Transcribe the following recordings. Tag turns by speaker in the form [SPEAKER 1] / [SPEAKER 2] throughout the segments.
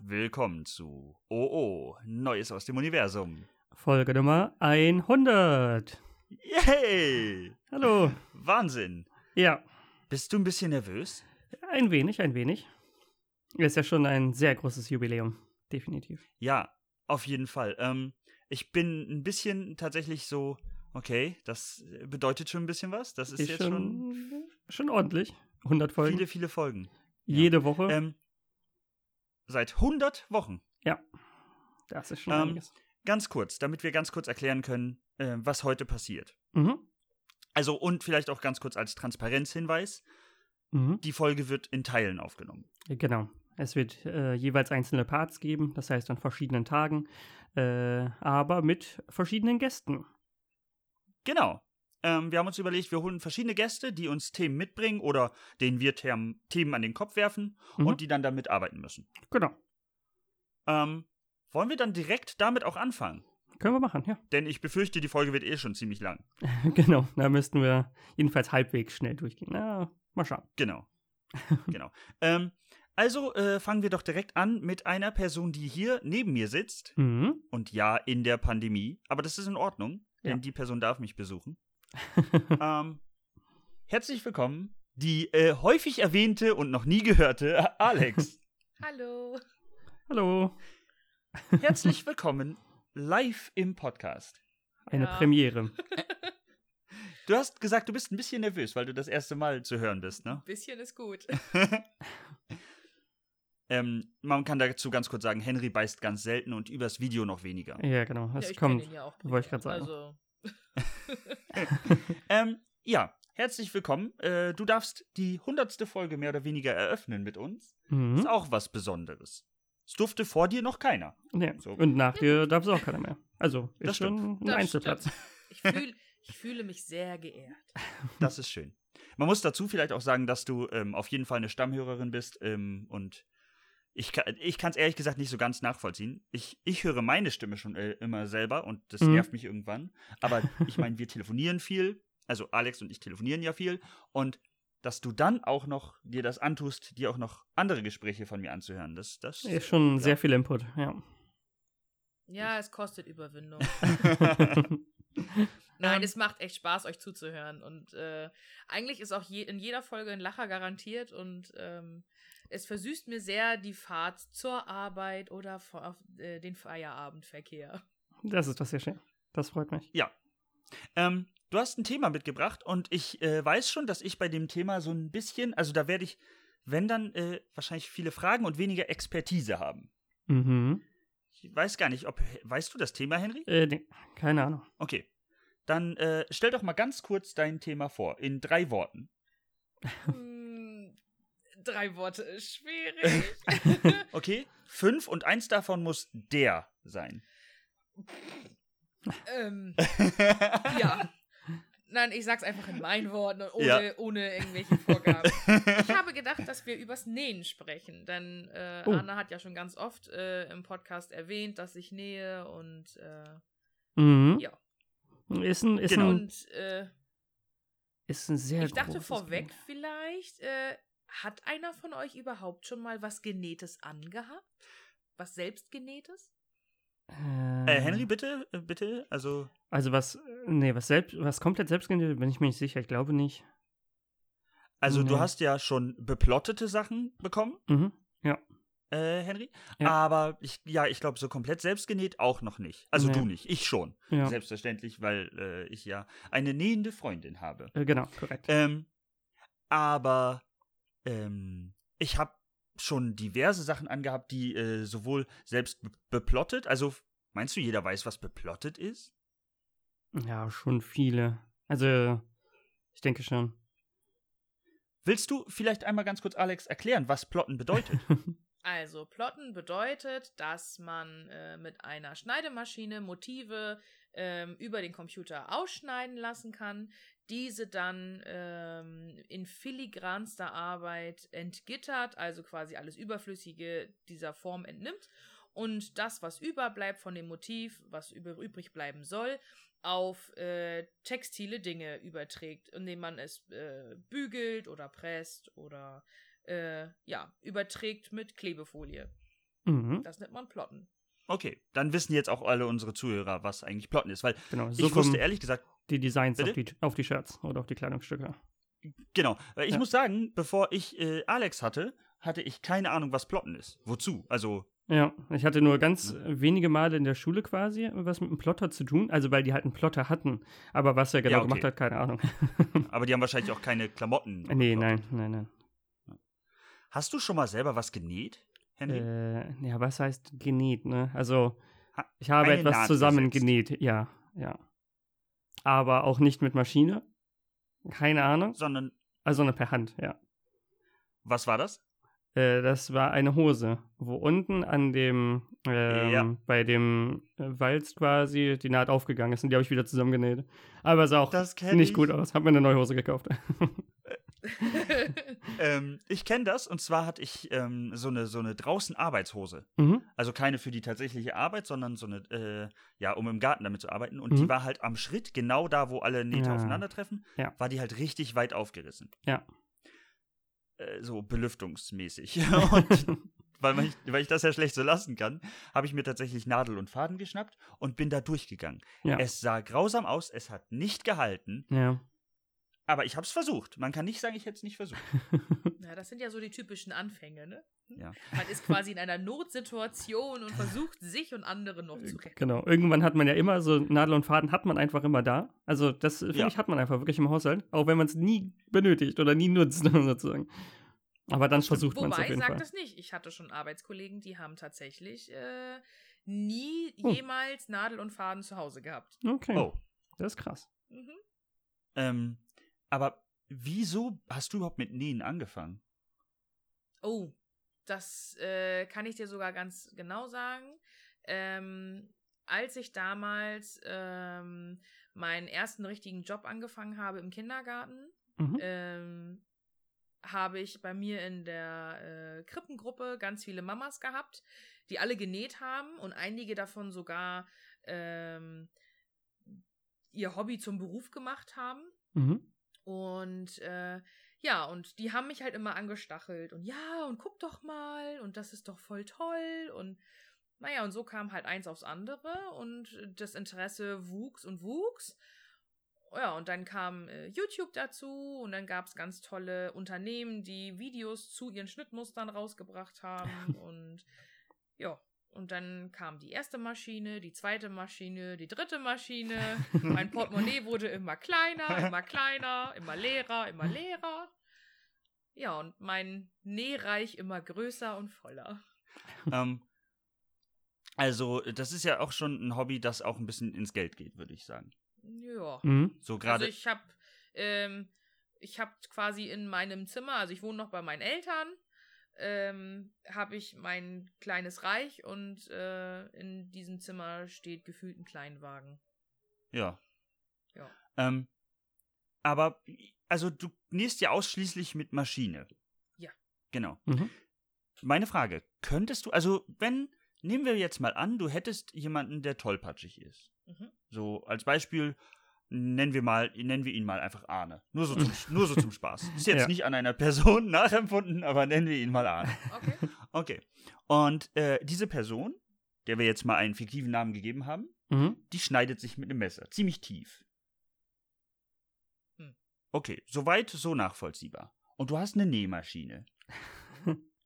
[SPEAKER 1] willkommen zu OO, Neues aus dem Universum.
[SPEAKER 2] Folge Nummer 100.
[SPEAKER 1] Yay!
[SPEAKER 2] Hallo.
[SPEAKER 1] Wahnsinn!
[SPEAKER 2] Ja,
[SPEAKER 1] Bist du ein bisschen nervös?
[SPEAKER 2] ein wenig, ein wenig. Ist ja schon ein sehr großes Jubiläum. Definitiv.
[SPEAKER 1] Ja, auf jeden Fall. Ähm, ich bin ein bisschen tatsächlich so, okay, das bedeutet schon ein bisschen was. Das ist, jetzt schon,
[SPEAKER 2] schon, schon ordentlich. 100 Folgen.
[SPEAKER 1] viele, viele Folgen.
[SPEAKER 2] Jede Woche.
[SPEAKER 1] Ähm, seit 100 Wochen.
[SPEAKER 2] das ist schon
[SPEAKER 1] ähm,
[SPEAKER 2] einiges.
[SPEAKER 1] Ganz kurz, damit wir ganz kurz erklären können, äh, was heute passiert.
[SPEAKER 2] Mhm.
[SPEAKER 1] Also und vielleicht auch ganz kurz als Transparenzhinweis,
[SPEAKER 2] Mhm.
[SPEAKER 1] die Folge wird in Teilen aufgenommen.
[SPEAKER 2] Genau. Es wird äh, jeweils einzelne Parts geben, das heißt an verschiedenen Tagen, äh, aber mit verschiedenen Gästen.
[SPEAKER 1] Genau. Ähm, wir haben uns überlegt, wir holen verschiedene Gäste, die uns Themen mitbringen oder denen wir Term Themen an den Kopf werfen
[SPEAKER 2] Mhm.
[SPEAKER 1] und die dann damit arbeiten müssen.
[SPEAKER 2] Genau.
[SPEAKER 1] Ähm, wollen wir dann direkt damit auch anfangen?
[SPEAKER 2] Können wir machen, ja.
[SPEAKER 1] Denn ich befürchte, die Folge wird eh schon ziemlich lang.
[SPEAKER 2] genau. Da müssten wir jedenfalls halbwegs schnell durchgehen. Na, mal schauen.
[SPEAKER 1] Genau. genau. Ähm, also äh, fangen wir doch direkt an mit einer Person, die hier neben mir sitzt.
[SPEAKER 2] Mhm.
[SPEAKER 1] Und ja, in der Pandemie. Aber das ist in Ordnung, denn
[SPEAKER 2] Ja.
[SPEAKER 1] die Person darf mich besuchen. ähm, herzlich willkommen, die äh, häufig erwähnte und noch nie gehörte Alex.
[SPEAKER 3] Hallo.
[SPEAKER 2] Hallo.
[SPEAKER 1] herzlich willkommen live im Podcast.
[SPEAKER 2] Eine
[SPEAKER 3] Ja.
[SPEAKER 2] Premiere.
[SPEAKER 1] Du hast gesagt, du bist ein bisschen nervös, weil du das erste Mal zu hören bist, ne?
[SPEAKER 3] Bisschen ist gut.
[SPEAKER 1] Ähm, man kann dazu ganz kurz sagen, Henry beißt ganz selten und übers Video noch weniger.
[SPEAKER 2] Ja, genau. Es
[SPEAKER 3] ja, ich kenn
[SPEAKER 2] kommt.
[SPEAKER 3] ihn ja auch.
[SPEAKER 2] wollte ich
[SPEAKER 3] privat,
[SPEAKER 2] grad sagen.
[SPEAKER 3] Also,
[SPEAKER 1] Ähm, ja, herzlich willkommen. Äh, du darfst die hundertste Folge mehr oder weniger eröffnen mit uns.
[SPEAKER 2] Mhm.
[SPEAKER 1] Ist auch was Besonderes. Es durfte vor dir noch keiner.
[SPEAKER 2] Ja.
[SPEAKER 1] so.
[SPEAKER 2] Und nach dir darf es auch keiner mehr. Also ist
[SPEAKER 1] Das
[SPEAKER 2] schon ein
[SPEAKER 3] Das
[SPEAKER 2] Einzelplatz.
[SPEAKER 3] ich, fühl, ich fühle mich sehr geehrt.
[SPEAKER 1] Das ist schön. Man muss dazu vielleicht auch sagen, dass du ähm, auf jeden Fall eine Stammhörerin bist ähm, und ich, ka- ich kann es ehrlich gesagt nicht so ganz nachvollziehen. Ich, ich höre meine Stimme schon äh, immer selber und das
[SPEAKER 2] Mhm.
[SPEAKER 1] nervt mich irgendwann. Aber ich meine, wir telefonieren viel. Also Alex und ich telefonieren ja viel. Und dass du dann auch noch dir das antust, dir auch noch andere Gespräche von mir anzuhören, das, das
[SPEAKER 2] Ist schon
[SPEAKER 1] Ja.
[SPEAKER 2] sehr viel Input, ja.
[SPEAKER 3] Ja, es kostet Überwindung.
[SPEAKER 2] Ähm.
[SPEAKER 3] Nein, es macht echt Spaß, euch zuzuhören. Und äh, eigentlich ist auch je, in jeder Folge ein Lacher garantiert. Und ähm, es versüßt mir sehr die Fahrt zur Arbeit oder vor, auf, äh, den Feierabendverkehr.
[SPEAKER 2] das ist doch sehr schön. Das freut mich.
[SPEAKER 1] Ähm, du hast ein Thema mitgebracht und ich äh, weiß schon, dass ich bei dem Thema so ein bisschen, also da werde ich, wenn dann, äh, wahrscheinlich viele Fragen und weniger Expertise haben.
[SPEAKER 2] Mhm.
[SPEAKER 1] Ich weiß gar nicht, ob. Weißt du das Thema, Henry?
[SPEAKER 2] Äh, nee, keine Ahnung.
[SPEAKER 1] Okay. Dann äh, stell doch mal ganz kurz dein Thema vor, in drei Worten.
[SPEAKER 3] Hm, drei Worte ist schwierig.
[SPEAKER 1] Okay? Fünf und eins davon muss der sein.
[SPEAKER 3] ähm, Ja. Nein, ich sag's einfach in meinen Worten und ohne,
[SPEAKER 1] Ja.
[SPEAKER 3] ohne irgendwelche Vorgaben. Ich habe gedacht, dass wir übers Nähen sprechen, denn äh,
[SPEAKER 2] Oh.
[SPEAKER 3] Anna hat ja schon ganz oft äh, im Podcast erwähnt, dass ich nähe und äh,
[SPEAKER 2] Mhm.
[SPEAKER 3] Ja.
[SPEAKER 2] Ist ein, ist
[SPEAKER 1] Genau.
[SPEAKER 2] ein,
[SPEAKER 3] und äh,
[SPEAKER 2] ist ein sehr
[SPEAKER 3] ich dachte
[SPEAKER 2] großes
[SPEAKER 3] vorweg
[SPEAKER 2] Thema.
[SPEAKER 3] vielleicht, äh, hat einer von euch überhaupt schon mal was Genähtes angehabt? Was selbstgenähtes?
[SPEAKER 2] Äh,
[SPEAKER 1] Äh, Henry, bitte, äh, bitte, also.
[SPEAKER 2] Also was, nee, was selbst, was komplett selbst genäht, bin ich mir nicht sicher. Ich glaube nicht.
[SPEAKER 1] Also, du
[SPEAKER 2] Mhm.
[SPEAKER 1] hast ja schon beplottete Sachen bekommen.
[SPEAKER 2] Mhm.
[SPEAKER 1] äh, Henry.
[SPEAKER 2] Ja.
[SPEAKER 1] Aber ich, ja, ich glaube, so komplett selbstgenäht auch noch nicht. Also
[SPEAKER 2] Nee.
[SPEAKER 1] du nicht, ich schon.
[SPEAKER 2] Ja.
[SPEAKER 1] Selbstverständlich, weil äh, ich ja eine nähende Freundin habe.
[SPEAKER 2] Äh, genau, korrekt.
[SPEAKER 1] Ähm, aber ähm, ich habe schon diverse Sachen angehabt, die äh, sowohl selbst be beplottet, also meinst du, jeder weiß, was beplottet ist?
[SPEAKER 2] Ja, schon viele. Also, ich denke schon.
[SPEAKER 1] Willst du vielleicht einmal ganz kurz, Alex, erklären, was plotten bedeutet?
[SPEAKER 3] Also, plotten bedeutet, dass man äh, mit einer Schneidemaschine Motive ähm, über den Computer ausschneiden lassen kann, diese dann ähm, in filigranster Arbeit entgittert, also quasi alles Überflüssige dieser Form entnimmt und das, was überbleibt von dem Motiv, was über, übrig bleiben soll, auf äh, textile Dinge überträgt, indem man es äh, bügelt oder presst oder äh, ja, überträgt mit Klebefolie.
[SPEAKER 2] Mhm.
[SPEAKER 3] Das nennt man Plotten.
[SPEAKER 1] Okay, dann wissen jetzt auch alle unsere Zuhörer, was eigentlich Plotten ist, weil
[SPEAKER 2] Genau, so
[SPEAKER 1] ich wusste
[SPEAKER 2] kommen
[SPEAKER 1] ehrlich gesagt,
[SPEAKER 2] die Designs auf
[SPEAKER 1] Bitte?
[SPEAKER 2] die, auf die Shirts oder auf die Kleidungsstücke.
[SPEAKER 1] genau, weil ich
[SPEAKER 2] Ja.
[SPEAKER 1] muss sagen, bevor ich äh, Alex hatte, hatte ich keine Ahnung, was Plotten ist. Wozu? Also,
[SPEAKER 2] Ja, ich hatte nur ganz wenige Male in der Schule quasi was mit einem Plotter zu tun, also weil die halt einen Plotter hatten, aber was er genau
[SPEAKER 1] Ja, okay.
[SPEAKER 2] gemacht hat, keine Ahnung.
[SPEAKER 1] aber die haben wahrscheinlich auch keine Klamotten.
[SPEAKER 2] Hm. Äh, nee,
[SPEAKER 1] geplottet.
[SPEAKER 2] nein, nein, nein.
[SPEAKER 1] Hast du schon mal selber was genäht, Henry?
[SPEAKER 2] Äh, ja, was heißt genäht, ne? Also,
[SPEAKER 1] Ha-
[SPEAKER 2] ich habe
[SPEAKER 1] eine
[SPEAKER 2] etwas
[SPEAKER 1] Naht
[SPEAKER 2] zusammen
[SPEAKER 1] gesetzt.
[SPEAKER 2] genäht, ja, ja. Aber auch nicht mit Maschine. Keine Ahnung.
[SPEAKER 1] Sondern,
[SPEAKER 2] Also nur per Hand, ja.
[SPEAKER 1] was war das?
[SPEAKER 2] Äh, das war eine Hose, wo unten an dem, ähm,
[SPEAKER 1] Ja.
[SPEAKER 2] bei dem äh, Walz quasi die Naht aufgegangen ist und die habe ich wieder zusammengenäht. Aber sah auch
[SPEAKER 1] Das kenn
[SPEAKER 2] nicht
[SPEAKER 1] ich.
[SPEAKER 2] gut aus. Hab mir eine neue Hose gekauft.
[SPEAKER 1] Ähm, ich kenne das und zwar hatte ich ähm, so eine so eine draußen Arbeitshose.
[SPEAKER 2] mhm.
[SPEAKER 1] Also keine für die tatsächliche Arbeit, sondern so eine, äh, ja, um im Garten damit zu arbeiten. Und
[SPEAKER 2] Mhm.
[SPEAKER 1] die war halt am Schritt, genau da, wo alle Nähte
[SPEAKER 2] Ja.
[SPEAKER 1] aufeinandertreffen,
[SPEAKER 2] Ja.
[SPEAKER 1] war die halt richtig weit aufgerissen.
[SPEAKER 2] Ja.
[SPEAKER 1] Äh, so belüftungsmäßig. und weil, man, weil ich das ja schlecht so lassen kann, habe ich mir tatsächlich Nadel und Faden geschnappt und bin da durchgegangen.
[SPEAKER 2] Ja.
[SPEAKER 1] Es sah grausam aus, es hat nicht gehalten,
[SPEAKER 2] Ja.
[SPEAKER 1] aber ich habe es versucht. Man kann nicht sagen, ich hätte es nicht versucht.
[SPEAKER 3] Ja, das sind ja so die typischen Anfänge, ne?
[SPEAKER 1] Ja.
[SPEAKER 3] Man ist quasi in einer Notsituation und versucht, sich und andere noch zu retten.
[SPEAKER 2] Genau, irgendwann hat man ja immer so Nadel und Faden hat man einfach immer da. Also das finde
[SPEAKER 1] Ja.
[SPEAKER 2] ich hat man einfach wirklich im Haushalt, auch wenn man es nie benötigt oder nie nutzt sozusagen. Aber dann versucht man es auf
[SPEAKER 3] Wobei,
[SPEAKER 2] jeden
[SPEAKER 3] sagt
[SPEAKER 2] Fall.
[SPEAKER 3] das nicht. Ich hatte schon Arbeitskollegen, die haben tatsächlich äh, nie
[SPEAKER 2] Oh.
[SPEAKER 3] jemals Nadel und Faden zu Hause gehabt.
[SPEAKER 2] Okay,
[SPEAKER 1] Oh.
[SPEAKER 2] das ist krass.
[SPEAKER 3] Mhm.
[SPEAKER 1] Ähm, aber wieso hast du überhaupt mit Nähen angefangen?
[SPEAKER 3] Oh, das äh, kann ich dir sogar ganz genau sagen. Ähm, als ich damals ähm, meinen ersten richtigen Job angefangen habe im Kindergarten,
[SPEAKER 2] Mhm.
[SPEAKER 3] ähm, habe ich bei mir in der äh, Krippengruppe ganz viele Mamas gehabt, die alle genäht haben und einige davon sogar ähm, ihr Hobby zum Beruf gemacht haben.
[SPEAKER 2] Mhm.
[SPEAKER 3] Und äh, ja, und die haben mich halt immer angestachelt und ja, und guck doch mal, und das ist doch voll toll. Und naja, und so kam halt eins aufs andere und das Interesse wuchs und wuchs. Ja, und dann kam äh, YouTube dazu und dann gab es ganz tolle Unternehmen, die Videos zu ihren Schnittmustern rausgebracht haben. und ja, und dann kam die erste Maschine, die zweite Maschine, die dritte Maschine. Mein Portemonnaie wurde immer kleiner, immer kleiner, immer leerer, immer leerer. Ja, und mein Nähreich immer größer und voller.
[SPEAKER 1] ähm, also, das ist ja auch schon ein Hobby, das auch ein bisschen ins Geld geht, würde ich sagen.
[SPEAKER 3] Ja.
[SPEAKER 2] Mhm.
[SPEAKER 1] So gerade.
[SPEAKER 3] Also ich habe ähm, ich habe quasi in meinem Zimmer, also ich wohne noch bei meinen Eltern, ähm, habe ich mein kleines Reich und äh, in diesem Zimmer steht gefühlt ein Kleinwagen.
[SPEAKER 1] ja.
[SPEAKER 3] Ja.
[SPEAKER 1] Ähm, aber, also, du nähst ja ausschließlich mit Maschine.
[SPEAKER 3] Ja.
[SPEAKER 1] Genau.
[SPEAKER 2] Mhm.
[SPEAKER 1] Meine Frage: Könntest du, also, wenn, nehmen wir jetzt mal an, du hättest jemanden, der tollpatschig ist.
[SPEAKER 3] Mhm.
[SPEAKER 1] So als Beispiel nennen wir mal, nennen wir ihn mal einfach Arne. Nur so zum, nur so zum Spaß. Ist jetzt
[SPEAKER 2] Ja.
[SPEAKER 1] nicht an einer Person nachempfunden, aber nennen wir ihn mal Arne.
[SPEAKER 3] Okay.
[SPEAKER 1] Okay. Und äh, diese Person, der wir jetzt mal einen fiktiven Namen gegeben haben,
[SPEAKER 2] Mhm.
[SPEAKER 1] die schneidet sich mit einem Messer ziemlich tief.
[SPEAKER 3] Hm.
[SPEAKER 1] Okay, soweit so nachvollziehbar. Und du hast eine Nähmaschine.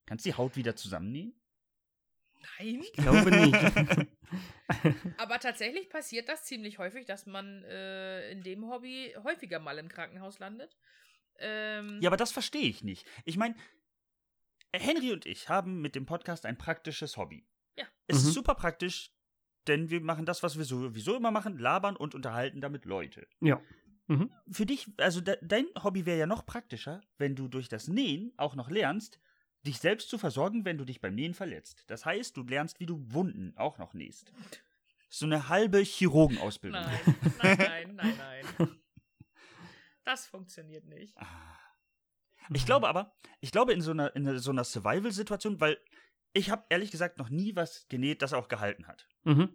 [SPEAKER 1] Kannst die Haut wieder zusammennähen?
[SPEAKER 3] Nein.
[SPEAKER 2] Ich glaube nicht.
[SPEAKER 3] Aber tatsächlich passiert das ziemlich häufig, dass man äh, in dem Hobby häufiger mal im Krankenhaus landet. Ähm,
[SPEAKER 1] Ja, aber das verstehe ich nicht. Ich meine, Henry und ich haben mit dem Podcast ein praktisches Hobby.
[SPEAKER 3] Ja.
[SPEAKER 1] Es
[SPEAKER 2] Mhm.
[SPEAKER 1] ist super praktisch, denn wir machen das, was wir sowieso immer machen, labern und unterhalten damit Leute.
[SPEAKER 2] Ja. Mhm.
[SPEAKER 1] Für dich, also de dein Hobby wäre ja noch praktischer, wenn du durch das Nähen auch noch lernst, dich selbst zu versorgen, wenn du dich beim Nähen verletzt. Das heißt, du lernst, wie du Wunden auch noch nähst. So eine halbe Chirurgenausbildung.
[SPEAKER 3] nein, nein, nein, nein, nein. Das funktioniert nicht.
[SPEAKER 1] Ah.
[SPEAKER 2] Mhm.
[SPEAKER 1] Ich glaube aber, ich glaube in so einer, in so einer Survival-Situation, weil ich habe ehrlich gesagt noch nie was genäht, das auch gehalten hat.
[SPEAKER 2] Mhm.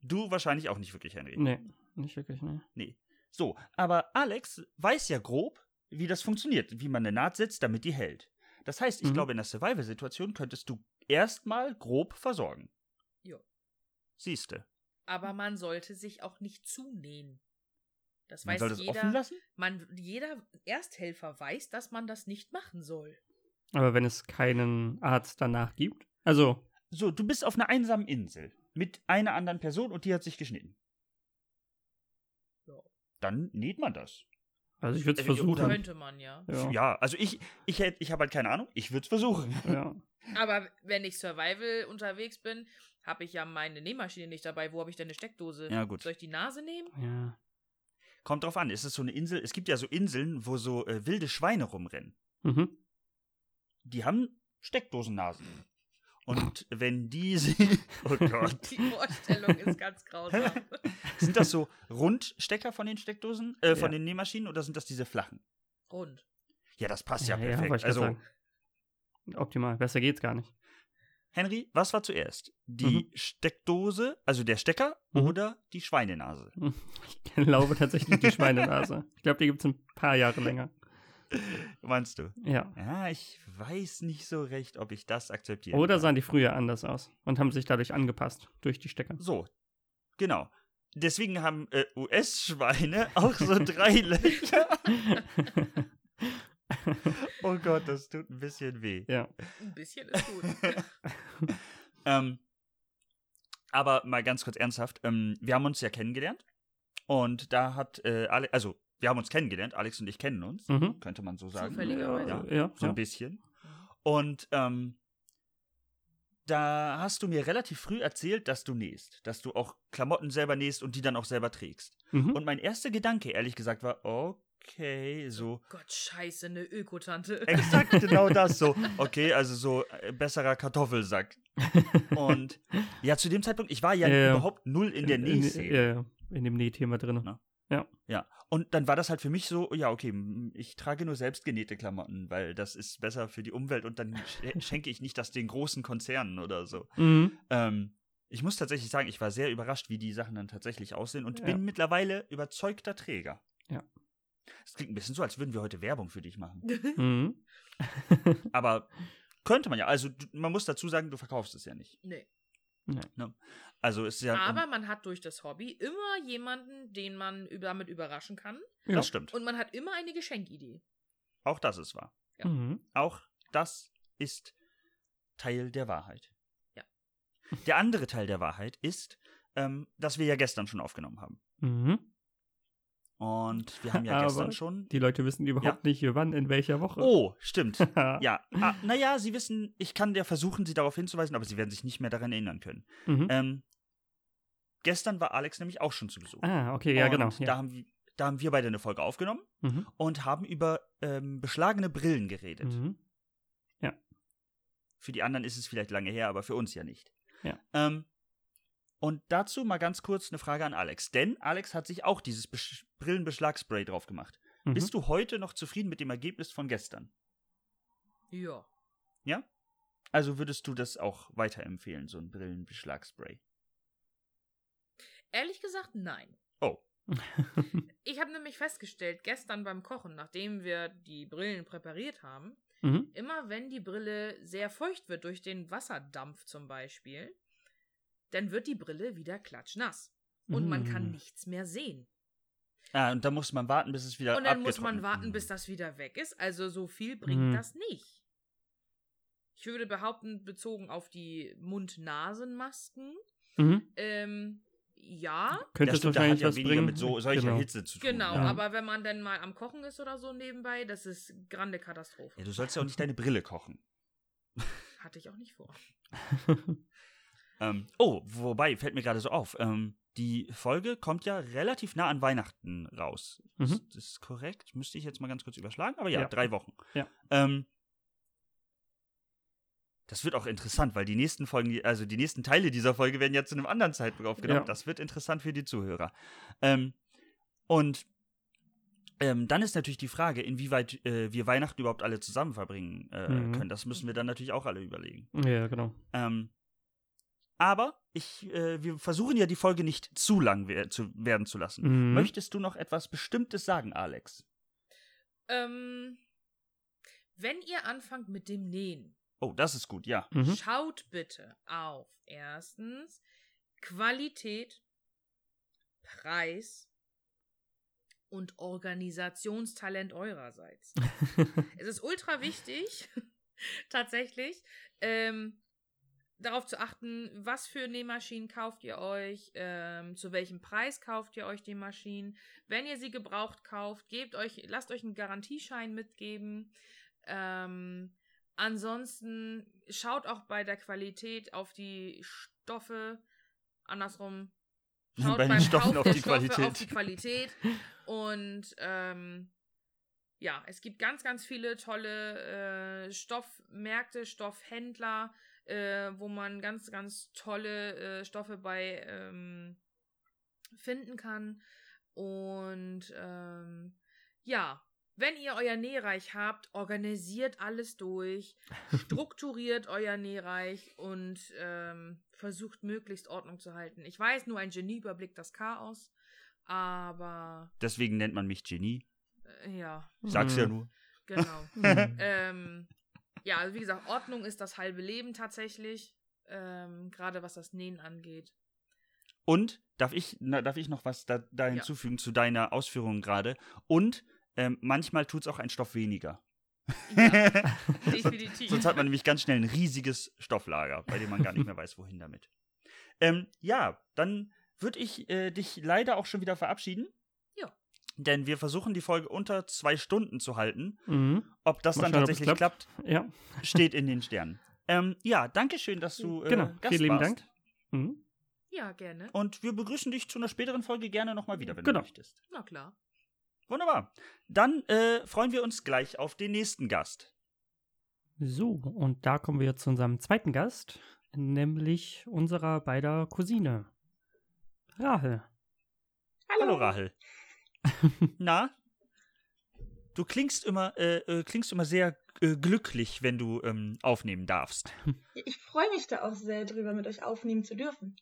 [SPEAKER 1] Du wahrscheinlich auch nicht wirklich, Henry.
[SPEAKER 2] Nee, nicht wirklich, nee.
[SPEAKER 1] So, aber Alex weiß ja grob, wie das funktioniert, wie man eine Naht setzt, damit die hält. Das heißt, ich
[SPEAKER 2] Mhm.
[SPEAKER 1] glaube, in einer Survival-Situation könntest du erstmal grob versorgen.
[SPEAKER 3] Jo.
[SPEAKER 1] Siehste.
[SPEAKER 3] Aber man sollte sich auch nicht zunähen. Das
[SPEAKER 1] Man
[SPEAKER 3] weiß
[SPEAKER 1] soll das offen
[SPEAKER 3] jeder.
[SPEAKER 1] lassen?
[SPEAKER 3] Man, jeder Ersthelfer weiß, dass man das nicht machen soll.
[SPEAKER 2] Aber wenn es keinen Arzt danach gibt. Also,
[SPEAKER 1] So, du bist auf einer einsamen Insel mit einer anderen Person und die hat sich geschnitten.
[SPEAKER 3] Ja.
[SPEAKER 1] Dann näht man das.
[SPEAKER 2] also ich würde
[SPEAKER 1] Äh,
[SPEAKER 2] es versuchen.
[SPEAKER 3] Könnte man ja.
[SPEAKER 1] Ja,
[SPEAKER 2] Ja.
[SPEAKER 1] also ich, ich, hätt- ich habe halt keine Ahnung. Ich würde es versuchen.
[SPEAKER 2] ja.
[SPEAKER 3] Aber wenn ich Survival unterwegs bin, habe ich ja meine Nähmaschine nicht dabei. Wo habe ich denn eine Steckdose?
[SPEAKER 1] Ja, gut.
[SPEAKER 3] Soll ich die Nase nehmen?
[SPEAKER 2] ja.
[SPEAKER 1] Kommt drauf an. Ist es so eine Insel? Es gibt ja so Inseln, wo so äh, wilde Schweine rumrennen.
[SPEAKER 2] Mhm.
[SPEAKER 1] Die haben Steckdosennasen. Und wenn die sie. Oh Gott.
[SPEAKER 3] Die Vorstellung ist ganz grausam.
[SPEAKER 1] Sind das so Rundstecker von den Steckdosen, äh, von
[SPEAKER 2] Ja.
[SPEAKER 1] den Nähmaschinen oder sind das diese flachen?
[SPEAKER 3] Rund.
[SPEAKER 1] Ja, das passt ja,
[SPEAKER 2] wollte
[SPEAKER 1] perfekt.
[SPEAKER 2] ich
[SPEAKER 1] also,
[SPEAKER 2] grad sagen. Optimal. Besser geht's gar nicht.
[SPEAKER 1] Henry, was war zuerst? Die Steckdose, also der Stecker
[SPEAKER 2] Mhm.
[SPEAKER 1] oder die Schweinenase?
[SPEAKER 2] Ich glaube tatsächlich die Schweinenase. Ich glaube, die gibt es ein paar Jahre länger.
[SPEAKER 1] Meinst du?
[SPEAKER 2] Ja.
[SPEAKER 1] Ja, ich weiß nicht so recht, ob ich das akzeptiere.
[SPEAKER 2] Oder sahen die früher anders aus und haben sich dadurch angepasst durch die Stecker.
[SPEAKER 1] So, genau. Deswegen haben äh, US-Schweine auch so drei Löcher. Oh Gott, das tut ein bisschen weh.
[SPEAKER 2] ja.
[SPEAKER 3] Ein bisschen ist gut. Oh
[SPEAKER 1] Ähm, aber mal ganz kurz ernsthaft, ähm, wir haben uns ja kennengelernt und da hat äh, Ale also wir haben uns kennengelernt, Alex und ich kennen uns,
[SPEAKER 2] Mhm.
[SPEAKER 1] könnte man so sagen.
[SPEAKER 3] Zufällig. Zufälligerweise.
[SPEAKER 2] Ja,
[SPEAKER 1] Ja,
[SPEAKER 2] ja,
[SPEAKER 1] So
[SPEAKER 2] ja.
[SPEAKER 1] ein bisschen. Und ähm, da hast du mir relativ früh erzählt, dass du nähst, dass du auch Klamotten selber nähst und die dann auch selber trägst.
[SPEAKER 2] Mhm.
[SPEAKER 1] Und mein erster Gedanke, ehrlich gesagt, war, okay, so
[SPEAKER 3] Gott, scheiße, eine Ökotante.
[SPEAKER 1] Exakt genau das so. Okay, also so äh, besserer Kartoffelsack. Und ja, zu dem Zeitpunkt, ich war ja
[SPEAKER 2] Ja, ja.
[SPEAKER 1] überhaupt null in der
[SPEAKER 2] In,
[SPEAKER 1] Nähszene.
[SPEAKER 2] ja, in dem Nähthema drin.
[SPEAKER 1] Na. Ja, und dann war das halt für mich so, ja, okay, m, ich trage nur selbstgenähte Klamotten, weil das ist besser für die Umwelt und dann sch- äh, schenke ich nicht das den großen Konzernen oder so.
[SPEAKER 2] Mhm.
[SPEAKER 1] Ähm, ich muss tatsächlich sagen, ich war sehr überrascht, wie die Sachen dann tatsächlich aussehen und
[SPEAKER 2] Ja.
[SPEAKER 1] bin mittlerweile überzeugter Träger.
[SPEAKER 2] Ja.
[SPEAKER 1] Es klingt ein bisschen so, als würden wir heute Werbung für dich machen.
[SPEAKER 2] Mhm.
[SPEAKER 1] Aber könnte man ja. Also du, man muss dazu sagen, du verkaufst es ja nicht.
[SPEAKER 3] nee.
[SPEAKER 1] Also es ist ja.
[SPEAKER 3] Aber man hat durch das Hobby immer jemanden, den man über- damit überraschen kann.
[SPEAKER 1] das stimmt.
[SPEAKER 3] Und man hat immer eine Geschenkidee.
[SPEAKER 1] Auch das ist wahr.
[SPEAKER 3] Ja.
[SPEAKER 2] Mhm.
[SPEAKER 1] Auch das ist Teil der Wahrheit.
[SPEAKER 3] Ja.
[SPEAKER 1] Der andere Teil der Wahrheit ist, ähm, dass wir ja gestern schon aufgenommen haben.
[SPEAKER 2] Mhm.
[SPEAKER 1] Und wir haben ja
[SPEAKER 2] Aber
[SPEAKER 1] gestern schon.
[SPEAKER 2] Die Leute wissen überhaupt nicht, wann, in welcher Woche.
[SPEAKER 1] Oh, stimmt.
[SPEAKER 2] ja.
[SPEAKER 1] Ja, ah, naja, Sie wissen, ich kann ja versuchen, Sie darauf hinzuweisen, aber Sie werden sich nicht mehr daran erinnern können.
[SPEAKER 2] Mhm.
[SPEAKER 1] Ähm, gestern war Alex nämlich auch schon zu Besuch.
[SPEAKER 2] ah, okay, ja,
[SPEAKER 1] Und
[SPEAKER 2] genau.
[SPEAKER 1] Da
[SPEAKER 2] Ja.
[SPEAKER 1] haben, wir- da haben wir beide eine Folge aufgenommen.
[SPEAKER 2] Mhm.
[SPEAKER 1] und haben über ähm, beschlagene Brillen geredet.
[SPEAKER 2] Mhm.
[SPEAKER 1] Für die anderen ist es vielleicht lange her, aber für uns ja nicht.
[SPEAKER 2] Ja.
[SPEAKER 1] Ähm, und dazu mal ganz kurz eine Frage an Alex. Denn Alex hat sich auch dieses Besch Brillenbeschlagspray drauf gemacht.
[SPEAKER 2] Mhm.
[SPEAKER 1] Bist du heute noch zufrieden mit dem Ergebnis von gestern?
[SPEAKER 3] Ja.
[SPEAKER 1] Also würdest du das auch weiterempfehlen, so ein Brillenbeschlagspray?
[SPEAKER 3] Ehrlich gesagt, nein.
[SPEAKER 1] Oh.
[SPEAKER 3] Ich habe nämlich festgestellt, gestern beim Kochen, nachdem wir die Brillen präpariert haben,
[SPEAKER 2] Mhm.
[SPEAKER 3] immer wenn die Brille sehr feucht wird durch den Wasserdampf zum Beispiel, dann wird die Brille wieder klatschnass. Und man kann
[SPEAKER 1] Mm.
[SPEAKER 2] Mhm.
[SPEAKER 3] nichts mehr sehen.
[SPEAKER 1] Ah, und da muss man warten, bis es wieder
[SPEAKER 3] und dann muss man
[SPEAKER 1] abgetrocknet- Mhm.
[SPEAKER 3] warten, bis das wieder weg ist. Also so viel bringt
[SPEAKER 2] Mhm.
[SPEAKER 3] das nicht. Ich würde behaupten, bezogen auf die Mund-Nasen-Masken,
[SPEAKER 2] Mhm.
[SPEAKER 3] ähm, ja,
[SPEAKER 1] Ja,
[SPEAKER 2] Könnte es
[SPEAKER 1] stimmt, da hat
[SPEAKER 2] wahrscheinlich
[SPEAKER 1] ja
[SPEAKER 2] was
[SPEAKER 1] weniger
[SPEAKER 2] bringen.
[SPEAKER 1] mit so, solcher
[SPEAKER 2] genau.
[SPEAKER 1] Hitze zu tun.
[SPEAKER 3] genau.
[SPEAKER 1] Ja.
[SPEAKER 3] Aber wenn man dann mal am Kochen ist oder so nebenbei, das ist grande Katastrophe.
[SPEAKER 1] ja, du sollst ja auch nicht deine Brille kochen.
[SPEAKER 3] Hatte ich auch nicht vor.
[SPEAKER 1] Ähm, oh, wobei, fällt mir gerade so auf. Ähm, die Folge kommt ja relativ nah an Weihnachten raus.
[SPEAKER 2] Mhm.
[SPEAKER 1] Ist das korrekt? Müsste ich jetzt mal ganz kurz überschlagen, aber ja,
[SPEAKER 2] Ja.
[SPEAKER 1] drei Wochen.
[SPEAKER 2] Ja.
[SPEAKER 1] Ähm, das wird auch interessant, weil die nächsten Folgen, die- also die nächsten Teile dieser Folge werden ja zu einem anderen Zeitpunkt aufgenommen.
[SPEAKER 2] Ja.
[SPEAKER 1] Das wird interessant für die Zuhörer. Ähm, und ähm, dann ist natürlich die Frage, inwieweit äh, wir Weihnachten überhaupt alle zusammen verbringen äh,
[SPEAKER 2] Mhm.
[SPEAKER 1] können. Das müssen wir dann natürlich auch alle überlegen.
[SPEAKER 2] Ja, genau.
[SPEAKER 1] Ähm, aber ich, äh, wir versuchen ja die Folge nicht zu lang we zu werden zu lassen.
[SPEAKER 2] Mhm.
[SPEAKER 1] Möchtest du noch etwas Bestimmtes sagen, Alex?
[SPEAKER 3] Ähm, wenn ihr anfangt mit dem Nähen,
[SPEAKER 1] Oh, das ist gut, ja.
[SPEAKER 2] Mhm.
[SPEAKER 3] Schaut bitte auf erstens Qualität, Preis und Organisationstalent eurerseits. es ist ultra wichtig, tatsächlich, ähm, darauf zu achten, was für Nähmaschinen kauft ihr euch, ähm, zu welchem Preis kauft ihr euch die Maschinen. Wenn ihr sie gebraucht kauft, gebt euch, lasst euch einen Garantieschein mitgeben. Ähm, ansonsten schaut auch bei der Qualität auf die Stoffe, andersrum. Schaut
[SPEAKER 1] Bei den
[SPEAKER 3] beim
[SPEAKER 1] Stoffen
[SPEAKER 3] Kauf
[SPEAKER 1] auf
[SPEAKER 3] der
[SPEAKER 1] die
[SPEAKER 3] Stoffe
[SPEAKER 1] Qualität.
[SPEAKER 3] auf die Qualität. Und ähm, ja, es gibt ganz, ganz viele tolle äh, Stoffmärkte, Stoffhändler, äh, wo man ganz, ganz tolle äh, Stoffe bei ähm, finden kann. Und ähm, ja, wenn ihr euer Nähreich habt, organisiert alles durch, strukturiert euer Nähreich und ähm, versucht möglichst Ordnung zu halten. Ich weiß, nur ein Genie überblickt das Chaos, aber
[SPEAKER 1] Deswegen nennt man mich Genie.
[SPEAKER 3] äh, ja,
[SPEAKER 1] Sag's ja
[SPEAKER 2] Mhm.
[SPEAKER 1] nur.
[SPEAKER 3] genau.
[SPEAKER 2] Mhm.
[SPEAKER 3] ähm, ja, also wie gesagt, Ordnung ist das halbe Leben tatsächlich, ähm, gerade was das Nähen angeht.
[SPEAKER 1] Und darf ich, na, darf ich noch was da, da hinzufügen zu deiner Ausführung gerade? Und ähm, manchmal tut's auch ein Stoff weniger.
[SPEAKER 3] Ja, definitiv.
[SPEAKER 1] Sonst hat man nämlich ganz schnell ein riesiges Stofflager, bei dem man gar nicht mehr weiß, wohin damit. Ähm, ja, dann würde ich äh, dich leider auch schon wieder verabschieden.
[SPEAKER 3] Ja.
[SPEAKER 1] Denn wir versuchen die Folge unter zwei Stunden zu halten.
[SPEAKER 2] Mhm.
[SPEAKER 1] Ob das
[SPEAKER 2] Mal
[SPEAKER 1] dann
[SPEAKER 2] schauen, ob es
[SPEAKER 1] tatsächlich klappt.
[SPEAKER 2] Ja,
[SPEAKER 1] steht in den Sternen. Ähm, ja, danke schön, dass du äh,
[SPEAKER 2] genau.
[SPEAKER 1] Gast
[SPEAKER 2] Vielen lieben
[SPEAKER 1] warst.
[SPEAKER 2] Dank. Mhm.
[SPEAKER 3] ja, gerne.
[SPEAKER 1] Und wir begrüßen dich zu einer späteren Folge gerne nochmal wieder, wenn
[SPEAKER 2] Genau.
[SPEAKER 1] du möchtest.
[SPEAKER 3] Na klar.
[SPEAKER 1] Wunderbar. Dann äh, freuen wir uns gleich auf den nächsten Gast.
[SPEAKER 2] So, und da kommen wir zu unserem zweiten Gast, nämlich unserer beider Cousine. Rahel.
[SPEAKER 1] Hallo, Rahel. Na? Du klingst immer, äh, äh, klingst immer sehr äh, glücklich, wenn du ähm, aufnehmen darfst.
[SPEAKER 4] Ich freue mich da auch sehr drüber, mit euch aufnehmen zu dürfen.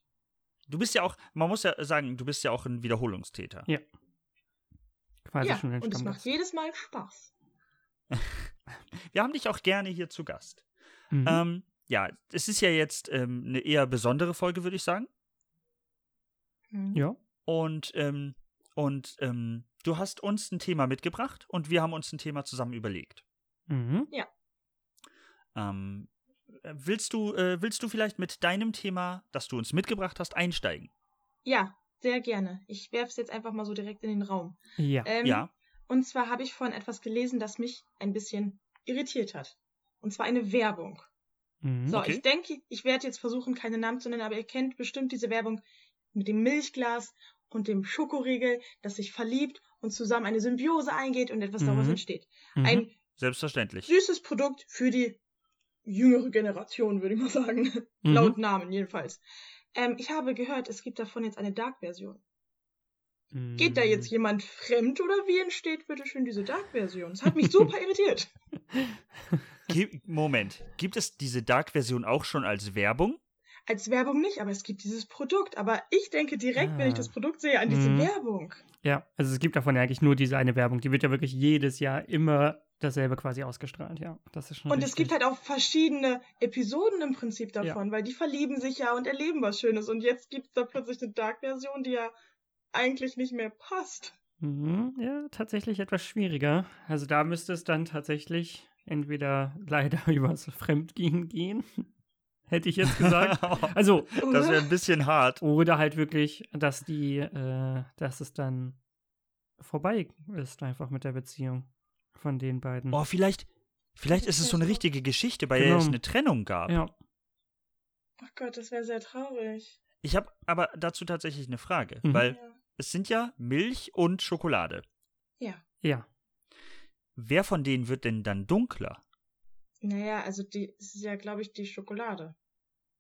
[SPEAKER 1] Du bist ja auch, man muss ja sagen, du bist ja auch ein Wiederholungstäter.
[SPEAKER 2] Ja. Quasi
[SPEAKER 4] ja,
[SPEAKER 2] schon ein
[SPEAKER 4] und es macht
[SPEAKER 2] Stammgast.
[SPEAKER 4] jedes Mal Spaß.
[SPEAKER 1] Wir haben dich auch gerne hier zu Gast.
[SPEAKER 2] Mhm.
[SPEAKER 1] Ähm, ja, es ist ja jetzt ähm, eine eher besondere Folge, würde ich sagen.
[SPEAKER 4] Hm.
[SPEAKER 2] ja.
[SPEAKER 1] Und, ähm, und ähm, du hast uns ein Thema mitgebracht und wir haben uns ein Thema zusammen überlegt.
[SPEAKER 2] Mhm.
[SPEAKER 1] Ähm, äh, willst, du, äh, willst du vielleicht mit deinem Thema, das du uns mitgebracht hast, einsteigen?
[SPEAKER 4] Ja, sehr gerne. Ich werfe es jetzt einfach mal so direkt in den Raum.
[SPEAKER 2] Ja.
[SPEAKER 4] Ähm,
[SPEAKER 1] ja.
[SPEAKER 4] Und zwar habe ich vorhin etwas gelesen, das mich ein bisschen irritiert hat. Und zwar eine Werbung.
[SPEAKER 2] Mhm.
[SPEAKER 4] So,
[SPEAKER 1] Okay.
[SPEAKER 4] ich denke, ich werde jetzt versuchen, keine Namen zu nennen, aber ihr kennt bestimmt diese Werbung mit dem Milchglas und dem Schokoriegel, das sich verliebt und zusammen eine Symbiose eingeht und etwas daraus
[SPEAKER 2] Mhm.
[SPEAKER 4] entsteht.
[SPEAKER 2] Mhm.
[SPEAKER 4] Ein
[SPEAKER 1] Selbstverständlich.
[SPEAKER 4] süßes Produkt für die jüngere Generation, würde ich mal sagen.
[SPEAKER 2] Mhm.
[SPEAKER 4] Laut Namen jedenfalls. Ähm, ich habe gehört, es gibt davon jetzt eine Dark-Version.
[SPEAKER 2] Mhm.
[SPEAKER 4] Geht da jetzt jemand fremd oder wie entsteht bitte schön diese Dark-Version? Das hat mich super irritiert.
[SPEAKER 1] Gi Moment, gibt es diese Dark-Version auch schon als Werbung?
[SPEAKER 4] Als Werbung nicht, aber es gibt dieses Produkt. Aber ich denke direkt, wenn ich
[SPEAKER 2] Ah.
[SPEAKER 4] das Produkt sehe, an diese
[SPEAKER 2] Mhm.
[SPEAKER 4] Werbung.
[SPEAKER 2] Ja, also es gibt davon ja eigentlich nur diese eine Werbung. Die wird ja wirklich jedes Jahr immer dasselbe quasi ausgestrahlt, ja. Das ist schon
[SPEAKER 4] Und es gibt halt auch verschiedene Episoden im Prinzip
[SPEAKER 2] Ja.
[SPEAKER 4] davon, weil die verlieben sich ja und erleben was Schönes. Und jetzt gibt es da plötzlich eine Dark-Version, die ja eigentlich nicht mehr passt.
[SPEAKER 2] Mhm, ja, tatsächlich etwas schwieriger. Also da müsste es dann tatsächlich entweder leider übers Fremdgehen gehen, hätte ich jetzt gesagt.
[SPEAKER 1] das
[SPEAKER 2] Also,
[SPEAKER 1] wäre ein bisschen hart.
[SPEAKER 2] oder halt wirklich, dass die, äh, dass es dann vorbei ist einfach mit der Beziehung von den beiden.
[SPEAKER 1] Oh, vielleicht, vielleicht ist es so eine richtige Geschichte, bei der
[SPEAKER 2] Genau.
[SPEAKER 1] es eine Trennung gab.
[SPEAKER 2] ja.
[SPEAKER 4] Ach Gott, das wäre sehr traurig.
[SPEAKER 1] Ich habe aber dazu tatsächlich eine Frage,
[SPEAKER 2] Mhm.
[SPEAKER 1] weil
[SPEAKER 4] Ja.
[SPEAKER 1] es sind ja Milch und Schokolade.
[SPEAKER 2] Ja.
[SPEAKER 1] Wer von denen wird denn dann dunkler?
[SPEAKER 4] Naja, also die es ist ja, glaube ich, die Schokolade.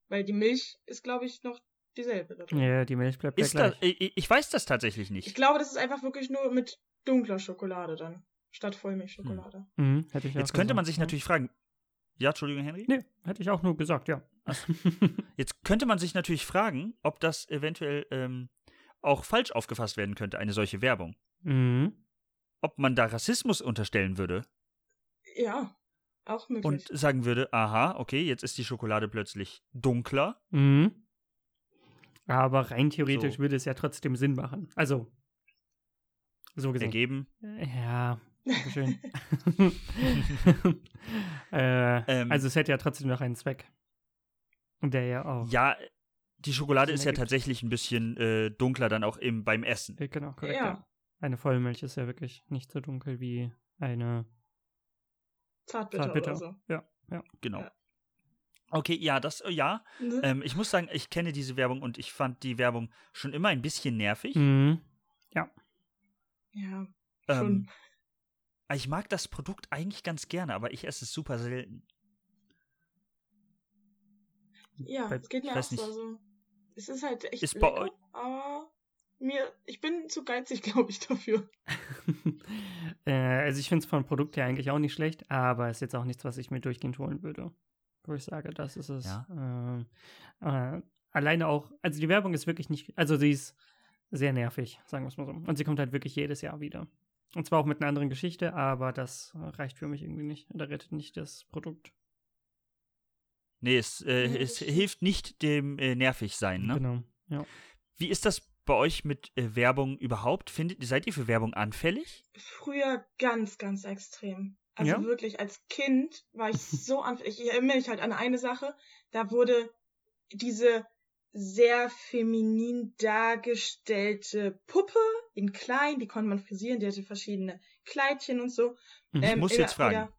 [SPEAKER 4] Weil die Milch ist, glaube ich, noch dieselbe. Da drin.
[SPEAKER 2] Ja, die Milch bleibt ja
[SPEAKER 1] Ist das,
[SPEAKER 2] gleich.
[SPEAKER 1] ich, ich weiß das tatsächlich
[SPEAKER 4] Ich
[SPEAKER 1] nicht.
[SPEAKER 4] glaube, das ist einfach wirklich nur mit dunkler Schokolade dann. Statt Vollmilchschokolade.
[SPEAKER 1] Hm.
[SPEAKER 2] Mhm, hätte ich auch
[SPEAKER 1] Jetzt könnte man
[SPEAKER 2] gesagt,
[SPEAKER 1] sich
[SPEAKER 2] ja.
[SPEAKER 1] natürlich fragen, ja, Entschuldigung, Henry?
[SPEAKER 2] Nee, hätte ich auch nur gesagt, ja.
[SPEAKER 1] Jetzt könnte man sich natürlich fragen, ob das eventuell ähm, auch falsch aufgefasst werden könnte, eine solche Werbung.
[SPEAKER 2] mhm.
[SPEAKER 1] Ob man da Rassismus unterstellen würde.
[SPEAKER 4] Ja. Auch möglich.
[SPEAKER 1] und sagen würde, aha, okay, jetzt ist die Schokolade plötzlich dunkler.
[SPEAKER 2] Mhm. Aber rein theoretisch
[SPEAKER 1] So.
[SPEAKER 2] würde es ja trotzdem Sinn machen. Also, so gesehen.
[SPEAKER 1] Ergeben.
[SPEAKER 2] Ja, schön. äh,
[SPEAKER 1] Ähm.
[SPEAKER 2] also es hätte ja trotzdem noch einen Zweck. Und der ja auch.
[SPEAKER 1] Ja, die Schokolade
[SPEAKER 2] Sinn
[SPEAKER 1] ist ja
[SPEAKER 2] Oh. ergibt.
[SPEAKER 1] tatsächlich ein bisschen äh, dunkler dann auch im, beim Essen.
[SPEAKER 2] Äh, Genau, korrekt.
[SPEAKER 4] Ja.
[SPEAKER 2] Ja. Eine Vollmilch ist ja wirklich nicht so dunkel wie eine.
[SPEAKER 4] Zartbitter,
[SPEAKER 2] Zartbitter.
[SPEAKER 4] oder so.
[SPEAKER 1] Genau.
[SPEAKER 4] Ja.
[SPEAKER 1] Okay, ja, das, äh, ja.
[SPEAKER 4] Ne?
[SPEAKER 1] Ähm, ich muss sagen, ich kenne diese Werbung und ich fand die Werbung schon immer ein bisschen nervig.
[SPEAKER 2] Mhm.
[SPEAKER 4] ja,
[SPEAKER 1] Ähm, ich mag das Produkt eigentlich ganz gerne, aber ich esse es super selten.
[SPEAKER 4] ja,
[SPEAKER 1] weil-
[SPEAKER 4] es geht
[SPEAKER 1] ich
[SPEAKER 4] mir auch
[SPEAKER 1] weiß
[SPEAKER 4] so.
[SPEAKER 1] nicht.
[SPEAKER 4] Also, es ist halt echt
[SPEAKER 1] Ist bei
[SPEAKER 4] lecker,
[SPEAKER 1] euch-
[SPEAKER 4] aber mir, ich bin zu geizig, glaube ich, dafür.
[SPEAKER 2] äh, also ich finde es vom Produkt her eigentlich auch nicht schlecht, aber ist jetzt auch nichts, was ich mir durchgehend holen würde. Wo ich sage, das ist es.
[SPEAKER 1] Ja.
[SPEAKER 2] Ähm, äh, alleine auch, also die Werbung ist wirklich nicht, also sie ist sehr nervig, sagen wir es mal so. Und sie kommt halt wirklich jedes Jahr wieder. Und zwar auch mit einer anderen Geschichte, aber das äh, reicht für mich irgendwie nicht. Da rettet nicht das Produkt.
[SPEAKER 1] Nee, es, äh,
[SPEAKER 4] Nee,
[SPEAKER 1] es
[SPEAKER 4] das-
[SPEAKER 1] hilft nicht dem äh, Nervigsein, ne?
[SPEAKER 2] Genau. Ja.
[SPEAKER 1] Wie ist das bei euch mit äh, Werbung überhaupt? Findet, seid ihr für Werbung anfällig?
[SPEAKER 4] Früher ganz, ganz extrem. Also
[SPEAKER 2] Ja?
[SPEAKER 4] wirklich, als Kind war ich so anfällig. Ich erinnere mich halt an eine Sache. Da wurde diese sehr feminin dargestellte Puppe in klein, die konnte man frisieren, die hatte verschiedene Kleidchen und so. ähm,
[SPEAKER 2] Mhm.
[SPEAKER 1] Ich muss
[SPEAKER 4] in
[SPEAKER 1] jetzt
[SPEAKER 4] der- in
[SPEAKER 1] fragen.
[SPEAKER 4] der-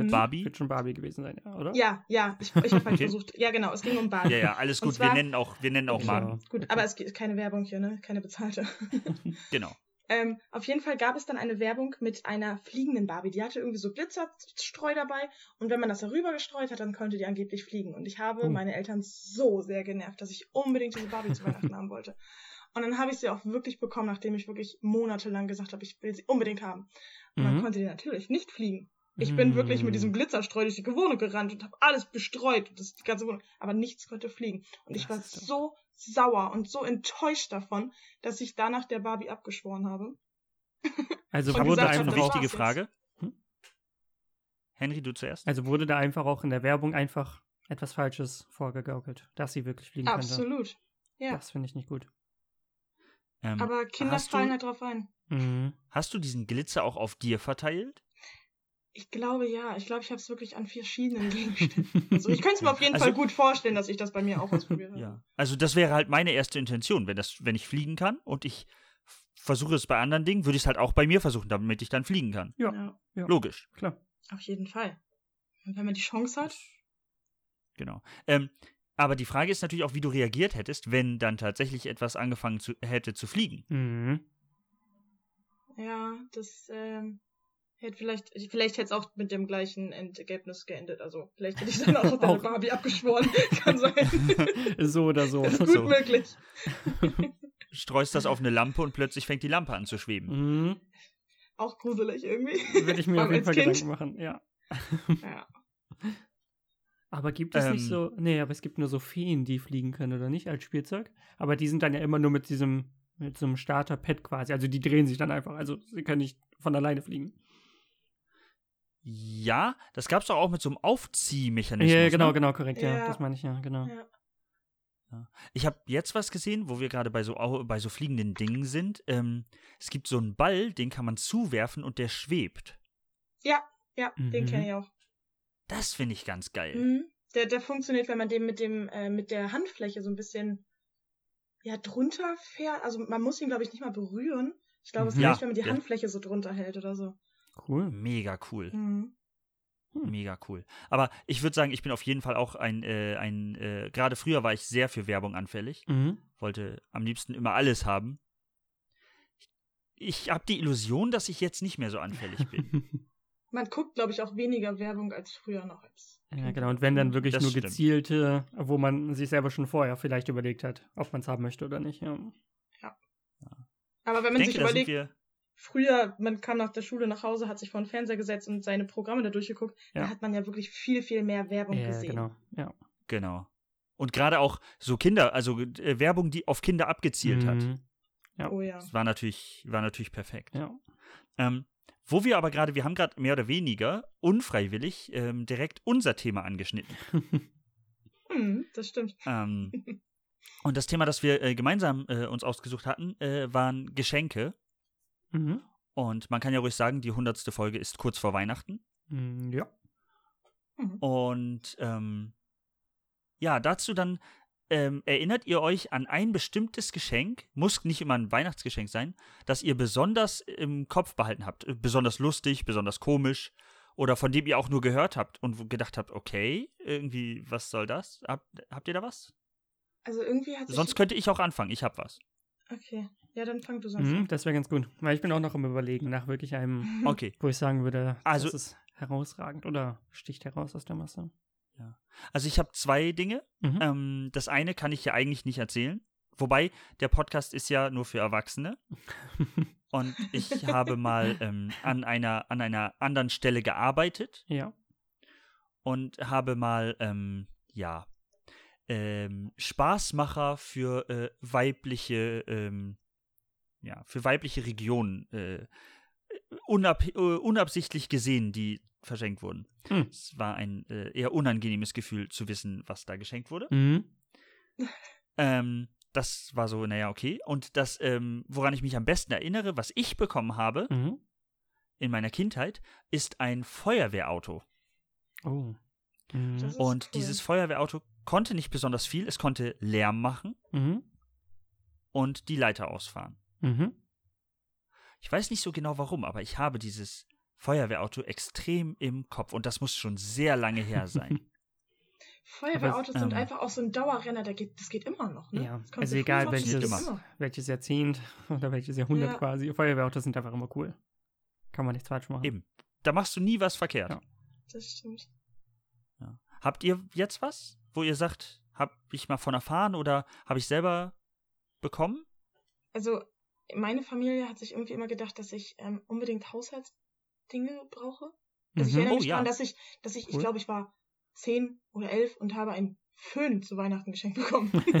[SPEAKER 2] Wird,
[SPEAKER 1] Barbie?
[SPEAKER 2] Wird schon Barbie gewesen sein, ja, oder?
[SPEAKER 4] Ja, ja, ich, ich habe halt
[SPEAKER 1] Okay.
[SPEAKER 4] versucht. Ja, genau, es ging um Barbie.
[SPEAKER 1] Ja, ja, alles
[SPEAKER 4] Und
[SPEAKER 1] gut.
[SPEAKER 4] zwar-
[SPEAKER 1] wir nennen auch, wir nennen auch
[SPEAKER 4] Okay.
[SPEAKER 1] Marken.
[SPEAKER 4] Gut, aber es gibt keine Werbung hier, ne? Keine bezahlte.
[SPEAKER 1] Genau.
[SPEAKER 4] Ähm, auf jeden Fall gab es dann eine Werbung mit einer fliegenden Barbie. Die hatte irgendwie so Blitzerstreu dabei und wenn man das darüber gestreut hat, dann konnte die angeblich fliegen. Und ich habe
[SPEAKER 2] Oh.
[SPEAKER 4] meine Eltern so sehr genervt, dass ich unbedingt diese Barbie zu Weihnachten haben wollte. Und dann habe ich sie auch wirklich bekommen, nachdem ich wirklich monatelang gesagt habe, ich will sie unbedingt haben. Und dann
[SPEAKER 2] Mhm.
[SPEAKER 4] konnte die natürlich nicht fliegen. Ich bin wirklich mit diesem
[SPEAKER 2] Mm.
[SPEAKER 4] Glitzerstreu durch die Wohnung gerannt und habe alles bestreut, das die ganze Wohnung, aber nichts konnte fliegen. Und ich
[SPEAKER 2] Das
[SPEAKER 4] war
[SPEAKER 2] ist doch-
[SPEAKER 4] so sauer und so enttäuscht davon, dass ich danach der Barbie abgeschworen habe.
[SPEAKER 2] Also
[SPEAKER 4] Und
[SPEAKER 1] Aber
[SPEAKER 2] wurde
[SPEAKER 4] gesagt,
[SPEAKER 1] dazu
[SPEAKER 4] schon
[SPEAKER 1] eine
[SPEAKER 2] einfach
[SPEAKER 4] das
[SPEAKER 2] auch
[SPEAKER 1] wichtige
[SPEAKER 4] war's jetzt.
[SPEAKER 1] Frage.
[SPEAKER 2] Hm?
[SPEAKER 1] Henry, du zuerst.
[SPEAKER 2] Also wurde da einfach auch in der Werbung einfach etwas Falsches vorgegaukelt, dass sie wirklich fliegen könnte.
[SPEAKER 4] Absolut. Ja.
[SPEAKER 2] Das finde ich nicht gut.
[SPEAKER 1] Ähm,
[SPEAKER 4] Aber Kinder
[SPEAKER 1] hast du-
[SPEAKER 4] fallen halt drauf ein.
[SPEAKER 2] Mhm.
[SPEAKER 1] Hast du diesen Glitzer auch auf dir verteilt?
[SPEAKER 4] Ich glaube ja. Ich glaube, ich habe es wirklich an verschiedenen Gegenständen. Also ich könnte es mir auf jeden
[SPEAKER 1] Also-
[SPEAKER 4] Fall gut vorstellen, dass ich das bei mir auch ausprobiert habe.
[SPEAKER 1] Also das wäre halt meine erste Intention, wenn das, wenn ich fliegen kann und ich f- versuche es bei anderen Dingen, würde ich es halt auch bei mir versuchen, damit ich dann fliegen kann.
[SPEAKER 2] Ja.
[SPEAKER 4] ja.
[SPEAKER 2] Ja.
[SPEAKER 1] Logisch,
[SPEAKER 2] Klar.
[SPEAKER 4] Auf jeden Fall. Und wenn man die Chance hat,
[SPEAKER 1] genau. Ähm, aber die Frage ist natürlich auch, wie du reagiert hättest, wenn dann tatsächlich etwas angefangen zu, hätte zu fliegen.
[SPEAKER 2] Mhm.
[SPEAKER 4] ja, das ähm, hätte vielleicht, vielleicht hätte es auch mit dem gleichen Endergebnis geendet. Also vielleicht hätte ich dann auch deine
[SPEAKER 2] Auch.
[SPEAKER 4] Barbie abgeschworen. Kann sein.
[SPEAKER 2] So oder so.
[SPEAKER 4] Das ist gut
[SPEAKER 1] so.
[SPEAKER 4] möglich.
[SPEAKER 1] Streust das auf eine Lampe und plötzlich fängt die Lampe an zu schweben.
[SPEAKER 2] Mhm.
[SPEAKER 4] Auch gruselig irgendwie.
[SPEAKER 2] Würde ich mir auf
[SPEAKER 4] Aber
[SPEAKER 2] jeden Fall
[SPEAKER 4] als Kind-
[SPEAKER 2] Gedanken machen, ja.
[SPEAKER 4] Ja.
[SPEAKER 2] Aber gibt es nicht
[SPEAKER 1] Ähm.
[SPEAKER 2] so. Nee, aber es gibt nur so Feen, die fliegen können, oder nicht, als Spielzeug. Aber die sind dann ja immer nur mit diesem, mit so einem Starter-Pad quasi. Also die drehen sich dann einfach. Also sie können nicht von alleine fliegen.
[SPEAKER 1] Ja, das gab's doch auch mit so einem Aufziehmechanismus.
[SPEAKER 2] Ja,
[SPEAKER 1] ne?
[SPEAKER 2] genau, genau, korrekt, ja.
[SPEAKER 4] Ja.
[SPEAKER 2] Das meine ich ja, genau.
[SPEAKER 4] Ja.
[SPEAKER 1] Ich habe jetzt was gesehen, wo wir gerade bei so, au- bei so fliegenden Dingen sind. Ähm, es gibt so einen Ball, den kann man zuwerfen und der schwebt.
[SPEAKER 4] Ja, den
[SPEAKER 2] Mhm.
[SPEAKER 4] kenne ich auch.
[SPEAKER 1] Das finde ich ganz geil.
[SPEAKER 4] Mhm. Der, der funktioniert, wenn man den mit dem, äh, mit der Handfläche so ein bisschen ja drunter fährt. Also man muss ihn, glaube ich, nicht mal berühren. Ich glaube, es
[SPEAKER 2] Mhm.
[SPEAKER 4] reicht, wenn man die
[SPEAKER 1] Ja.
[SPEAKER 4] Handfläche so drunter hält oder so.
[SPEAKER 2] Cool.
[SPEAKER 1] Mega cool.
[SPEAKER 4] Mhm.
[SPEAKER 1] Mega cool. Aber ich würde sagen, ich bin auf jeden Fall auch ein, äh, ein äh, gerade früher war ich sehr für Werbung anfällig.
[SPEAKER 2] Mhm.
[SPEAKER 1] Wollte am liebsten immer alles haben. Ich habe die Illusion, dass ich jetzt nicht mehr so anfällig bin.
[SPEAKER 4] Man guckt, glaube ich, auch weniger Werbung als früher noch. Als
[SPEAKER 2] Ja, genau. Und wenn dann wirklich
[SPEAKER 1] Das
[SPEAKER 2] nur
[SPEAKER 1] stimmt.
[SPEAKER 2] gezielte, wo man sich selber schon vorher vielleicht überlegt hat, ob man es haben möchte oder nicht. Ja.
[SPEAKER 4] Aber
[SPEAKER 1] Ich
[SPEAKER 4] wenn man
[SPEAKER 1] denke,
[SPEAKER 4] sich
[SPEAKER 1] da sind
[SPEAKER 4] überlegt,
[SPEAKER 1] wir.
[SPEAKER 4] früher, man kam nach der Schule nach Hause, hat sich vor den Fernseher gesetzt und seine Programme da durchgeguckt,
[SPEAKER 2] Ja.
[SPEAKER 4] da hat man ja wirklich viel, viel mehr Werbung
[SPEAKER 2] Ja,
[SPEAKER 4] gesehen.
[SPEAKER 2] genau. Ja.
[SPEAKER 1] Genau. Und gerade auch so Kinder, also äh, Werbung, die auf Kinder abgezielt hat.
[SPEAKER 2] Mhm. Ja.
[SPEAKER 4] Oh ja.
[SPEAKER 1] Das war natürlich, war natürlich perfekt.
[SPEAKER 2] Ja.
[SPEAKER 1] Ähm, Wo wir aber gerade, wir haben gerade mehr oder weniger unfreiwillig ähm, direkt unser Thema angeschnitten.
[SPEAKER 4] Hm, das stimmt.
[SPEAKER 1] Ähm, und das Thema, das wir äh, gemeinsam äh, uns ausgesucht hatten, äh, waren Geschenke.
[SPEAKER 2] Mhm.
[SPEAKER 1] Und man kann ja ruhig sagen, die hundertste Folge ist kurz vor Weihnachten.
[SPEAKER 2] Mm, Ja.
[SPEAKER 4] Mhm.
[SPEAKER 1] Und ähm, ja, dazu dann ähm, erinnert ihr euch an ein bestimmtes Geschenk, muss nicht immer ein Weihnachtsgeschenk sein, das ihr besonders im Kopf behalten habt. Äh, Besonders lustig, besonders komisch oder von dem ihr auch nur gehört habt und wo gedacht habt, okay, irgendwie, was soll das? Hab, habt ihr da was?
[SPEAKER 4] Also irgendwie hat sich.
[SPEAKER 1] Sonst könnte ich auch anfangen, ich hab was.
[SPEAKER 4] okay, ja, dann fang du sonst
[SPEAKER 2] Mhm, das wäre ganz gut. Weil ich bin auch noch im Überlegen nach wirklich einem,
[SPEAKER 4] an.
[SPEAKER 1] Okay.
[SPEAKER 2] wo ich sagen würde,
[SPEAKER 1] Also-
[SPEAKER 2] das ist herausragend oder sticht heraus aus der Masse.
[SPEAKER 1] Also ich habe zwei Dinge.
[SPEAKER 2] Mhm.
[SPEAKER 1] Ähm, das eine kann ich ja eigentlich nicht erzählen. Wobei, der Podcast ist ja nur für Erwachsene. Und ich habe mal ähm, an, einer, an einer anderen Stelle gearbeitet
[SPEAKER 2] Ja.
[SPEAKER 1] und habe mal, ähm, ja, ähm, Spaßmacher für äh, weibliche, ähm, ja, für weibliche Regionen äh, unab äh, unabsichtlich gesehen, die verschenkt wurden.
[SPEAKER 2] Hm.
[SPEAKER 1] Es war ein äh, eher unangenehmes Gefühl zu wissen, was da geschenkt wurde.
[SPEAKER 2] Mhm.
[SPEAKER 1] Ähm, das war so, naja, okay. Und das, ähm, woran ich mich am besten erinnere, was ich bekommen habe
[SPEAKER 2] Mhm.
[SPEAKER 1] in meiner Kindheit, ist ein Feuerwehrauto.
[SPEAKER 2] Oh. Mhm.
[SPEAKER 4] Das ist
[SPEAKER 1] Und
[SPEAKER 4] cool.
[SPEAKER 1] dieses Feuerwehrauto konnte nicht besonders viel. Es konnte Lärm machen
[SPEAKER 2] Mhm.
[SPEAKER 1] und die Leiter ausfahren.
[SPEAKER 2] Mhm.
[SPEAKER 1] Ich weiß nicht so genau warum, aber ich habe dieses Feuerwehrauto extrem im Kopf. Und das muss schon sehr lange her sein.
[SPEAKER 4] Feuerwehrautos
[SPEAKER 1] Aber-
[SPEAKER 4] sind
[SPEAKER 1] ähm.
[SPEAKER 4] einfach auch so ein Dauerrenner, der geht, das geht immer noch, ne?
[SPEAKER 2] Ja,
[SPEAKER 4] Das kommt
[SPEAKER 2] also
[SPEAKER 4] so
[SPEAKER 2] egal
[SPEAKER 4] früh raus, das
[SPEAKER 1] welches-
[SPEAKER 4] geht immer.
[SPEAKER 2] welches Jahrzehnt oder welches Jahrhundert
[SPEAKER 4] Ja.
[SPEAKER 2] quasi. Feuerwehrautos sind einfach immer cool. Kann man nichts falsch machen.
[SPEAKER 1] Eben. Da machst du nie was verkehrt.
[SPEAKER 2] Ja.
[SPEAKER 4] Das stimmt.
[SPEAKER 1] Ja. Habt ihr jetzt was, wo ihr sagt, hab ich mal von erfahren oder habe ich selber bekommen?
[SPEAKER 4] Also, meine Familie hat sich irgendwie immer gedacht, dass ich ähm, unbedingt Haushaltsdinge brauche. Also ich
[SPEAKER 2] Mhm.
[SPEAKER 4] erinnere
[SPEAKER 1] Oh,
[SPEAKER 4] mich
[SPEAKER 1] ja.
[SPEAKER 4] daran, dass ich, dass ich, ich
[SPEAKER 2] Cool.
[SPEAKER 4] glaube, ich war zehn oder elf und habe einen Föhn zu Weihnachten geschenkt bekommen.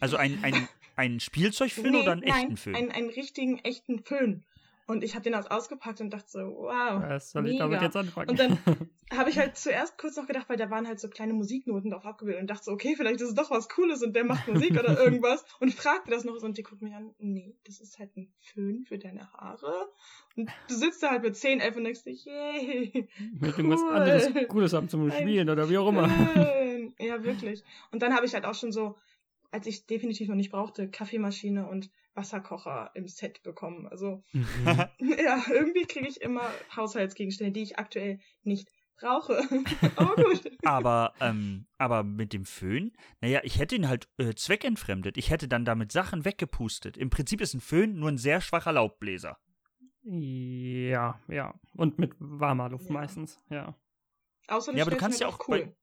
[SPEAKER 1] Also ein, ein, ein Spielzeugfilm
[SPEAKER 4] Nee,
[SPEAKER 1] oder einen echten
[SPEAKER 4] nein,
[SPEAKER 1] Film?
[SPEAKER 4] Einen, einen richtigen, echten Föhn. Und ich habe den aus- ausgepackt und dachte so, wow.
[SPEAKER 2] Was soll ich damit
[SPEAKER 4] Mega.
[SPEAKER 2] jetzt anfangen?
[SPEAKER 4] Und dann- Habe ich halt zuerst kurz noch gedacht, weil da waren halt so kleine Musiknoten drauf abgebildet und dachte so, okay, vielleicht ist es doch was Cooles und der macht Musik oder irgendwas und fragte das noch so und die guckt mich an, nee, das ist halt ein Föhn für deine Haare. Und du sitzt da halt mit 10, 11 und denkst dir, yay.
[SPEAKER 2] Ich möchte irgendwas
[SPEAKER 4] Cool.
[SPEAKER 2] anderes Cooles haben zum
[SPEAKER 4] Ein
[SPEAKER 2] Spielen oder wie auch immer.
[SPEAKER 4] Föhn. Ja, wirklich. Und dann habe ich halt auch schon so, als ich definitiv noch nicht brauchte, Kaffeemaschine und Wasserkocher im Set bekommen. Also
[SPEAKER 2] Mhm.
[SPEAKER 4] Ja, irgendwie kriege ich immer Haushaltsgegenstände, die ich aktuell nicht brauche. Aber gut.
[SPEAKER 1] Aber, ähm, aber mit dem Föhn, naja, ich hätte ihn halt äh, zweckentfremdet. Ich hätte dann damit Sachen weggepustet. Im Prinzip ist ein Föhn nur ein sehr schwacher Laubbläser.
[SPEAKER 2] ja, ja. Und mit warmer Luft
[SPEAKER 4] Ja.
[SPEAKER 2] meistens, ja.
[SPEAKER 4] Außer
[SPEAKER 1] Ja, aber du
[SPEAKER 4] stellst
[SPEAKER 1] kannst
[SPEAKER 4] ihn
[SPEAKER 1] ja
[SPEAKER 4] halt
[SPEAKER 1] auch
[SPEAKER 4] cool.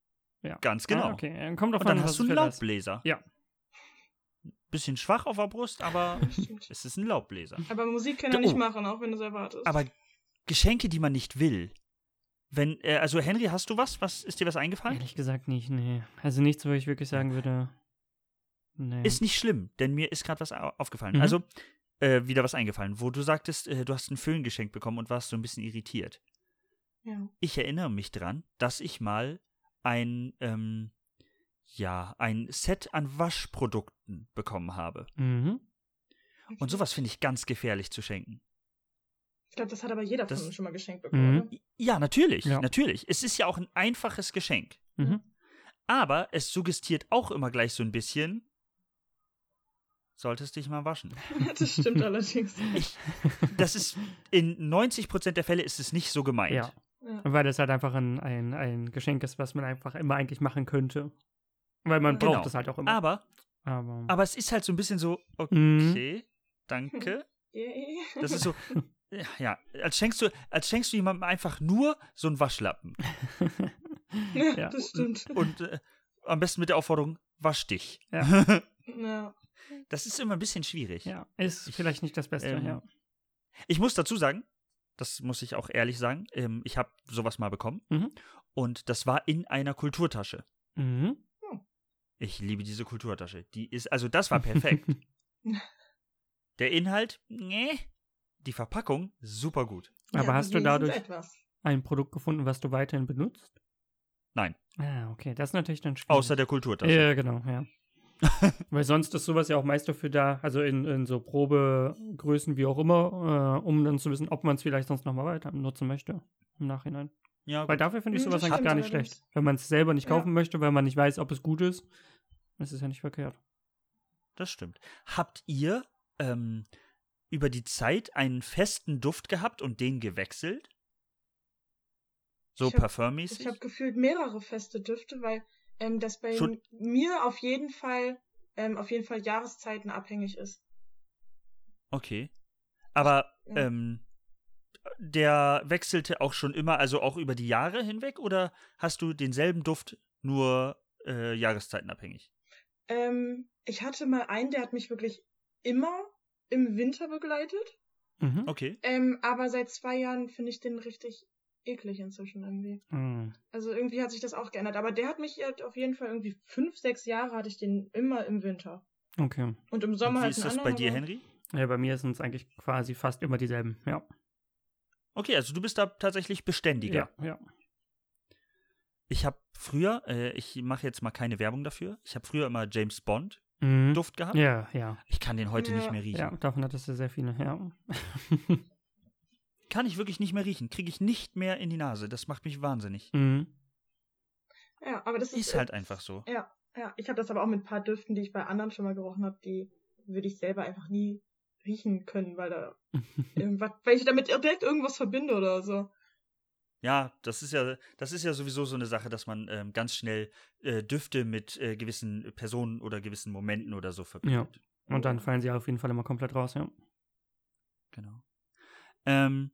[SPEAKER 1] Ganz genau.
[SPEAKER 2] Ah, okay, dann kommt doch
[SPEAKER 1] Und dann hast du einen Laubbläser.
[SPEAKER 2] Ja.
[SPEAKER 1] Bisschen schwach auf der Brust, aber
[SPEAKER 4] Stimmt.
[SPEAKER 1] es ist ein Laubbläser.
[SPEAKER 4] Oh, Aber Musik kann
[SPEAKER 1] Oh.
[SPEAKER 4] er nicht machen, auch wenn du es erwartest.
[SPEAKER 1] Aber Geschenke, die man nicht will. Wenn, äh, also Henry, hast du was? Was ist dir was eingefallen?
[SPEAKER 2] Ehrlich gesagt nicht, nee. Also nichts, wo ich wirklich sagen würde. Nee.
[SPEAKER 1] Ist nicht schlimm, denn mir ist gerade was au- aufgefallen.
[SPEAKER 2] Mhm.
[SPEAKER 1] Also, äh, wieder was eingefallen, wo du sagtest, äh, du hast einen Föhn geschenkt bekommen und warst so ein bisschen irritiert.
[SPEAKER 4] ja.
[SPEAKER 1] Ich erinnere mich dran, dass ich mal ein, ähm, ja, ein Set an Waschprodukten bekommen habe.
[SPEAKER 2] mhm.
[SPEAKER 1] Und sowas finde ich ganz gefährlich zu schenken.
[SPEAKER 4] Ich glaube, das hat aber jeder von
[SPEAKER 1] Das-
[SPEAKER 4] uns schon mal geschenkt bekommen.
[SPEAKER 2] Mhm.
[SPEAKER 4] oder?
[SPEAKER 1] Ja, natürlich,
[SPEAKER 2] Ja.
[SPEAKER 1] natürlich. Es ist ja auch ein einfaches Geschenk.
[SPEAKER 2] Mhm.
[SPEAKER 1] Aber es suggestiert auch immer gleich so ein bisschen, solltest dich mal waschen.
[SPEAKER 4] ne? Das stimmt allerdings.
[SPEAKER 1] Ich, das ist, in 90% der Fälle ist es nicht so gemeint.
[SPEAKER 2] Ja.
[SPEAKER 4] Ja.
[SPEAKER 2] Weil das halt einfach ein, ein, ein Geschenk ist, was man einfach immer eigentlich machen könnte. Weil man
[SPEAKER 1] Genau.
[SPEAKER 2] braucht es halt auch immer.
[SPEAKER 1] Aber,
[SPEAKER 2] Aber-
[SPEAKER 1] aber es ist halt so ein bisschen so,
[SPEAKER 2] Mhm.
[SPEAKER 1] okay, danke.
[SPEAKER 4] Yay.
[SPEAKER 1] Das ist so, ja, als schenkst du, als schenkst du jemandem einfach nur so einen Waschlappen.
[SPEAKER 4] Ja,
[SPEAKER 2] Ja.
[SPEAKER 4] das stimmt.
[SPEAKER 1] Und äh, am besten mit der Aufforderung, wasch dich.
[SPEAKER 4] Ja.
[SPEAKER 1] Das ist immer ein bisschen schwierig.
[SPEAKER 2] ja, ist vielleicht nicht das Beste,
[SPEAKER 1] Ähm,
[SPEAKER 2] ja.
[SPEAKER 1] Ich muss dazu sagen, das muss ich auch ehrlich sagen, ähm, ich habe sowas mal bekommen.
[SPEAKER 2] Mhm.
[SPEAKER 1] Und das war in einer Kulturtasche.
[SPEAKER 2] Mhm.
[SPEAKER 1] Ich liebe diese Kulturtasche. Die ist, also das war perfekt. Der Inhalt, nee. Die Verpackung, super gut.
[SPEAKER 2] Aber
[SPEAKER 4] Ja,
[SPEAKER 2] hast du
[SPEAKER 4] wenigstens
[SPEAKER 2] dadurch
[SPEAKER 4] Etwas.
[SPEAKER 2] ein Produkt gefunden, was du weiterhin benutzt?
[SPEAKER 1] Nein.
[SPEAKER 2] Ah, okay, das ist natürlich dann schwierig.
[SPEAKER 1] Außer der Kulturtasche.
[SPEAKER 2] Ja, genau, ja. Weil sonst ist sowas ja auch meist dafür da, also in, in so Probegrößen wie auch immer, äh, um dann zu wissen, ob man es vielleicht sonst nochmal weiter nutzen möchte im Nachhinein.
[SPEAKER 1] Ja,
[SPEAKER 2] Weil dafür finde ich
[SPEAKER 4] Mhm,
[SPEAKER 2] sowas
[SPEAKER 4] das
[SPEAKER 2] eigentlich gar
[SPEAKER 4] stimmt
[SPEAKER 2] nicht
[SPEAKER 4] allerdings.
[SPEAKER 2] schlecht. Wenn man es selber nicht
[SPEAKER 4] Ja.
[SPEAKER 2] kaufen möchte, weil man nicht weiß, ob es gut ist, das ist ja nicht verkehrt.
[SPEAKER 1] Das stimmt. Habt ihr ähm, über die Zeit einen festen Duft gehabt und den gewechselt? So
[SPEAKER 4] Ich hab-
[SPEAKER 1] parfummäßig?
[SPEAKER 4] Ich habe gefühlt mehrere feste Düfte, weil ähm, das bei
[SPEAKER 1] Schon-
[SPEAKER 4] mir auf jeden Fall ähm, auf jeden Fall Jahreszeiten abhängig ist.
[SPEAKER 1] Okay. Aber
[SPEAKER 4] Ja.
[SPEAKER 1] ähm, der wechselte auch schon immer, also auch über die Jahre hinweg, oder hast du denselben Duft nur äh, jahreszeitenabhängig?
[SPEAKER 4] Ähm, ich hatte mal einen, der hat mich wirklich immer im Winter begleitet.
[SPEAKER 2] Mhm.
[SPEAKER 1] Okay.
[SPEAKER 4] Ähm, aber seit zwei Jahren finde ich den richtig eklig inzwischen irgendwie.
[SPEAKER 2] Mhm.
[SPEAKER 4] Also irgendwie hat sich das auch geändert. Aber der hat mich halt auf jeden Fall irgendwie fünf, sechs Jahre hatte ich den immer im Winter.
[SPEAKER 2] Okay.
[SPEAKER 4] Und im Sommer
[SPEAKER 1] Und wie
[SPEAKER 4] halt
[SPEAKER 1] ist
[SPEAKER 4] einen
[SPEAKER 1] das bei
[SPEAKER 4] anderen,
[SPEAKER 1] dir,
[SPEAKER 4] aber-
[SPEAKER 1] Henry?
[SPEAKER 2] Ja, bei mir sind es eigentlich quasi fast immer dieselben, ja.
[SPEAKER 1] Okay, also du bist da tatsächlich beständiger.
[SPEAKER 2] Ja, ja.
[SPEAKER 1] Ich habe früher, äh, ich mache jetzt mal keine Werbung dafür, ich habe früher immer James Bond
[SPEAKER 2] Mhm.
[SPEAKER 1] Duft gehabt.
[SPEAKER 2] Ja, ja.
[SPEAKER 1] Ich kann den heute
[SPEAKER 4] Ja.
[SPEAKER 1] nicht mehr riechen.
[SPEAKER 2] Ja, davon hattest du sehr viele, ja.
[SPEAKER 1] Kann ich wirklich nicht mehr riechen. Kriege ich nicht mehr in die Nase. Das macht mich wahnsinnig.
[SPEAKER 2] mhm.
[SPEAKER 4] Ja, aber das ist,
[SPEAKER 1] Ist halt einfach so.
[SPEAKER 4] Ja, ich habe das aber auch mit ein paar Düften, die ich bei anderen schon mal gerochen habe, die würde ich selber einfach nie riechen können, weil da irgendwas, weil ich damit direkt irgendwas verbinde oder so.
[SPEAKER 1] Ja, das ist ja, das ist ja sowieso so eine Sache, dass man ähm, ganz schnell äh, Düfte mit äh, gewissen Personen oder gewissen Momenten oder so verbindet. Ja.
[SPEAKER 2] Und dann fallen sie auf jeden Fall immer komplett raus, ja.
[SPEAKER 1] Genau. Ähm,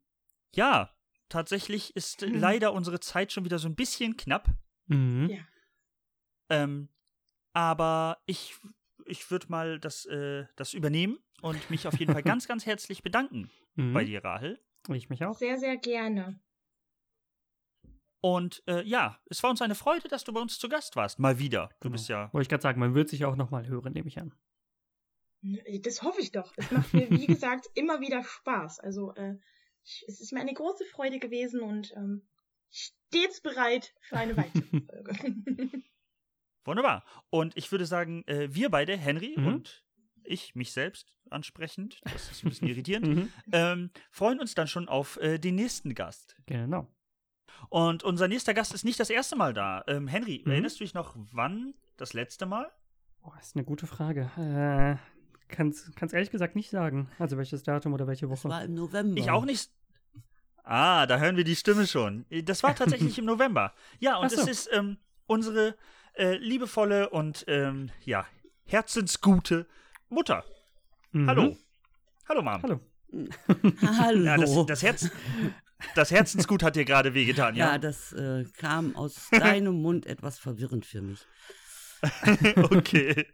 [SPEAKER 1] ja, tatsächlich ist äh,
[SPEAKER 4] Hm.
[SPEAKER 1] leider unsere Zeit schon wieder so ein bisschen knapp.
[SPEAKER 2] Mhm.
[SPEAKER 4] Ja.
[SPEAKER 1] Ähm, aber ich, ich würde mal das, äh, das übernehmen und mich auf jeden Fall ganz, ganz herzlich bedanken
[SPEAKER 2] Mhm.
[SPEAKER 1] bei dir, Rahel.
[SPEAKER 2] Ich mich auch.
[SPEAKER 4] Sehr, sehr gerne.
[SPEAKER 1] Und äh, ja, es war uns eine Freude, dass du bei uns zu Gast warst. Mal wieder. Du
[SPEAKER 2] Genau.
[SPEAKER 1] bist ja.
[SPEAKER 2] Wollte ich gerade sagen, man wird sich auch nochmal hören, nehme ich an.
[SPEAKER 4] Das hoffe ich doch. Es macht mir, wie gesagt, immer wieder Spaß. Also äh, ich, es ist mir eine große Freude gewesen und ähm, stets bereit für eine weitere Folge.
[SPEAKER 1] Wunderbar. Und ich würde sagen, äh, wir beide, Henry
[SPEAKER 2] Mhm.
[SPEAKER 1] und ich, mich selbst ansprechend, das ist ein bisschen irritierend,
[SPEAKER 2] Mhm.
[SPEAKER 1] ähm, freuen uns dann schon auf äh, den nächsten Gast.
[SPEAKER 2] Genau.
[SPEAKER 1] Und unser nächster Gast ist nicht das erste Mal da. Ähm, Henry,
[SPEAKER 2] Mhm.
[SPEAKER 1] erinnerst du dich noch, wann das letzte Mal?
[SPEAKER 2] Boah, ist eine gute Frage. Äh, kann's, kann's ehrlich gesagt nicht sagen. Also welches Datum oder welche
[SPEAKER 5] Das
[SPEAKER 2] Woche.
[SPEAKER 5] war im November.
[SPEAKER 1] Ich auch nicht. Ah, da hören wir die Stimme schon. Das war tatsächlich im November. Ja, und
[SPEAKER 2] Ach so.
[SPEAKER 1] es ist ähm, unsere äh, liebevolle und ähm, ja, herzensgute Mutter.
[SPEAKER 2] Mhm.
[SPEAKER 1] Hallo. Hallo, Mom.
[SPEAKER 2] Hallo.
[SPEAKER 5] Ah, Hallo.
[SPEAKER 1] Ja, das, das, Herz, das Herzensgut hat dir gerade wehgetan, ja?
[SPEAKER 5] Ja, das, äh, kam aus deinem Mund etwas verwirrend für mich.
[SPEAKER 1] okay.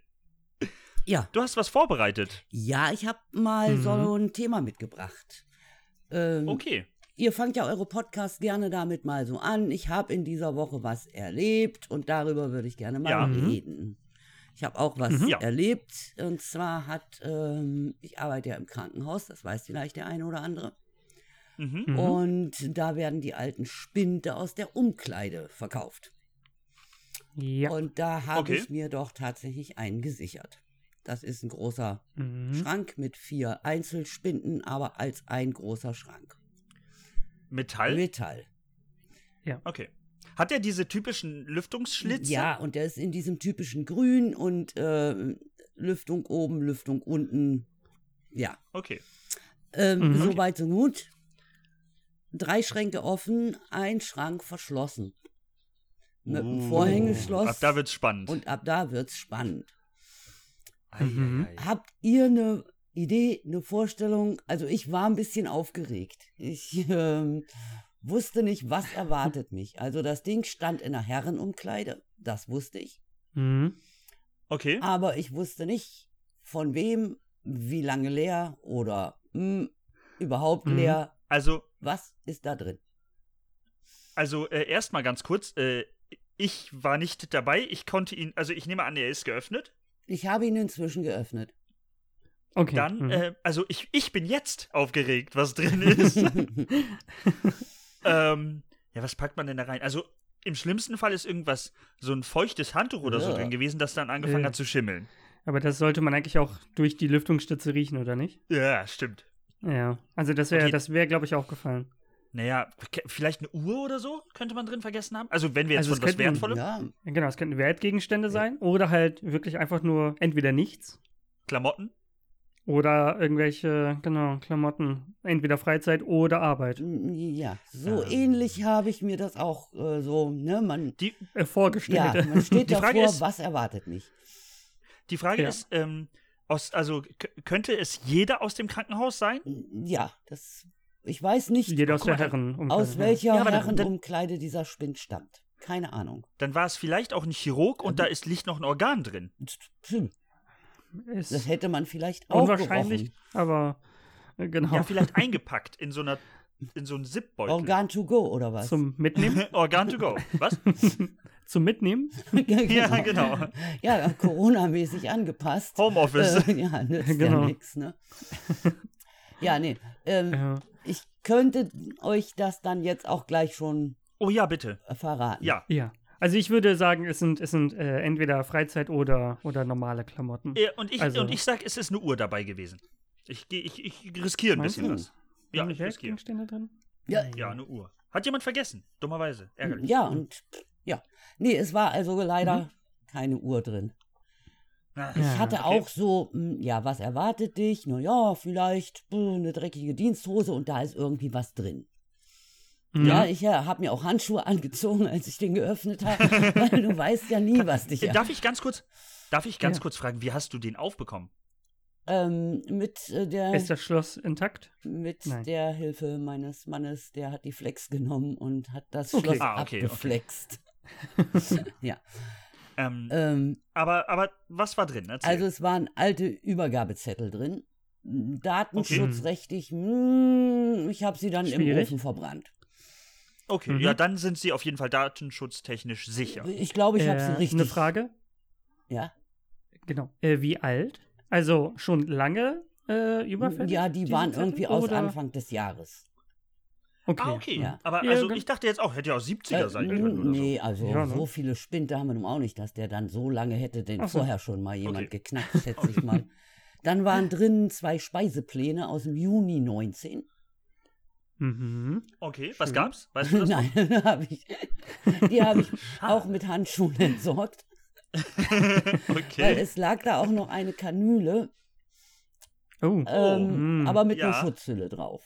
[SPEAKER 5] Ja,
[SPEAKER 1] Du hast was vorbereitet.
[SPEAKER 5] ja ich habe mal
[SPEAKER 2] Mhm.
[SPEAKER 5] so ein Thema mitgebracht. Ähm,
[SPEAKER 1] Okay.
[SPEAKER 5] Ihr fangt ja eure Podcasts gerne damit mal so an. Ich habe in dieser Woche was erlebt und darüber würde ich gerne mal
[SPEAKER 1] Ja.
[SPEAKER 2] Mhm.
[SPEAKER 5] reden. Ich habe auch was
[SPEAKER 2] Mhm.
[SPEAKER 1] Ja.
[SPEAKER 5] erlebt und zwar hat, ähm, ich arbeite ja im Krankenhaus, das weiß vielleicht der eine oder andere.
[SPEAKER 1] Mhm.
[SPEAKER 2] Mhm.
[SPEAKER 5] Und da werden die alten Spinde aus der Umkleide verkauft.
[SPEAKER 2] Ja.
[SPEAKER 5] Und da habe
[SPEAKER 1] Okay.
[SPEAKER 5] ich mir doch tatsächlich einen gesichert. Das ist ein großer
[SPEAKER 2] Mhm.
[SPEAKER 5] Schrank mit vier Einzelspinden, aber als ein großer Schrank.
[SPEAKER 1] Metall?
[SPEAKER 5] Metall.
[SPEAKER 1] okay. Hat er diese typischen Lüftungsschlitze?
[SPEAKER 5] Ja, und der ist in diesem typischen Grün und äh, Lüftung oben, Lüftung unten. Ja.
[SPEAKER 1] Okay.
[SPEAKER 5] Ähm,
[SPEAKER 2] Mhm.
[SPEAKER 5] So weit, so gut. Drei Schränke offen, ein Schrank verschlossen. Mit einem
[SPEAKER 1] Oh.
[SPEAKER 5] Vorhängeschloss.
[SPEAKER 1] Ab da wird's spannend.
[SPEAKER 5] und ab da wird's spannend.
[SPEAKER 1] Ei, ei,
[SPEAKER 2] Mhm.
[SPEAKER 1] ei.
[SPEAKER 5] Habt ihr eine Idee, eine Vorstellung? Also ich war ein bisschen aufgeregt. Ich ähm, wusste nicht, was erwartet mich. Also das Ding stand in einer Herrenumkleide, das wusste ich.
[SPEAKER 2] Mhm.
[SPEAKER 1] Okay.
[SPEAKER 5] Aber ich wusste nicht, von wem, wie lange leer oder mm, überhaupt
[SPEAKER 2] Mhm.
[SPEAKER 5] leer.
[SPEAKER 1] Also,
[SPEAKER 5] Was ist da drin?
[SPEAKER 1] also äh, erstmal ganz kurz. Äh, ich war nicht dabei. Ich konnte ihn, also ich nehme an, er ist geöffnet.
[SPEAKER 5] Ich habe ihn inzwischen geöffnet.
[SPEAKER 2] Okay.
[SPEAKER 1] Dann,
[SPEAKER 2] mhm.
[SPEAKER 1] äh, also ich, ich bin jetzt aufgeregt, was drin ist. ähm, ja, was packt man denn da rein? Also im schlimmsten Fall ist irgendwas, so ein feuchtes Handtuch oder so
[SPEAKER 5] Ja.
[SPEAKER 1] drin gewesen, das dann angefangen
[SPEAKER 2] Äh.
[SPEAKER 1] hat zu schimmeln.
[SPEAKER 2] Aber das sollte man eigentlich auch durch die Lüftungsstütze riechen, oder nicht?
[SPEAKER 1] Ja, stimmt.
[SPEAKER 2] Ja. Also das wäre,
[SPEAKER 1] Okay.
[SPEAKER 2] das wäre, glaube ich, aufgefallen.
[SPEAKER 1] Naja, ke- vielleicht eine Uhr oder so könnte man drin vergessen haben. Also wenn wir jetzt
[SPEAKER 2] Also es
[SPEAKER 1] von was
[SPEAKER 2] könnten-
[SPEAKER 1] Wertvollem,
[SPEAKER 5] Ja,
[SPEAKER 2] Genau, es könnten Wertgegenstände sein oder halt wirklich einfach nur entweder nichts
[SPEAKER 1] Klamotten,
[SPEAKER 2] oder irgendwelche, genau, Klamotten. Entweder Freizeit oder Arbeit
[SPEAKER 5] m- ja, so
[SPEAKER 1] Ähm.
[SPEAKER 5] ähnlich habe ich mir das auch äh, so, ne, man,
[SPEAKER 1] die,
[SPEAKER 2] äh, vorgestellt.
[SPEAKER 5] ja, man steht
[SPEAKER 1] Die
[SPEAKER 5] davor,
[SPEAKER 1] Frage ist-
[SPEAKER 5] was erwartet mich?
[SPEAKER 1] die Frage
[SPEAKER 2] Ja.
[SPEAKER 1] ist, ähm, aus, also k- könnte es jeder aus dem Krankenhaus sein?
[SPEAKER 5] Ja, das, ich weiß nicht,
[SPEAKER 2] Jeder aus
[SPEAKER 1] Guck mal,
[SPEAKER 2] der Herren.
[SPEAKER 5] aus welcher
[SPEAKER 1] Ja, aber dann-
[SPEAKER 5] Herrenumkleide dieser Spind stammt. Keine Ahnung.
[SPEAKER 1] Dann war es vielleicht auch ein Chirurg und da ist, liegt noch ein Organ drin.
[SPEAKER 5] Hm,
[SPEAKER 2] Ist
[SPEAKER 5] Das hätte man vielleicht auch
[SPEAKER 2] unwahrscheinlich,
[SPEAKER 5] gerochen.
[SPEAKER 2] aber äh, genau.
[SPEAKER 1] Ja, vielleicht eingepackt in so einer in so einen Zipbeutel.
[SPEAKER 5] Organ to go oder was?
[SPEAKER 2] Zum Mitnehmen?
[SPEAKER 1] Organ to go. Was?
[SPEAKER 2] Zum Mitnehmen?
[SPEAKER 1] Ja, genau.
[SPEAKER 5] Ja, Corona-mäßig angepasst.
[SPEAKER 1] Homeoffice.
[SPEAKER 5] Äh, ja, nützt
[SPEAKER 2] Genau.
[SPEAKER 5] ja nichts, ne? Ja, nee. Ähm,
[SPEAKER 2] Ja.
[SPEAKER 5] Ich könnte euch das dann jetzt auch gleich schon
[SPEAKER 1] Oh ja, bitte.
[SPEAKER 5] äh, verraten.
[SPEAKER 1] Ja.
[SPEAKER 2] ja. Also ich würde sagen, es sind, es sind äh, entweder Freizeit oder, oder normale Klamotten.
[SPEAKER 1] Äh, Und ich,
[SPEAKER 2] Also-
[SPEAKER 1] und ich sag, es ist eine Uhr dabei gewesen. Ich, geh- ich, ich riskiere ein
[SPEAKER 2] Meinst
[SPEAKER 1] bisschen
[SPEAKER 5] du?
[SPEAKER 1] was. Ja,
[SPEAKER 2] Sind
[SPEAKER 1] ich riskiere.
[SPEAKER 2] Wertgegenstände drin?
[SPEAKER 5] Ja,
[SPEAKER 1] Ja, eine Uhr. Hat jemand vergessen? Dummerweise. Ärgerlich.
[SPEAKER 5] ja, und ja. Nee, es war also leider keine Uhr drin.
[SPEAKER 1] Ah,
[SPEAKER 2] Ja.
[SPEAKER 5] Ich hatte
[SPEAKER 1] okay.
[SPEAKER 5] auch so, hm, ja, was erwartet dich? Na ja, vielleicht äh, eine dreckige Diensthose und da ist irgendwie was drin.
[SPEAKER 2] Mhm.
[SPEAKER 5] Ja, ich äh, habe mir auch Handschuhe angezogen, als ich den geöffnet habe, weil du weißt ja nie, was dich
[SPEAKER 1] Äh, Darf ich ganz kurz, darf ich ganz
[SPEAKER 2] Ja.
[SPEAKER 1] kurz fragen, wie hast du den aufbekommen?
[SPEAKER 5] ähm, mit äh, der
[SPEAKER 2] Ist das Schloss intakt?
[SPEAKER 5] mit
[SPEAKER 2] Nein.
[SPEAKER 5] der Hilfe meines Mannes, der hat die Flex genommen und hat das
[SPEAKER 2] Okay.
[SPEAKER 5] Schloss
[SPEAKER 1] Ah, okay, okay.
[SPEAKER 5] abgeflext.
[SPEAKER 1] Ähm,
[SPEAKER 5] Ähm,
[SPEAKER 1] aber, aber was war drin? Erzähl.
[SPEAKER 5] also es waren alte Übergabezettel drin, Hm, datenschutzrechtlich. mm, Ich habe sie dann im
[SPEAKER 2] Schwierig.
[SPEAKER 5] Ofen verbrannt.
[SPEAKER 1] okay,
[SPEAKER 2] Mhm.
[SPEAKER 1] ja, dann sind sie auf jeden Fall datenschutztechnisch sicher.
[SPEAKER 5] Ich glaube, ich habe sie
[SPEAKER 2] Äh,
[SPEAKER 5] richtig.
[SPEAKER 2] Eine Frage?
[SPEAKER 5] Ja,
[SPEAKER 2] Genau. Äh, wie alt? Also schon lange äh, überfällig?
[SPEAKER 5] ja, die
[SPEAKER 2] diese
[SPEAKER 5] waren
[SPEAKER 2] Zettel?
[SPEAKER 5] irgendwie aus
[SPEAKER 2] Oder-
[SPEAKER 5] Anfang des Jahres.
[SPEAKER 2] Okay.
[SPEAKER 1] Ah, okay.
[SPEAKER 5] Ja.
[SPEAKER 1] Aber
[SPEAKER 2] Ja,
[SPEAKER 1] also
[SPEAKER 2] ganz-
[SPEAKER 1] ich dachte jetzt auch, hätte ja auch 70er
[SPEAKER 5] Äh,
[SPEAKER 1] sein können oder
[SPEAKER 5] nee, also
[SPEAKER 2] Ja, ne?
[SPEAKER 5] so viele Spinte haben wir nun auch nicht, dass der dann so lange hätte, den
[SPEAKER 2] Ach so.
[SPEAKER 5] vorher schon mal jemand
[SPEAKER 1] Okay.
[SPEAKER 5] geknackt, schätze ich mal. Dann waren drin zwei Speisepläne aus dem Juni 19.
[SPEAKER 2] Mhm.
[SPEAKER 1] so. Okay, was
[SPEAKER 2] Schön.
[SPEAKER 1] gab's? Weißt du das?
[SPEAKER 5] Nein, hab ich, die habe ich auch mit Handschuhen entsorgt, weil
[SPEAKER 1] okay.
[SPEAKER 5] es lag da auch noch eine Kanüle,
[SPEAKER 2] Oh.
[SPEAKER 5] ähm,
[SPEAKER 2] hm.
[SPEAKER 5] aber mit einer
[SPEAKER 1] Ja.
[SPEAKER 5] Schutzhülle drauf.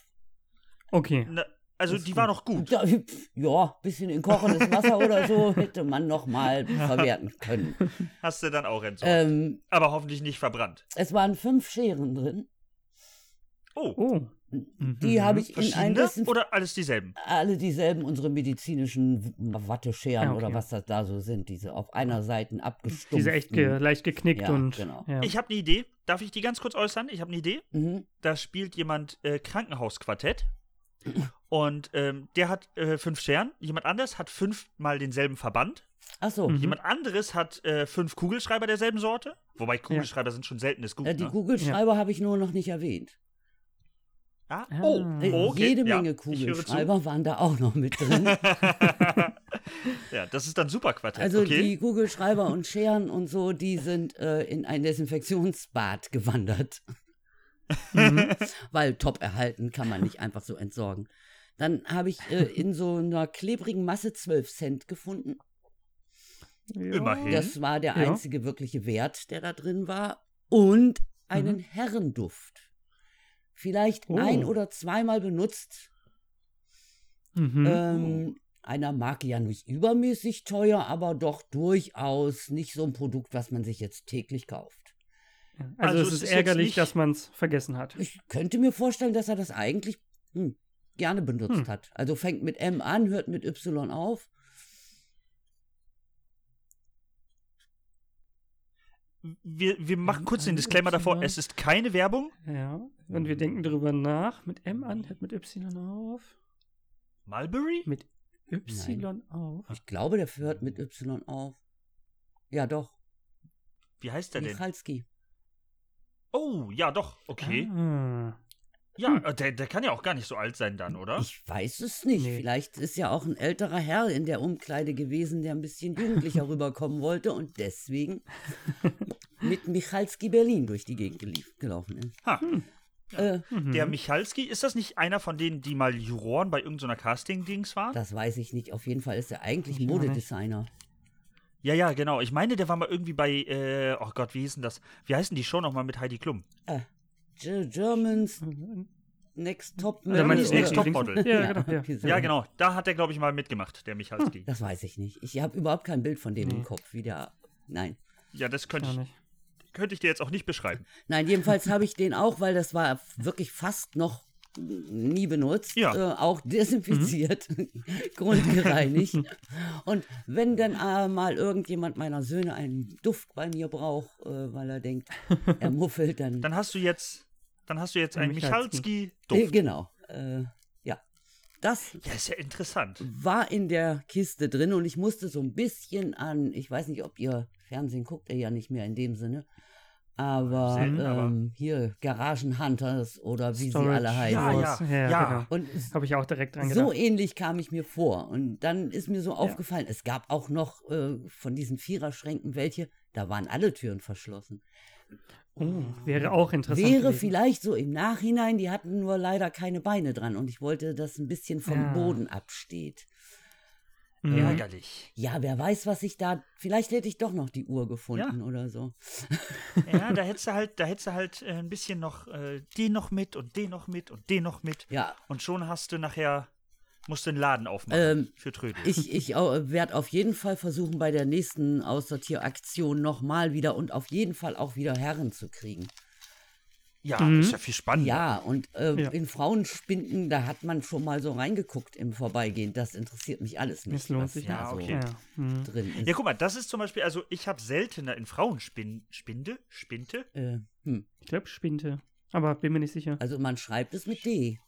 [SPEAKER 2] Okay.
[SPEAKER 1] Na, also
[SPEAKER 5] ist
[SPEAKER 1] die
[SPEAKER 5] gut.
[SPEAKER 1] war noch gut.
[SPEAKER 5] Da, pf, ja, bisschen in kochendes Wasser oder so hätte man noch mal verwerten können.
[SPEAKER 1] Hast du dann auch entsorgt.
[SPEAKER 5] Ähm,
[SPEAKER 1] aber hoffentlich nicht verbrannt.
[SPEAKER 5] es waren fünf Scheren drin.
[SPEAKER 1] Oh,
[SPEAKER 2] Oh.
[SPEAKER 5] Die habe ich in ein
[SPEAKER 1] Mhm. verschiedene
[SPEAKER 5] Desinf
[SPEAKER 1] oder alles dieselben?
[SPEAKER 5] alle dieselben unsere medizinischen W- Wattescheren
[SPEAKER 2] Ah, okay.
[SPEAKER 5] oder was das da so sind, diese auf einer Seite abgestumpft.
[SPEAKER 2] Diese echt ge leicht geknickt
[SPEAKER 5] Mhm. Ja,
[SPEAKER 2] und.
[SPEAKER 5] genau.
[SPEAKER 2] Ja.
[SPEAKER 1] Ich habe eine Idee. Darf ich die ganz kurz äußern? Ich habe eine Idee.
[SPEAKER 5] Mhm.
[SPEAKER 1] Da spielt jemand äh, Krankenhausquartett. Und ähm, der hat äh, fünf Scheren. Jemand anders hat fünfmal denselben Verband.
[SPEAKER 5] Ach so,
[SPEAKER 2] Mhm.
[SPEAKER 1] Jemand anderes hat äh, fünf Kugelschreiber derselben Sorte. Wobei Kugelschreiber sind schon seltenes Gut.
[SPEAKER 5] äh, die
[SPEAKER 1] ne?
[SPEAKER 5] Kugelschreiber habe ich nur noch nicht erwähnt.
[SPEAKER 1] ah?
[SPEAKER 2] Ah.
[SPEAKER 1] Oh,
[SPEAKER 5] Äh,
[SPEAKER 1] oh, okay.
[SPEAKER 5] Jede
[SPEAKER 1] ja,
[SPEAKER 5] Menge
[SPEAKER 1] ich höre zu.
[SPEAKER 5] Kugelschreiber waren da auch noch mit drin.
[SPEAKER 1] ja, das ist dann super Quartett.
[SPEAKER 5] Also
[SPEAKER 1] okay.
[SPEAKER 5] die Kugelschreiber und Scheren und so, die sind äh, in ein Desinfektionsbad gewandert.
[SPEAKER 2] Mhm.
[SPEAKER 5] Weil top erhalten kann man nicht einfach so entsorgen. Dann habe ich äh, in so einer klebrigen Masse 12 Cent gefunden.
[SPEAKER 2] Ja.
[SPEAKER 1] Immerhin.
[SPEAKER 5] Das war der
[SPEAKER 2] Ja.
[SPEAKER 5] einzige wirkliche Wert, der da drin war. Und einen Herrenduft. Vielleicht
[SPEAKER 2] Mhm. Oh.
[SPEAKER 5] ein oder zweimal benutzt.
[SPEAKER 2] Mhm.
[SPEAKER 5] Ähm, einer mag ja nicht übermäßig teuer, aber doch durchaus nicht so ein Produkt, was man sich jetzt täglich kauft.
[SPEAKER 2] Ja.
[SPEAKER 1] also
[SPEAKER 2] also,
[SPEAKER 1] es
[SPEAKER 2] es ist
[SPEAKER 1] ist jetzt
[SPEAKER 2] ärgerlich,
[SPEAKER 1] nicht-
[SPEAKER 2] dass man es vergessen hat.
[SPEAKER 5] Ich könnte mir vorstellen, dass er das eigentlich hm, gerne benutzt
[SPEAKER 2] Hm.
[SPEAKER 5] hat. Also fängt mit M an, hört mit Y auf.
[SPEAKER 1] wir, wir machen kurz den
[SPEAKER 2] Ein-
[SPEAKER 1] Disclaimer davor.
[SPEAKER 2] Y.
[SPEAKER 1] Es ist keine Werbung.
[SPEAKER 2] Ja. Und
[SPEAKER 5] Mhm.
[SPEAKER 2] wir denken drüber nach. Mit M an, hört mit Y auf.
[SPEAKER 1] Mulberry?
[SPEAKER 2] Mit Y auf.
[SPEAKER 5] Ich glaube, der hört mit Y auf. Ja, doch.
[SPEAKER 1] Wie heißt er denn?
[SPEAKER 5] Michalski.
[SPEAKER 1] Oh, ja, doch. Okay.
[SPEAKER 2] Ah.
[SPEAKER 1] Ja, äh, der, der kann ja auch gar nicht so alt sein dann, oder?
[SPEAKER 5] Ich weiß es nicht.
[SPEAKER 2] Nee.
[SPEAKER 5] Vielleicht ist ja auch ein älterer Herr in der Umkleide gewesen, der ein bisschen jugendlicher rüberkommen wollte und deswegen mit Michalski Berlin durch die Gegend gelief, gelaufen ist.
[SPEAKER 1] Ha.
[SPEAKER 2] Hm.
[SPEAKER 5] Äh,
[SPEAKER 2] Mhm.
[SPEAKER 1] Der Michalski, ist das nicht einer von denen, die mal Juroren bei irgendeiner Casting-Dings waren?
[SPEAKER 5] das weiß ich nicht. Auf jeden Fall ist er eigentlich
[SPEAKER 2] Ich auch nicht.
[SPEAKER 5] Modedesigner.
[SPEAKER 1] Ja, ja, genau. Ich meine, der war mal irgendwie bei, äh, oh Gott, wie hieß denn das? Wie heißen die Show nochmal mit Heidi Klum?
[SPEAKER 5] Ge- Germans
[SPEAKER 1] Äh,
[SPEAKER 5] Next Top
[SPEAKER 2] Oder meinst du
[SPEAKER 1] Next
[SPEAKER 2] die
[SPEAKER 1] Top
[SPEAKER 2] links-
[SPEAKER 1] Model.
[SPEAKER 2] Ja, genau. Ja.
[SPEAKER 5] irgendwie so.
[SPEAKER 1] Ja, genau. Da hat er, glaube ich, mal mitgemacht, der Michalski.
[SPEAKER 5] Das weiß ich nicht. Ich habe überhaupt kein Bild von dem
[SPEAKER 2] Nee.
[SPEAKER 5] im Kopf. Wie der, nein.
[SPEAKER 1] Ja, das könnte
[SPEAKER 2] Gar
[SPEAKER 1] ich,
[SPEAKER 2] nicht.
[SPEAKER 1] könnte ich dir jetzt auch nicht beschreiben.
[SPEAKER 5] Nein, jedenfalls habe ich den auch, weil das war wirklich fast noch nie benutzt,
[SPEAKER 1] Ja.
[SPEAKER 5] äh, auch desinfiziert, grundgereinigt. Und wenn dann äh, mal irgendjemand meiner Söhne einen Duft bei mir braucht, äh, weil er denkt, er muffelt, dann,
[SPEAKER 1] Dann hast du jetzt, dann hast du jetzt einen
[SPEAKER 2] Michalski.
[SPEAKER 5] äh,
[SPEAKER 1] Michalski-Duft.
[SPEAKER 5] genau, äh, ja, das
[SPEAKER 1] Ja, ist ja interessant.
[SPEAKER 5] war in der Kiste drin und ich musste so ein bisschen an, ich weiß nicht, ob ihr Fernsehen guckt, ihr ja nicht mehr in dem Sinne, aber,
[SPEAKER 1] Selten, aber-
[SPEAKER 5] ähm, hier Garagenhunters oder wie
[SPEAKER 2] Storage.
[SPEAKER 5] sie alle heißen.
[SPEAKER 1] Ja, ja,
[SPEAKER 2] Ja,
[SPEAKER 1] ja.
[SPEAKER 2] genau.
[SPEAKER 5] Und
[SPEAKER 2] Habe ich auch direkt dran
[SPEAKER 5] so
[SPEAKER 2] gedacht.
[SPEAKER 5] ähnlich kam ich mir vor. Und dann ist mir so aufgefallen, es gab auch noch äh, von diesen Viererschränken welche, da waren alle Türen verschlossen.
[SPEAKER 2] oh, wäre auch interessant.
[SPEAKER 5] Wäre
[SPEAKER 2] gewesen.
[SPEAKER 5] vielleicht so im Nachhinein, die hatten nur leider keine Beine dran und ich wollte, dass ein bisschen vom
[SPEAKER 2] Ja.
[SPEAKER 5] Boden absteht.
[SPEAKER 2] Mhm.
[SPEAKER 1] Ärgerlich.
[SPEAKER 5] Ja, wer weiß, was ich da. Vielleicht hätte ich doch noch die Uhr gefunden oder so.
[SPEAKER 1] Ja, da hättest du halt, da hättest du halt äh, ein bisschen noch äh, den noch mit und den noch mit und den noch mit.
[SPEAKER 5] Ja,
[SPEAKER 1] Und schon hast du nachher, musst du den Laden aufmachen
[SPEAKER 5] Ähm,
[SPEAKER 1] für Trödel.
[SPEAKER 5] ich, ich werde auf jeden Fall versuchen, bei der nächsten Aussortieraktion nochmal wieder und auf jeden Fall auch wieder Herren zu kriegen.
[SPEAKER 1] ja,
[SPEAKER 2] Mhm.
[SPEAKER 1] ist ja viel spannender.
[SPEAKER 5] Ja, und äh,
[SPEAKER 2] Ja.
[SPEAKER 5] in Frauenspinden, da hat man schon mal so reingeguckt im Vorbeigehen. Das interessiert mich alles nicht.
[SPEAKER 2] Es lohnt
[SPEAKER 5] was
[SPEAKER 2] sich
[SPEAKER 5] da
[SPEAKER 1] nicht.
[SPEAKER 5] so
[SPEAKER 1] Ja,
[SPEAKER 2] Ja. Mhm.
[SPEAKER 5] drin ist.
[SPEAKER 1] Ja, guck mal, das ist zum Beispiel, also ich habe seltener in Frauenspinde, Spinde, Spinte,
[SPEAKER 5] äh, hm.
[SPEAKER 2] Ich glaube, Spinte. Aber bin mir nicht sicher.
[SPEAKER 5] Also man schreibt es mit D.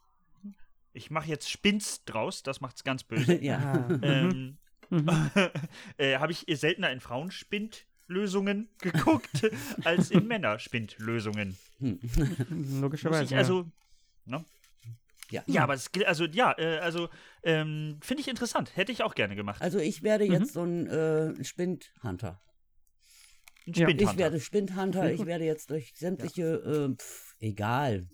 [SPEAKER 1] ich mache jetzt Spins draus, das macht's ganz böse.
[SPEAKER 5] ja.
[SPEAKER 2] Ah.
[SPEAKER 1] ähm,
[SPEAKER 2] Mhm.
[SPEAKER 1] äh, habe ich seltener in Frauenspindlösungen geguckt, als in Männerspindlösungen.
[SPEAKER 5] Hm.
[SPEAKER 1] Muss
[SPEAKER 2] Mhm. Logischerweise.
[SPEAKER 1] ich also, ne?
[SPEAKER 5] Ja.
[SPEAKER 1] Ja, aber es, gilt- also, ja, äh, also, ähm, finde ich interessant. Hätte ich auch gerne gemacht.
[SPEAKER 5] Also ich
[SPEAKER 2] Mhm.
[SPEAKER 5] werde jetzt so ein äh, Spindhunter.
[SPEAKER 1] Ein
[SPEAKER 2] Ja.
[SPEAKER 1] Spindhunter.
[SPEAKER 5] Ich werde Spindhunter.
[SPEAKER 2] Sehr
[SPEAKER 5] Ich
[SPEAKER 2] gut.
[SPEAKER 5] werde jetzt durch sämtliche, äh, pf, egal,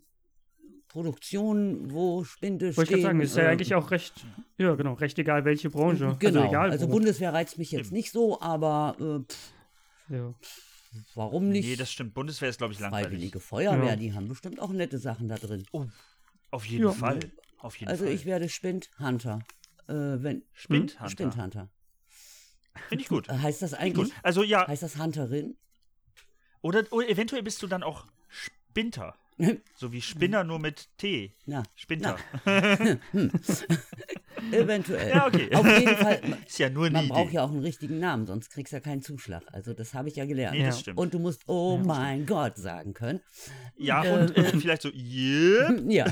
[SPEAKER 5] Produktionen, wo Spinde
[SPEAKER 2] ja. Wollte ich gerade
[SPEAKER 5] stehen.
[SPEAKER 2] sagen, ist ja
[SPEAKER 5] äh,
[SPEAKER 2] eigentlich auch recht, ja genau, recht egal welche Branche.
[SPEAKER 5] Genau.
[SPEAKER 2] Also egal wo.
[SPEAKER 5] Bundeswehr reizt mich jetzt nicht so, aber äh, pf,
[SPEAKER 2] ja.
[SPEAKER 5] warum nicht?
[SPEAKER 1] Nee, das stimmt. Bundeswehr ist, glaube ich, langweilig.
[SPEAKER 5] Freiwillige Feuerwehr,
[SPEAKER 2] Ja.
[SPEAKER 5] die haben bestimmt auch nette Sachen da drin.
[SPEAKER 1] Auf jeden
[SPEAKER 2] Ja.
[SPEAKER 1] Fall. Auf jeden
[SPEAKER 5] Also
[SPEAKER 1] Fall.
[SPEAKER 5] ich werde Spindhunter. Äh, wenn,
[SPEAKER 2] Hm?
[SPEAKER 1] Spindhunter.
[SPEAKER 5] Spindhunter.
[SPEAKER 1] Finde ich gut.
[SPEAKER 5] Äh, heißt das
[SPEAKER 1] Gut.
[SPEAKER 5] eigentlich?
[SPEAKER 1] Also ja,
[SPEAKER 5] Heißt das Hunterin?
[SPEAKER 1] Oder, oder eventuell bist du dann auch Spinter. So wie Spinner nur mit T.
[SPEAKER 5] Na,
[SPEAKER 1] Spinter.
[SPEAKER 5] eventuell.
[SPEAKER 1] Ja, okay.
[SPEAKER 5] Auf jeden Fall. man-
[SPEAKER 1] Ist ja nur eine
[SPEAKER 5] Man braucht
[SPEAKER 1] Idee.
[SPEAKER 5] ja auch einen richtigen Namen, sonst kriegst du ja keinen Zuschlag. Also das habe ich ja gelernt.
[SPEAKER 1] Nee, das
[SPEAKER 2] Ja.
[SPEAKER 1] stimmt.
[SPEAKER 5] Und du musst Oh mein Gott sagen können. Hm,
[SPEAKER 1] ja, und äh, vielleicht so, yeah.
[SPEAKER 5] Ja.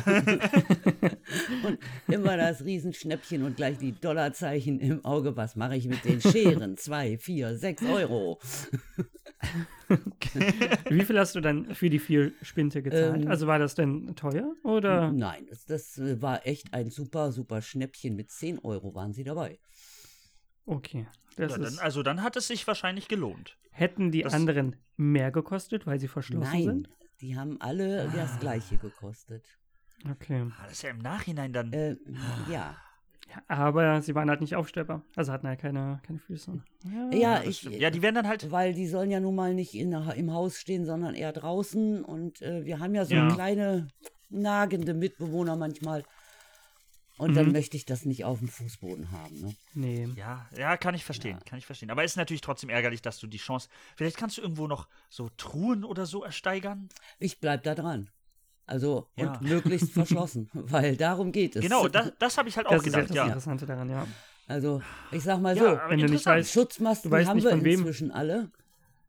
[SPEAKER 5] und immer das Riesenschnäppchen und gleich die Dollarzeichen im Auge. Was mache ich mit den Scheren? Zwei, vier, sechs Euro.
[SPEAKER 2] Wie viel hast du dann für die vier Spinte gezahlt?
[SPEAKER 5] Ähm.
[SPEAKER 2] also war das denn teuer oder?
[SPEAKER 5] Nein, das, das äh, war echt ein super, super Schnäppchen. Mit 10 Euro waren sie dabei.
[SPEAKER 2] Okay.
[SPEAKER 1] Ja,
[SPEAKER 2] Das
[SPEAKER 1] dann,
[SPEAKER 2] ist,
[SPEAKER 1] also dann hat es sich wahrscheinlich gelohnt.
[SPEAKER 2] hätten die
[SPEAKER 1] das-
[SPEAKER 2] anderen mehr gekostet, weil sie verschlossen
[SPEAKER 5] Nein,
[SPEAKER 2] sind?
[SPEAKER 5] die haben alle das Gleiche gekostet.
[SPEAKER 2] Okay.
[SPEAKER 1] Ah, das ist ja im Nachhinein dann.
[SPEAKER 5] Äh, ja.
[SPEAKER 1] Ah,
[SPEAKER 2] Ja, aber sie waren halt nicht aufstellbar. Also hatten halt keine, keine Füße.
[SPEAKER 5] Ja,
[SPEAKER 1] das
[SPEAKER 5] ich, äh,
[SPEAKER 1] stimmt. ja, die werden dann halt.
[SPEAKER 5] weil die sollen ja nun mal nicht in, im Haus stehen, sondern eher draußen. Und äh, wir haben ja so
[SPEAKER 1] Ja.
[SPEAKER 5] kleine, nagende Mitbewohner manchmal. Und dann
[SPEAKER 2] Mhm.
[SPEAKER 5] möchte ich das nicht auf dem Fußboden haben. Ne?
[SPEAKER 2] Nee.
[SPEAKER 1] Ja, ja, kann ich verstehen, kann ich verstehen. Aber ist natürlich trotzdem ärgerlich, dass du die Chance. Vielleicht kannst du irgendwo noch so Truhen oder so ersteigern.
[SPEAKER 5] Ich bleib da dran. Also,
[SPEAKER 1] Ja.
[SPEAKER 5] und möglichst verschlossen, weil darum geht es.
[SPEAKER 1] Genau, das, das habe ich halt auch
[SPEAKER 2] Das ist ja
[SPEAKER 1] gedacht,
[SPEAKER 2] das
[SPEAKER 1] ja.
[SPEAKER 2] Interessante daran, ja.
[SPEAKER 5] Also, ich sag mal
[SPEAKER 1] Ja, aber
[SPEAKER 2] wenn du nicht
[SPEAKER 1] interessant.
[SPEAKER 2] weißt-
[SPEAKER 5] Schutzmasken
[SPEAKER 2] Du weißt
[SPEAKER 5] haben
[SPEAKER 2] nicht,
[SPEAKER 5] wir
[SPEAKER 2] von wem. Mhm.
[SPEAKER 5] inzwischen alle.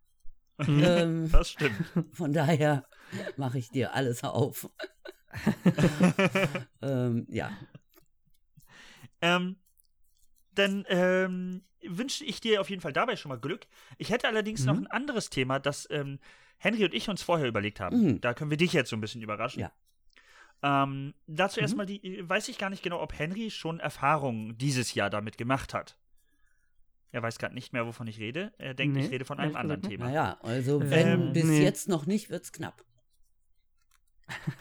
[SPEAKER 5] ähm,
[SPEAKER 1] Das stimmt.
[SPEAKER 5] von daher mache ich dir alles auf. ähm, ja,
[SPEAKER 1] Ähm, dann
[SPEAKER 2] Mhm.
[SPEAKER 1] ähm, wünsche ich dir auf jeden Fall dabei schon mal Glück. Ich hätte allerdings noch ein anderes Thema, das ähm, Henry und ich uns vorher überlegt haben.
[SPEAKER 5] Mhm.
[SPEAKER 1] Da können wir dich jetzt so ein bisschen überraschen.
[SPEAKER 5] Ja.
[SPEAKER 1] Ähm, dazu
[SPEAKER 5] Mhm.
[SPEAKER 1] erstmal, die, weiß ich gar nicht genau, ob Henry schon Erfahrungen dieses Jahr damit gemacht hat. Er weiß gerade nicht mehr, wovon ich rede. Er denkt,
[SPEAKER 2] Nee,
[SPEAKER 1] ich rede von einem
[SPEAKER 2] ehrlich
[SPEAKER 1] anderen
[SPEAKER 2] gesagt
[SPEAKER 1] Thema.
[SPEAKER 5] Naja, also
[SPEAKER 2] Ähm,
[SPEAKER 5] wenn bis
[SPEAKER 2] nee.
[SPEAKER 5] jetzt noch nicht, wird's knapp.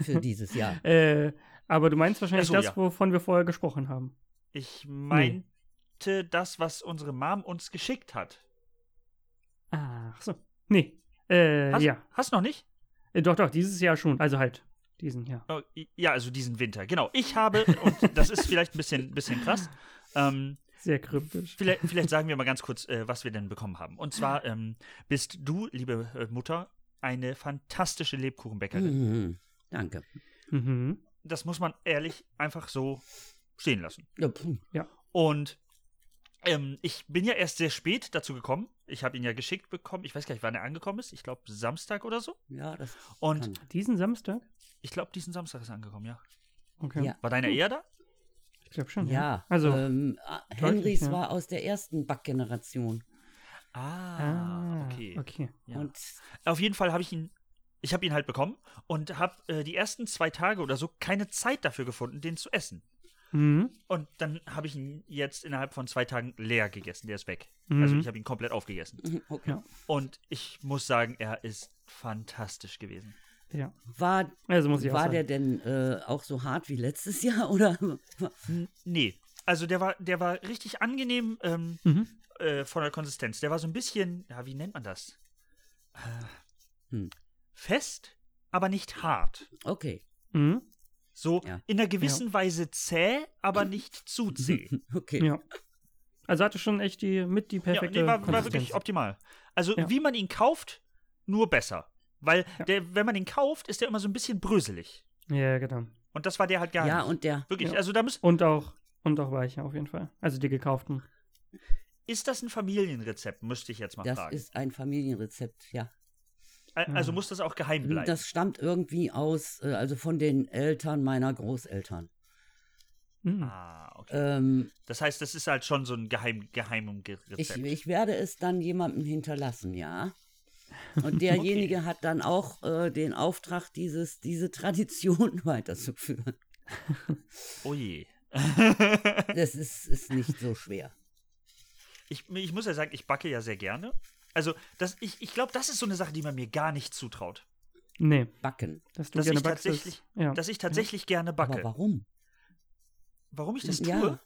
[SPEAKER 5] Für dieses Jahr.
[SPEAKER 2] Äh, aber du meinst wahrscheinlich
[SPEAKER 1] Ach so,
[SPEAKER 2] das,
[SPEAKER 1] ja.
[SPEAKER 2] wovon wir vorher gesprochen haben.
[SPEAKER 1] Ich meinte das, was unsere Mom uns geschickt hat.
[SPEAKER 2] Ach so. Nee. Äh,
[SPEAKER 1] Hast,
[SPEAKER 2] ja.
[SPEAKER 1] hast noch nicht?
[SPEAKER 2] Äh, doch, doch, dieses Jahr schon. Also halt, diesen Jahr.
[SPEAKER 1] Oh, i- ja, also diesen Winter, genau. Ich habe, und das ist vielleicht ein bisschen, bisschen krass, ähm,
[SPEAKER 2] Sehr kryptisch.
[SPEAKER 1] Vielleicht, vielleicht sagen wir mal ganz kurz, äh, was wir denn bekommen haben. Und zwar ähm, bist du, liebe äh, Mutter, eine fantastische Lebkuchenbäckerin.
[SPEAKER 5] Mhm. Danke.
[SPEAKER 2] Mhm.
[SPEAKER 1] Das muss man ehrlich einfach so stehen lassen.
[SPEAKER 5] Ja, puh.
[SPEAKER 1] Und ähm, ich bin ja erst sehr spät dazu gekommen. Ich habe ihn ja geschickt bekommen. Ich weiß gar nicht, wann er angekommen ist. Ich glaube, Samstag oder so.
[SPEAKER 5] ja das
[SPEAKER 1] Und
[SPEAKER 5] kann.
[SPEAKER 2] Diesen Samstag?
[SPEAKER 1] ich glaube, diesen Samstag ist er angekommen, ja. äh,
[SPEAKER 2] Okay.
[SPEAKER 5] Ja.
[SPEAKER 1] War deiner eher da?
[SPEAKER 2] Ich glaube schon.
[SPEAKER 5] Ja,
[SPEAKER 2] Also,
[SPEAKER 5] ähm, ah, Henrys
[SPEAKER 2] ja.
[SPEAKER 5] war aus der ersten Backgeneration.
[SPEAKER 1] Ah,
[SPEAKER 2] ah,
[SPEAKER 1] okay.
[SPEAKER 2] okay.
[SPEAKER 1] Ja.
[SPEAKER 5] Und
[SPEAKER 1] Auf jeden Fall habe ich ihn, ich habe ihn halt bekommen und habe äh, die ersten zwei Tage oder so keine Zeit dafür gefunden, den zu essen.
[SPEAKER 2] Mhm.
[SPEAKER 1] Und dann habe ich ihn jetzt innerhalb von zwei Tagen leer gegessen. Der ist weg.
[SPEAKER 2] Mhm.
[SPEAKER 1] Also ich habe ihn komplett aufgegessen.
[SPEAKER 5] mhm, okay.
[SPEAKER 2] Ja.
[SPEAKER 1] Und ich muss sagen, er ist fantastisch gewesen.
[SPEAKER 2] Ja.
[SPEAKER 5] war,
[SPEAKER 2] Also muss ich auch
[SPEAKER 5] war
[SPEAKER 2] sagen.
[SPEAKER 5] der denn äh, auch so hart wie letztes Jahr? Oder?
[SPEAKER 1] N nee. Also der war, der war richtig angenehm ähm,
[SPEAKER 2] Mhm.
[SPEAKER 1] äh, von der Konsistenz. Der war so ein bisschen, ja, wie nennt man das? Äh,
[SPEAKER 5] Hm.
[SPEAKER 1] Fest, aber nicht hart.
[SPEAKER 5] Okay.
[SPEAKER 2] Mhm.
[SPEAKER 1] So
[SPEAKER 5] Ja.
[SPEAKER 1] in einer gewissen Weise zäh, aber nicht zu zäh.
[SPEAKER 5] Okay.
[SPEAKER 2] Ja. Also hatte schon echt die mit die
[SPEAKER 1] Ja,
[SPEAKER 2] perfekte
[SPEAKER 1] nee, war, war
[SPEAKER 2] Konsistenz.
[SPEAKER 1] wirklich optimal. Also,
[SPEAKER 2] Ja.
[SPEAKER 1] wie man ihn kauft, nur besser. Weil,
[SPEAKER 2] Ja.
[SPEAKER 1] der, wenn man ihn kauft, ist der immer so ein bisschen bröselig.
[SPEAKER 2] ja, genau.
[SPEAKER 1] Und das war der halt gar
[SPEAKER 5] Ja,
[SPEAKER 1] nicht.
[SPEAKER 5] und der.
[SPEAKER 1] Wirklich,
[SPEAKER 2] ja.
[SPEAKER 1] also da müssen,
[SPEAKER 2] Und auch und auch weicher auf jeden Fall. Also die gekauften.
[SPEAKER 1] ist das ein Familienrezept, müsste ich jetzt mal
[SPEAKER 5] Das
[SPEAKER 1] fragen.
[SPEAKER 5] ist ein Familienrezept, ja.
[SPEAKER 1] A- also
[SPEAKER 2] Ah.
[SPEAKER 1] muss das auch geheim bleiben.
[SPEAKER 5] Das stammt irgendwie aus, äh, also von den Eltern meiner Großeltern.
[SPEAKER 2] Mhm.
[SPEAKER 1] ah, okay.
[SPEAKER 5] Ähm,
[SPEAKER 1] Das heißt, das ist halt schon so ein geheim, geheimem Ge-
[SPEAKER 5] ich,
[SPEAKER 1] Rezept.
[SPEAKER 5] ich werde es dann jemandem hinterlassen, ja. Und derjenige hat dann auch äh, den Auftrag, dieses, diese Tradition weiterzuführen.
[SPEAKER 1] oh je.
[SPEAKER 5] Das ist, ist nicht so schwer.
[SPEAKER 1] Ich, ich muss ja sagen, ich backe ja sehr gerne. Also, das, ich, ich glaube, das ist so eine Sache, die man mir gar nicht zutraut.
[SPEAKER 2] Nee,
[SPEAKER 5] Backen.
[SPEAKER 2] dass du
[SPEAKER 1] Dass
[SPEAKER 2] gerne
[SPEAKER 1] ich
[SPEAKER 2] backst. ist-
[SPEAKER 1] tatsächlich-
[SPEAKER 2] ja.
[SPEAKER 1] Dass ich tatsächlich gerne backe.
[SPEAKER 5] Aber warum?
[SPEAKER 1] Warum ich das tue?
[SPEAKER 5] Hm, Ja.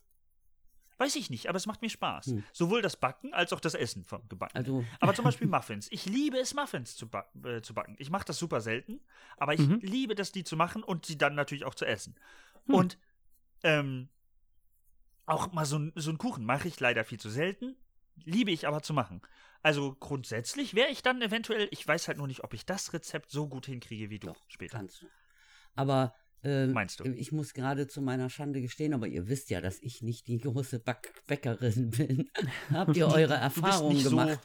[SPEAKER 1] Weiß ich nicht, aber es macht mir Spaß.
[SPEAKER 5] Hm.
[SPEAKER 1] Sowohl das Backen als auch das Essen von gebacken.
[SPEAKER 5] Also,
[SPEAKER 1] aber zum Beispiel Muffins. Ich liebe es, Muffins zu, ba äh, zu backen. Ich mache das super selten, aber ich
[SPEAKER 2] Mhm.
[SPEAKER 1] liebe das, die zu machen und sie dann natürlich auch zu essen.
[SPEAKER 5] Hm.
[SPEAKER 1] Und ähm, auch mal so, ein- so einen Kuchen mache ich leider viel zu selten, liebe ich aber zu machen. Also grundsätzlich wäre ich dann eventuell, ich weiß halt nur nicht, ob ich das Rezept so gut hinkriege wie du
[SPEAKER 5] Doch,
[SPEAKER 1] später.
[SPEAKER 5] kannst du. Aber äh,
[SPEAKER 1] Meinst du?
[SPEAKER 5] ich muss gerade zu meiner Schande gestehen, aber ihr wisst ja, dass ich nicht die große Backbäckerin bin. Habt ihr eure Erfahrungen
[SPEAKER 1] nicht so-
[SPEAKER 5] gemacht?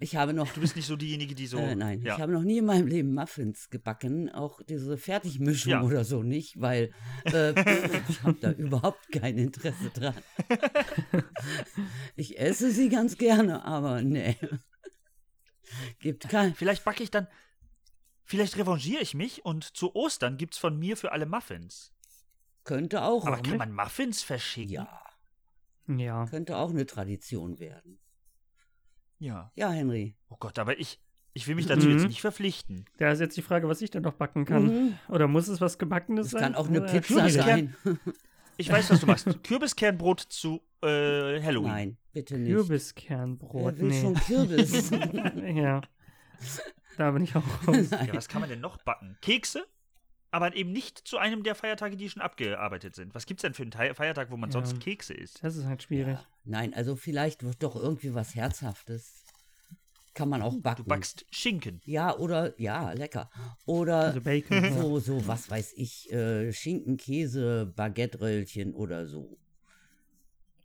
[SPEAKER 5] ich habe noch
[SPEAKER 1] Du bist nicht so diejenige, die so.
[SPEAKER 5] Äh, nein,
[SPEAKER 1] ja.
[SPEAKER 5] ich habe noch nie in meinem Leben Muffins gebacken, auch diese Fertigmischung
[SPEAKER 1] Ja.
[SPEAKER 5] oder so nicht, weil äh, ich habe da überhaupt kein Interesse dran. ich esse sie ganz gerne, aber nee. Gibt kein.
[SPEAKER 1] Vielleicht backe ich dann. Vielleicht revanchiere ich mich und zu Ostern gibt's von mir für alle Muffins.
[SPEAKER 5] Könnte auch.
[SPEAKER 1] Aber kann
[SPEAKER 2] nicht?
[SPEAKER 1] man Muffins verschicken?
[SPEAKER 5] ja,
[SPEAKER 2] ja.
[SPEAKER 5] könnte auch eine Tradition werden.
[SPEAKER 1] Ja.
[SPEAKER 5] Ja, Henry.
[SPEAKER 1] Oh Gott, aber ich, ich will mich dazu
[SPEAKER 2] Mhm.
[SPEAKER 1] jetzt nicht verpflichten.
[SPEAKER 2] Da ist jetzt die Frage, was ich dann noch backen kann.
[SPEAKER 5] Mhm.
[SPEAKER 2] Oder muss es was gebackenes
[SPEAKER 5] Das
[SPEAKER 2] sein? Äh,
[SPEAKER 5] kann auch eine
[SPEAKER 2] Oder-
[SPEAKER 1] Äh,
[SPEAKER 5] Pizza sein.
[SPEAKER 1] Ich weiß, was du machst. Kürbiskernbrot zu äh, Halloween.
[SPEAKER 5] Nein, bitte nicht.
[SPEAKER 2] Kürbiskernbrot.
[SPEAKER 5] Wer will schon Kürbis?
[SPEAKER 2] Nee. ja. Da bin ich auch raus.
[SPEAKER 1] Ja, was kann man denn noch backen? Kekse? Aber eben nicht zu einem der Feiertage, die schon abgearbeitet sind. Was gibt's denn für einen Teil- Feiertag, wo man
[SPEAKER 2] Ja.
[SPEAKER 1] sonst Kekse isst?
[SPEAKER 2] Das ist halt schwierig.
[SPEAKER 5] Nein, also vielleicht wird doch irgendwie was Herzhaftes. Kann man auch backen.
[SPEAKER 1] Du backst Schinken.
[SPEAKER 5] Ja, oder, ja, lecker. Oder
[SPEAKER 2] Also Bacon. ja.
[SPEAKER 5] so, so, was weiß ich, äh, Schinken, Käse, Baguette-Röllchen oder so.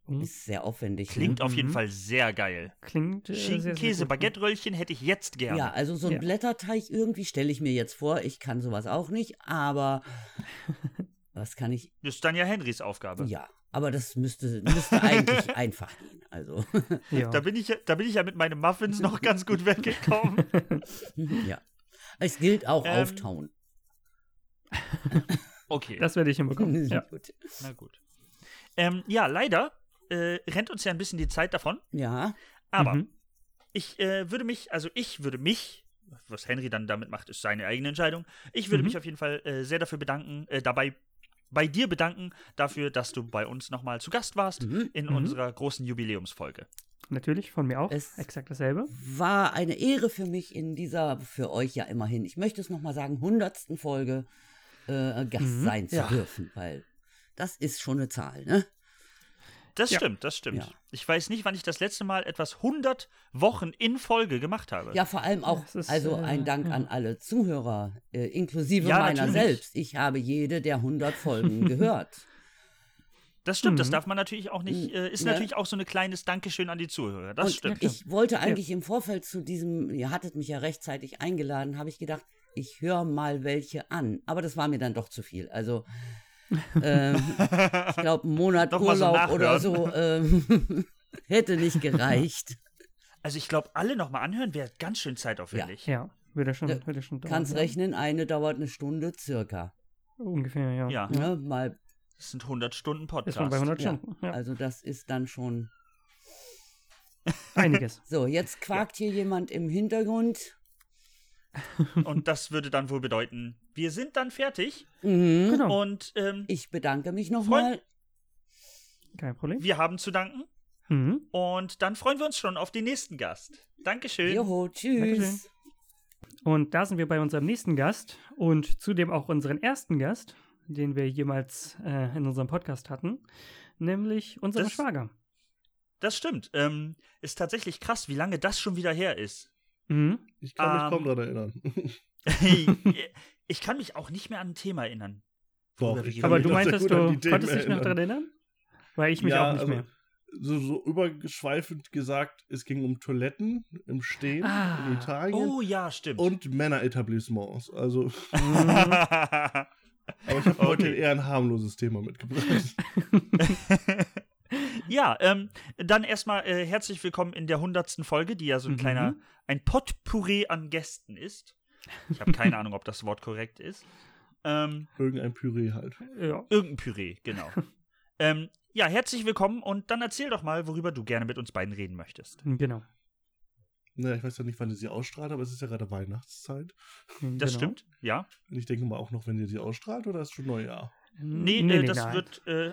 [SPEAKER 2] Mhm.
[SPEAKER 5] Ist sehr aufwendig.
[SPEAKER 1] Klingt
[SPEAKER 5] ne?
[SPEAKER 1] auf jeden
[SPEAKER 2] Mhm.
[SPEAKER 1] Fall sehr geil.
[SPEAKER 2] Klingt. Äh, sehr, sehr
[SPEAKER 1] Schinken, Käse,
[SPEAKER 2] gut.
[SPEAKER 1] Baguette-Röllchen hätte ich jetzt gerne.
[SPEAKER 5] Ja, also so ein
[SPEAKER 2] Ja.
[SPEAKER 5] Blätterteig irgendwie stelle ich mir jetzt vor. Ich kann sowas auch nicht, aber was kann ich?
[SPEAKER 1] Das ist dann ja Henrys Aufgabe.
[SPEAKER 5] Ja, aber das müsste, müsste eigentlich einfach gehen. Also,
[SPEAKER 2] Ja.
[SPEAKER 1] Da bin, ich, ja- da bin ich ja mit meinen Muffins noch ganz gut weggekommen.
[SPEAKER 5] ja. Es gilt auch
[SPEAKER 1] Ähm,
[SPEAKER 5] auftauen.
[SPEAKER 1] Okay.
[SPEAKER 2] Das werde ich hinbekommen. ja.
[SPEAKER 5] Gut.
[SPEAKER 1] Na gut. Ähm, ja, leider äh, rennt uns ja ein bisschen die Zeit davon.
[SPEAKER 5] ja.
[SPEAKER 1] Aber
[SPEAKER 2] Mhm.
[SPEAKER 1] ich äh, würde mich, also ich würde mich, was Henry dann damit macht, ist seine eigene Entscheidung. Ich würde
[SPEAKER 2] Mhm.
[SPEAKER 1] mich auf jeden Fall äh, sehr dafür bedanken, äh, dabei bei dir bedanken dafür, dass du bei uns nochmal zu Gast warst
[SPEAKER 5] Mhm.
[SPEAKER 1] in
[SPEAKER 2] Mhm.
[SPEAKER 1] unserer großen Jubiläumsfolge.
[SPEAKER 2] Natürlich, von mir auch.
[SPEAKER 5] Es-
[SPEAKER 2] Exakt dasselbe.
[SPEAKER 5] War eine Ehre für mich in dieser, für euch ja immerhin, ich möchte es nochmal sagen, hundertsten Folge äh, Gast
[SPEAKER 2] Mhm.
[SPEAKER 5] sein zu
[SPEAKER 1] Ja.
[SPEAKER 5] dürfen, weil das ist schon eine Zahl, ne?
[SPEAKER 1] Das
[SPEAKER 2] Ja.
[SPEAKER 1] stimmt, das stimmt.
[SPEAKER 5] Ja.
[SPEAKER 1] Ich weiß nicht, wann ich das letzte Mal etwas 100 Wochen in Folge gemacht habe.
[SPEAKER 5] Ja, vor allem auch,
[SPEAKER 2] Das ist,
[SPEAKER 5] also
[SPEAKER 2] äh,
[SPEAKER 5] ein Dank
[SPEAKER 2] ja.
[SPEAKER 5] an alle Zuhörer, äh, inklusive
[SPEAKER 1] Ja,
[SPEAKER 5] meiner
[SPEAKER 1] natürlich.
[SPEAKER 5] selbst. Ich habe jede der 100 Folgen gehört.
[SPEAKER 1] Das stimmt, das
[SPEAKER 2] Mhm.
[SPEAKER 1] darf man natürlich auch nicht,
[SPEAKER 5] Mhm,
[SPEAKER 1] äh, ist
[SPEAKER 5] ne?
[SPEAKER 1] natürlich auch so ein kleines Dankeschön an die Zuhörer. Das
[SPEAKER 5] Und
[SPEAKER 1] stimmt.
[SPEAKER 5] Ich wollte eigentlich im Vorfeld zu diesem, ihr hattet mich ja rechtzeitig eingeladen, habe ich gedacht, ich höre mal welche an. Aber das war mir dann doch zu viel. Also, ähm, ich glaube, einen Monat
[SPEAKER 1] Nochmal so
[SPEAKER 5] Urlaub oder
[SPEAKER 1] nachhören.
[SPEAKER 5] so ähm, hätte nicht gereicht.
[SPEAKER 1] Also ich glaube, alle nochmal anhören wäre ganz schön zeitaufwendig.
[SPEAKER 2] Ja, würde schon,
[SPEAKER 5] Ja,
[SPEAKER 2] würde schon dauern.
[SPEAKER 5] Kannst
[SPEAKER 2] ja.
[SPEAKER 5] rechnen, eine dauert eine Stunde circa.
[SPEAKER 2] Ungefähr, ja.
[SPEAKER 1] Ja,
[SPEAKER 5] Ne? Mal,
[SPEAKER 1] das sind 100 Stunden
[SPEAKER 2] Ist
[SPEAKER 1] Podcast.
[SPEAKER 2] man bei 100
[SPEAKER 5] Ja.
[SPEAKER 2] Stunden. Ja.
[SPEAKER 5] also das ist dann schon.
[SPEAKER 2] Einiges.
[SPEAKER 5] So, jetzt quakt hier jemand im Hintergrund.
[SPEAKER 1] Und das würde dann wohl bedeuten, wir sind dann fertig.
[SPEAKER 5] Mhm.
[SPEAKER 2] Genau,
[SPEAKER 1] Und ähm,
[SPEAKER 5] Ich bedanke mich nochmal.
[SPEAKER 2] kein Problem.
[SPEAKER 1] wir haben zu danken.
[SPEAKER 2] Mhm.
[SPEAKER 1] Und dann freuen wir uns schon auf den nächsten Gast. Dankeschön.
[SPEAKER 5] Joho, tschüss.
[SPEAKER 2] Und da sind wir bei unserem nächsten Gast und zudem auch unseren ersten Gast, den wir jemals äh, in unserem Podcast hatten, nämlich unseren
[SPEAKER 1] Das-
[SPEAKER 2] Schwager.
[SPEAKER 1] Das stimmt. Ähm, ist tatsächlich krass, wie lange das schon wieder her ist.
[SPEAKER 2] Mhm.
[SPEAKER 6] Ich kann mich
[SPEAKER 1] Ähm,
[SPEAKER 6] kaum dran erinnern.
[SPEAKER 1] ich kann mich auch nicht mehr an ein Thema erinnern.
[SPEAKER 6] Doch, ich kann
[SPEAKER 2] Aber
[SPEAKER 6] mich
[SPEAKER 2] du
[SPEAKER 6] noch sehr
[SPEAKER 2] meintest,
[SPEAKER 6] gut
[SPEAKER 2] du
[SPEAKER 6] an die Themen
[SPEAKER 2] konntest dich noch daran erinnern? Weil ich mich
[SPEAKER 6] Ja,
[SPEAKER 2] auch nicht
[SPEAKER 6] also-
[SPEAKER 2] mehr.
[SPEAKER 6] So, so übergeschweifend gesagt, es ging um Toiletten im Stehen
[SPEAKER 2] Ah.
[SPEAKER 6] in Italien
[SPEAKER 1] Oh ja, stimmt.
[SPEAKER 6] und Männeretablissements. Also,
[SPEAKER 2] Mhm.
[SPEAKER 6] aber ich habe heute
[SPEAKER 1] Okay.
[SPEAKER 6] eher ein harmloses Thema mitgebracht.
[SPEAKER 1] ja, ähm, dann erstmal äh, herzlich willkommen in der hundertsten Folge, die ja so ein
[SPEAKER 2] Mhm.
[SPEAKER 1] kleiner, ein Potpourri an Gästen ist. Ich habe keine Ahnung, ob das Wort korrekt ist. Ähm,
[SPEAKER 6] Irgendein Püree halt.
[SPEAKER 2] ja.
[SPEAKER 1] irgendein Püree, genau. ähm, ja, herzlich willkommen und dann erzähl doch mal, worüber du gerne mit uns beiden reden möchtest.
[SPEAKER 2] Genau.
[SPEAKER 6] Na, ich weiß ja nicht, wann ihr sie ausstrahlt, aber es ist ja gerade Weihnachtszeit.
[SPEAKER 1] Das
[SPEAKER 2] genau.
[SPEAKER 1] stimmt, ja.
[SPEAKER 6] Und ich denke mal auch noch, wenn ihr sie ausstrahlt oder ist schon Neujahr?
[SPEAKER 1] Nee,
[SPEAKER 2] nee,
[SPEAKER 1] äh, das
[SPEAKER 2] nein.
[SPEAKER 1] wird äh,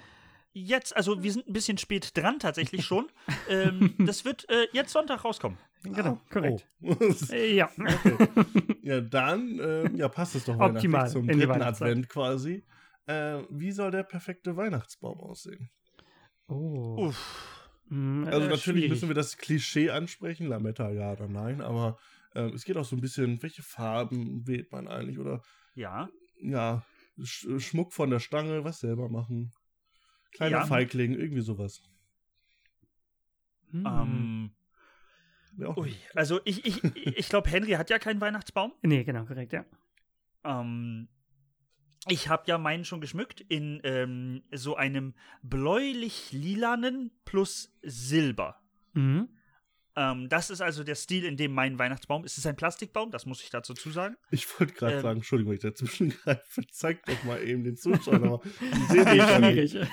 [SPEAKER 1] jetzt, also wir sind ein bisschen spät dran tatsächlich schon. ähm, das wird äh, jetzt Sonntag rauskommen.
[SPEAKER 2] Genau,
[SPEAKER 6] Ah,
[SPEAKER 2] korrekt.
[SPEAKER 6] Oh.
[SPEAKER 2] Äh, Ja.
[SPEAKER 6] okay. Ja, dann ähm, ja, passt es doch
[SPEAKER 2] Optimal,
[SPEAKER 6] weihnachtlich zum
[SPEAKER 2] in die
[SPEAKER 6] dritten
[SPEAKER 2] Weihnachtszeit.
[SPEAKER 6] Advent quasi. Äh, wie soll der perfekte Weihnachtsbaum aussehen?
[SPEAKER 2] Oh.
[SPEAKER 1] Uff.
[SPEAKER 2] Mhm,
[SPEAKER 6] Also
[SPEAKER 2] äh,
[SPEAKER 6] natürlich
[SPEAKER 2] schwierig.
[SPEAKER 6] müssen wir das Klischee ansprechen, Lametta ja oder nein, aber äh, es geht auch so ein bisschen, welche Farben wählt man eigentlich oder
[SPEAKER 1] Ja.
[SPEAKER 6] ja, Sch Schmuck von der Stange, was selber machen. Kleiner
[SPEAKER 1] Ja.
[SPEAKER 6] Feigling, irgendwie sowas.
[SPEAKER 2] Mhm.
[SPEAKER 1] Ähm,
[SPEAKER 6] Wäre auch
[SPEAKER 1] ui. Also ich, ich, ich glaube, Henry hat ja keinen Weihnachtsbaum.
[SPEAKER 2] Nee, genau, korrekt, ja.
[SPEAKER 1] Ähm, ich habe ja meinen schon geschmückt in ähm, so einem bläulich-lilanen plus Silber.
[SPEAKER 2] Mhm.
[SPEAKER 1] Ähm, das ist also der Stil, in dem mein Weihnachtsbaum ist. Es ist ein Plastikbaum, das muss ich dazu zusagen.
[SPEAKER 6] Ich wollte gerade
[SPEAKER 1] Ähm.
[SPEAKER 6] sagen, Entschuldigung, wenn ich dazwischen greife, zeig doch mal eben den Zuschauern, aber die sehen dich ja nicht.
[SPEAKER 2] Schwierig.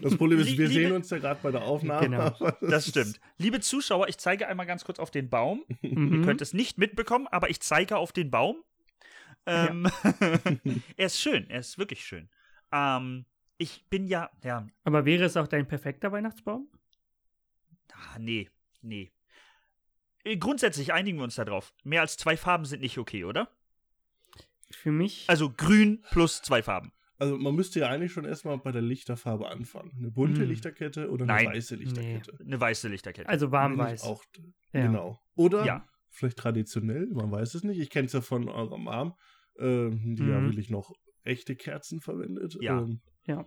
[SPEAKER 6] Das Problem ist,
[SPEAKER 1] Lie-
[SPEAKER 6] wir
[SPEAKER 1] liebe-
[SPEAKER 6] sehen uns ja gerade bei der Aufnahme.
[SPEAKER 2] Genau.
[SPEAKER 6] aber
[SPEAKER 1] Das stimmt. Liebe Zuschauer, ich zeige einmal ganz kurz auf den Baum. Ihr
[SPEAKER 2] Mhm.
[SPEAKER 1] könnt es nicht mitbekommen, aber ich zeige auf den Baum. Ähm, er ist schön, er ist wirklich schön. Ähm, ich bin ja, ja,
[SPEAKER 2] Aber wäre es auch dein perfekter Weihnachtsbaum?
[SPEAKER 1] Ah, nee, nee. Äh, Grundsätzlich einigen wir uns darauf. Mehr als zwei Farben sind nicht okay, oder?
[SPEAKER 2] Für mich.
[SPEAKER 1] Also grün plus zwei Farben.
[SPEAKER 6] Also man müsste ja eigentlich schon erstmal bei der Lichterfarbe anfangen. Eine bunte
[SPEAKER 2] Hm.
[SPEAKER 6] Lichterkette oder eine
[SPEAKER 1] Nein.
[SPEAKER 6] weiße Lichterkette.
[SPEAKER 1] Eine weiße Lichterkette.
[SPEAKER 2] Also
[SPEAKER 6] Nehme ich
[SPEAKER 2] warmweiß.
[SPEAKER 6] Auch,
[SPEAKER 2] Ja.
[SPEAKER 6] Genau. Oder
[SPEAKER 1] Ja.
[SPEAKER 6] vielleicht traditionell, man weiß es nicht. Ich kenne es ja von eurem Arm, ähm, die ja
[SPEAKER 2] Mhm.
[SPEAKER 6] wirklich noch echte Kerzen verwendet.
[SPEAKER 1] Ja.
[SPEAKER 6] Ähm,
[SPEAKER 2] Ja.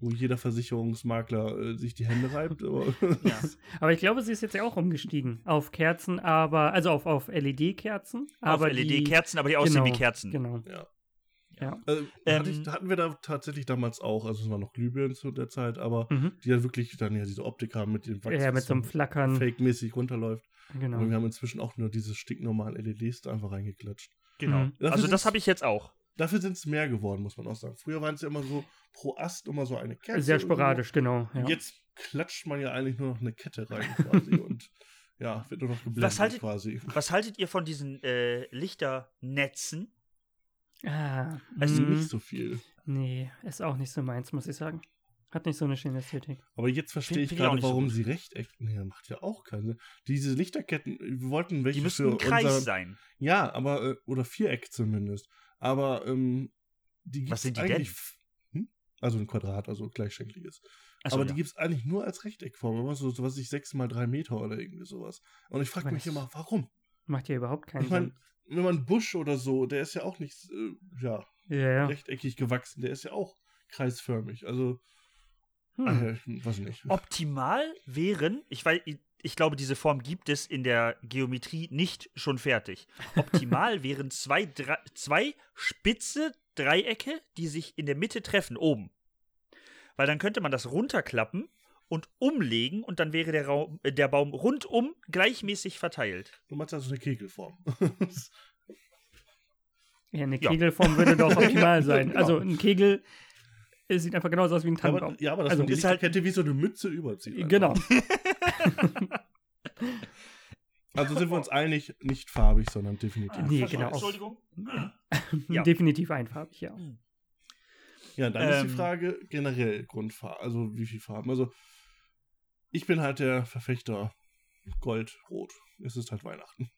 [SPEAKER 6] Wo jeder Versicherungsmakler äh, sich die Hände reibt. Aber
[SPEAKER 1] Ja.
[SPEAKER 2] Aber ich glaube, sie ist jetzt ja auch umgestiegen auf Kerzen, aber also auf, auf LED-Kerzen.
[SPEAKER 1] Auf
[SPEAKER 2] aber die-
[SPEAKER 1] LED-Kerzen, aber die aussehen wie E Kerzen.
[SPEAKER 2] Genau.
[SPEAKER 6] äh,
[SPEAKER 1] Ähm.
[SPEAKER 6] hatte ich, hatten wir da tatsächlich damals auch, also es waren noch Glühbirnen zu der Zeit, aber
[SPEAKER 2] Mhm.
[SPEAKER 6] die ja wirklich dann ja diese Optik haben mit dem Wachs,
[SPEAKER 2] Ja, mit
[SPEAKER 6] was
[SPEAKER 2] so einem Flackern.
[SPEAKER 6] Fake-mäßig runterläuft.
[SPEAKER 2] Genau.
[SPEAKER 6] Und wir haben inzwischen auch nur diese stinknormalen LEDs da E einfach reingeklatscht.
[SPEAKER 1] Genau.
[SPEAKER 2] Mhm.
[SPEAKER 6] Dafür
[SPEAKER 1] Also das
[SPEAKER 6] sind's-
[SPEAKER 1] habe ich jetzt auch.
[SPEAKER 6] Dafür sind es mehr geworden, muss man auch sagen. Früher waren es ja immer so pro Ast immer so eine Kette.
[SPEAKER 2] Sehr
[SPEAKER 6] irgendwo.
[SPEAKER 2] sporadisch, genau. Ja.
[SPEAKER 6] Jetzt klatscht man ja eigentlich nur noch eine Kette rein quasi und ja, wird nur noch geblendet
[SPEAKER 1] Was haltet-
[SPEAKER 6] quasi.
[SPEAKER 1] Was haltet ihr von diesen äh, Lichternetzen?
[SPEAKER 2] Ah,
[SPEAKER 1] Also
[SPEAKER 2] mhm.
[SPEAKER 6] Nicht so viel.
[SPEAKER 2] Nee, ist auch nicht so meins, muss ich sagen. Hat nicht so eine schöne Ästhetik.
[SPEAKER 6] Aber jetzt verstehe
[SPEAKER 1] Find-
[SPEAKER 6] ich
[SPEAKER 1] find ich auch
[SPEAKER 6] gerade,
[SPEAKER 1] nicht so
[SPEAKER 6] warum
[SPEAKER 1] gut.
[SPEAKER 6] sie Rechteck. Nee, macht ja auch keinen Sinn. Diese Lichterketten, wir wollten welche
[SPEAKER 1] Die müssen
[SPEAKER 6] für
[SPEAKER 1] ein Kreis
[SPEAKER 6] unser,
[SPEAKER 1] sein.
[SPEAKER 6] Ja, aber, äh, oder Viereck zumindest. Aber, ähm, die gibt's
[SPEAKER 1] Was sind die denn?
[SPEAKER 6] eigentlich, denn? Hm? Also ein Quadrat, also gleichschenkliges.
[SPEAKER 1] Achso,
[SPEAKER 6] aber
[SPEAKER 1] ja.
[SPEAKER 6] die gibt's eigentlich nur als Rechteckform, aber so, so was ich, sechs mal drei Meter oder irgendwie sowas. Und ich frage
[SPEAKER 2] Aber
[SPEAKER 6] mich
[SPEAKER 2] das-
[SPEAKER 6] immer, warum?
[SPEAKER 2] Macht ja überhaupt keinen
[SPEAKER 6] Ich meine,
[SPEAKER 2] Sinn.
[SPEAKER 6] wenn man einen Busch oder so, der ist ja auch nicht, äh, ja,
[SPEAKER 2] Ja, ja.
[SPEAKER 6] rechteckig gewachsen, der ist ja auch kreisförmig. Also,
[SPEAKER 2] Hm.
[SPEAKER 6] äh, weiß ich nicht.
[SPEAKER 1] Optimal wären, ich weiß, ich glaube, diese Form gibt es in der Geometrie nicht schon fertig. Optimal wären zwei, Dre- zwei spitze Dreiecke, die sich in der Mitte treffen, oben. Weil dann könnte man das runterklappen und umlegen und dann wäre der, Raum, äh, der Baum rundum gleichmäßig verteilt.
[SPEAKER 6] Du machst also eine Kegelform.
[SPEAKER 2] ja eine
[SPEAKER 1] Ja.
[SPEAKER 2] Kegelform würde doch optimal sein.
[SPEAKER 6] Genau.
[SPEAKER 2] Also ein Kegel es sieht einfach genauso aus wie ein
[SPEAKER 6] ja,
[SPEAKER 2] Tannenbaum.
[SPEAKER 6] aber, ja, aber das
[SPEAKER 2] Also,
[SPEAKER 6] also, die
[SPEAKER 1] ist halt-
[SPEAKER 6] Lichterkette wie so eine Mütze überzieht. einfach.
[SPEAKER 2] genau.
[SPEAKER 6] Also sind wir uns einig, nicht farbig, sondern definitiv.
[SPEAKER 2] Nee,
[SPEAKER 6] weiß.
[SPEAKER 2] genau.
[SPEAKER 1] Entschuldigung. Ja.
[SPEAKER 2] Definitiv einfarbig, ja.
[SPEAKER 6] Ja, dann ist die
[SPEAKER 1] Ähm.
[SPEAKER 6] Frage generell Grundfarbe, also wie viel Farben. Also ich bin halt der Verfechter Gold, Rot. Es ist halt Weihnachten.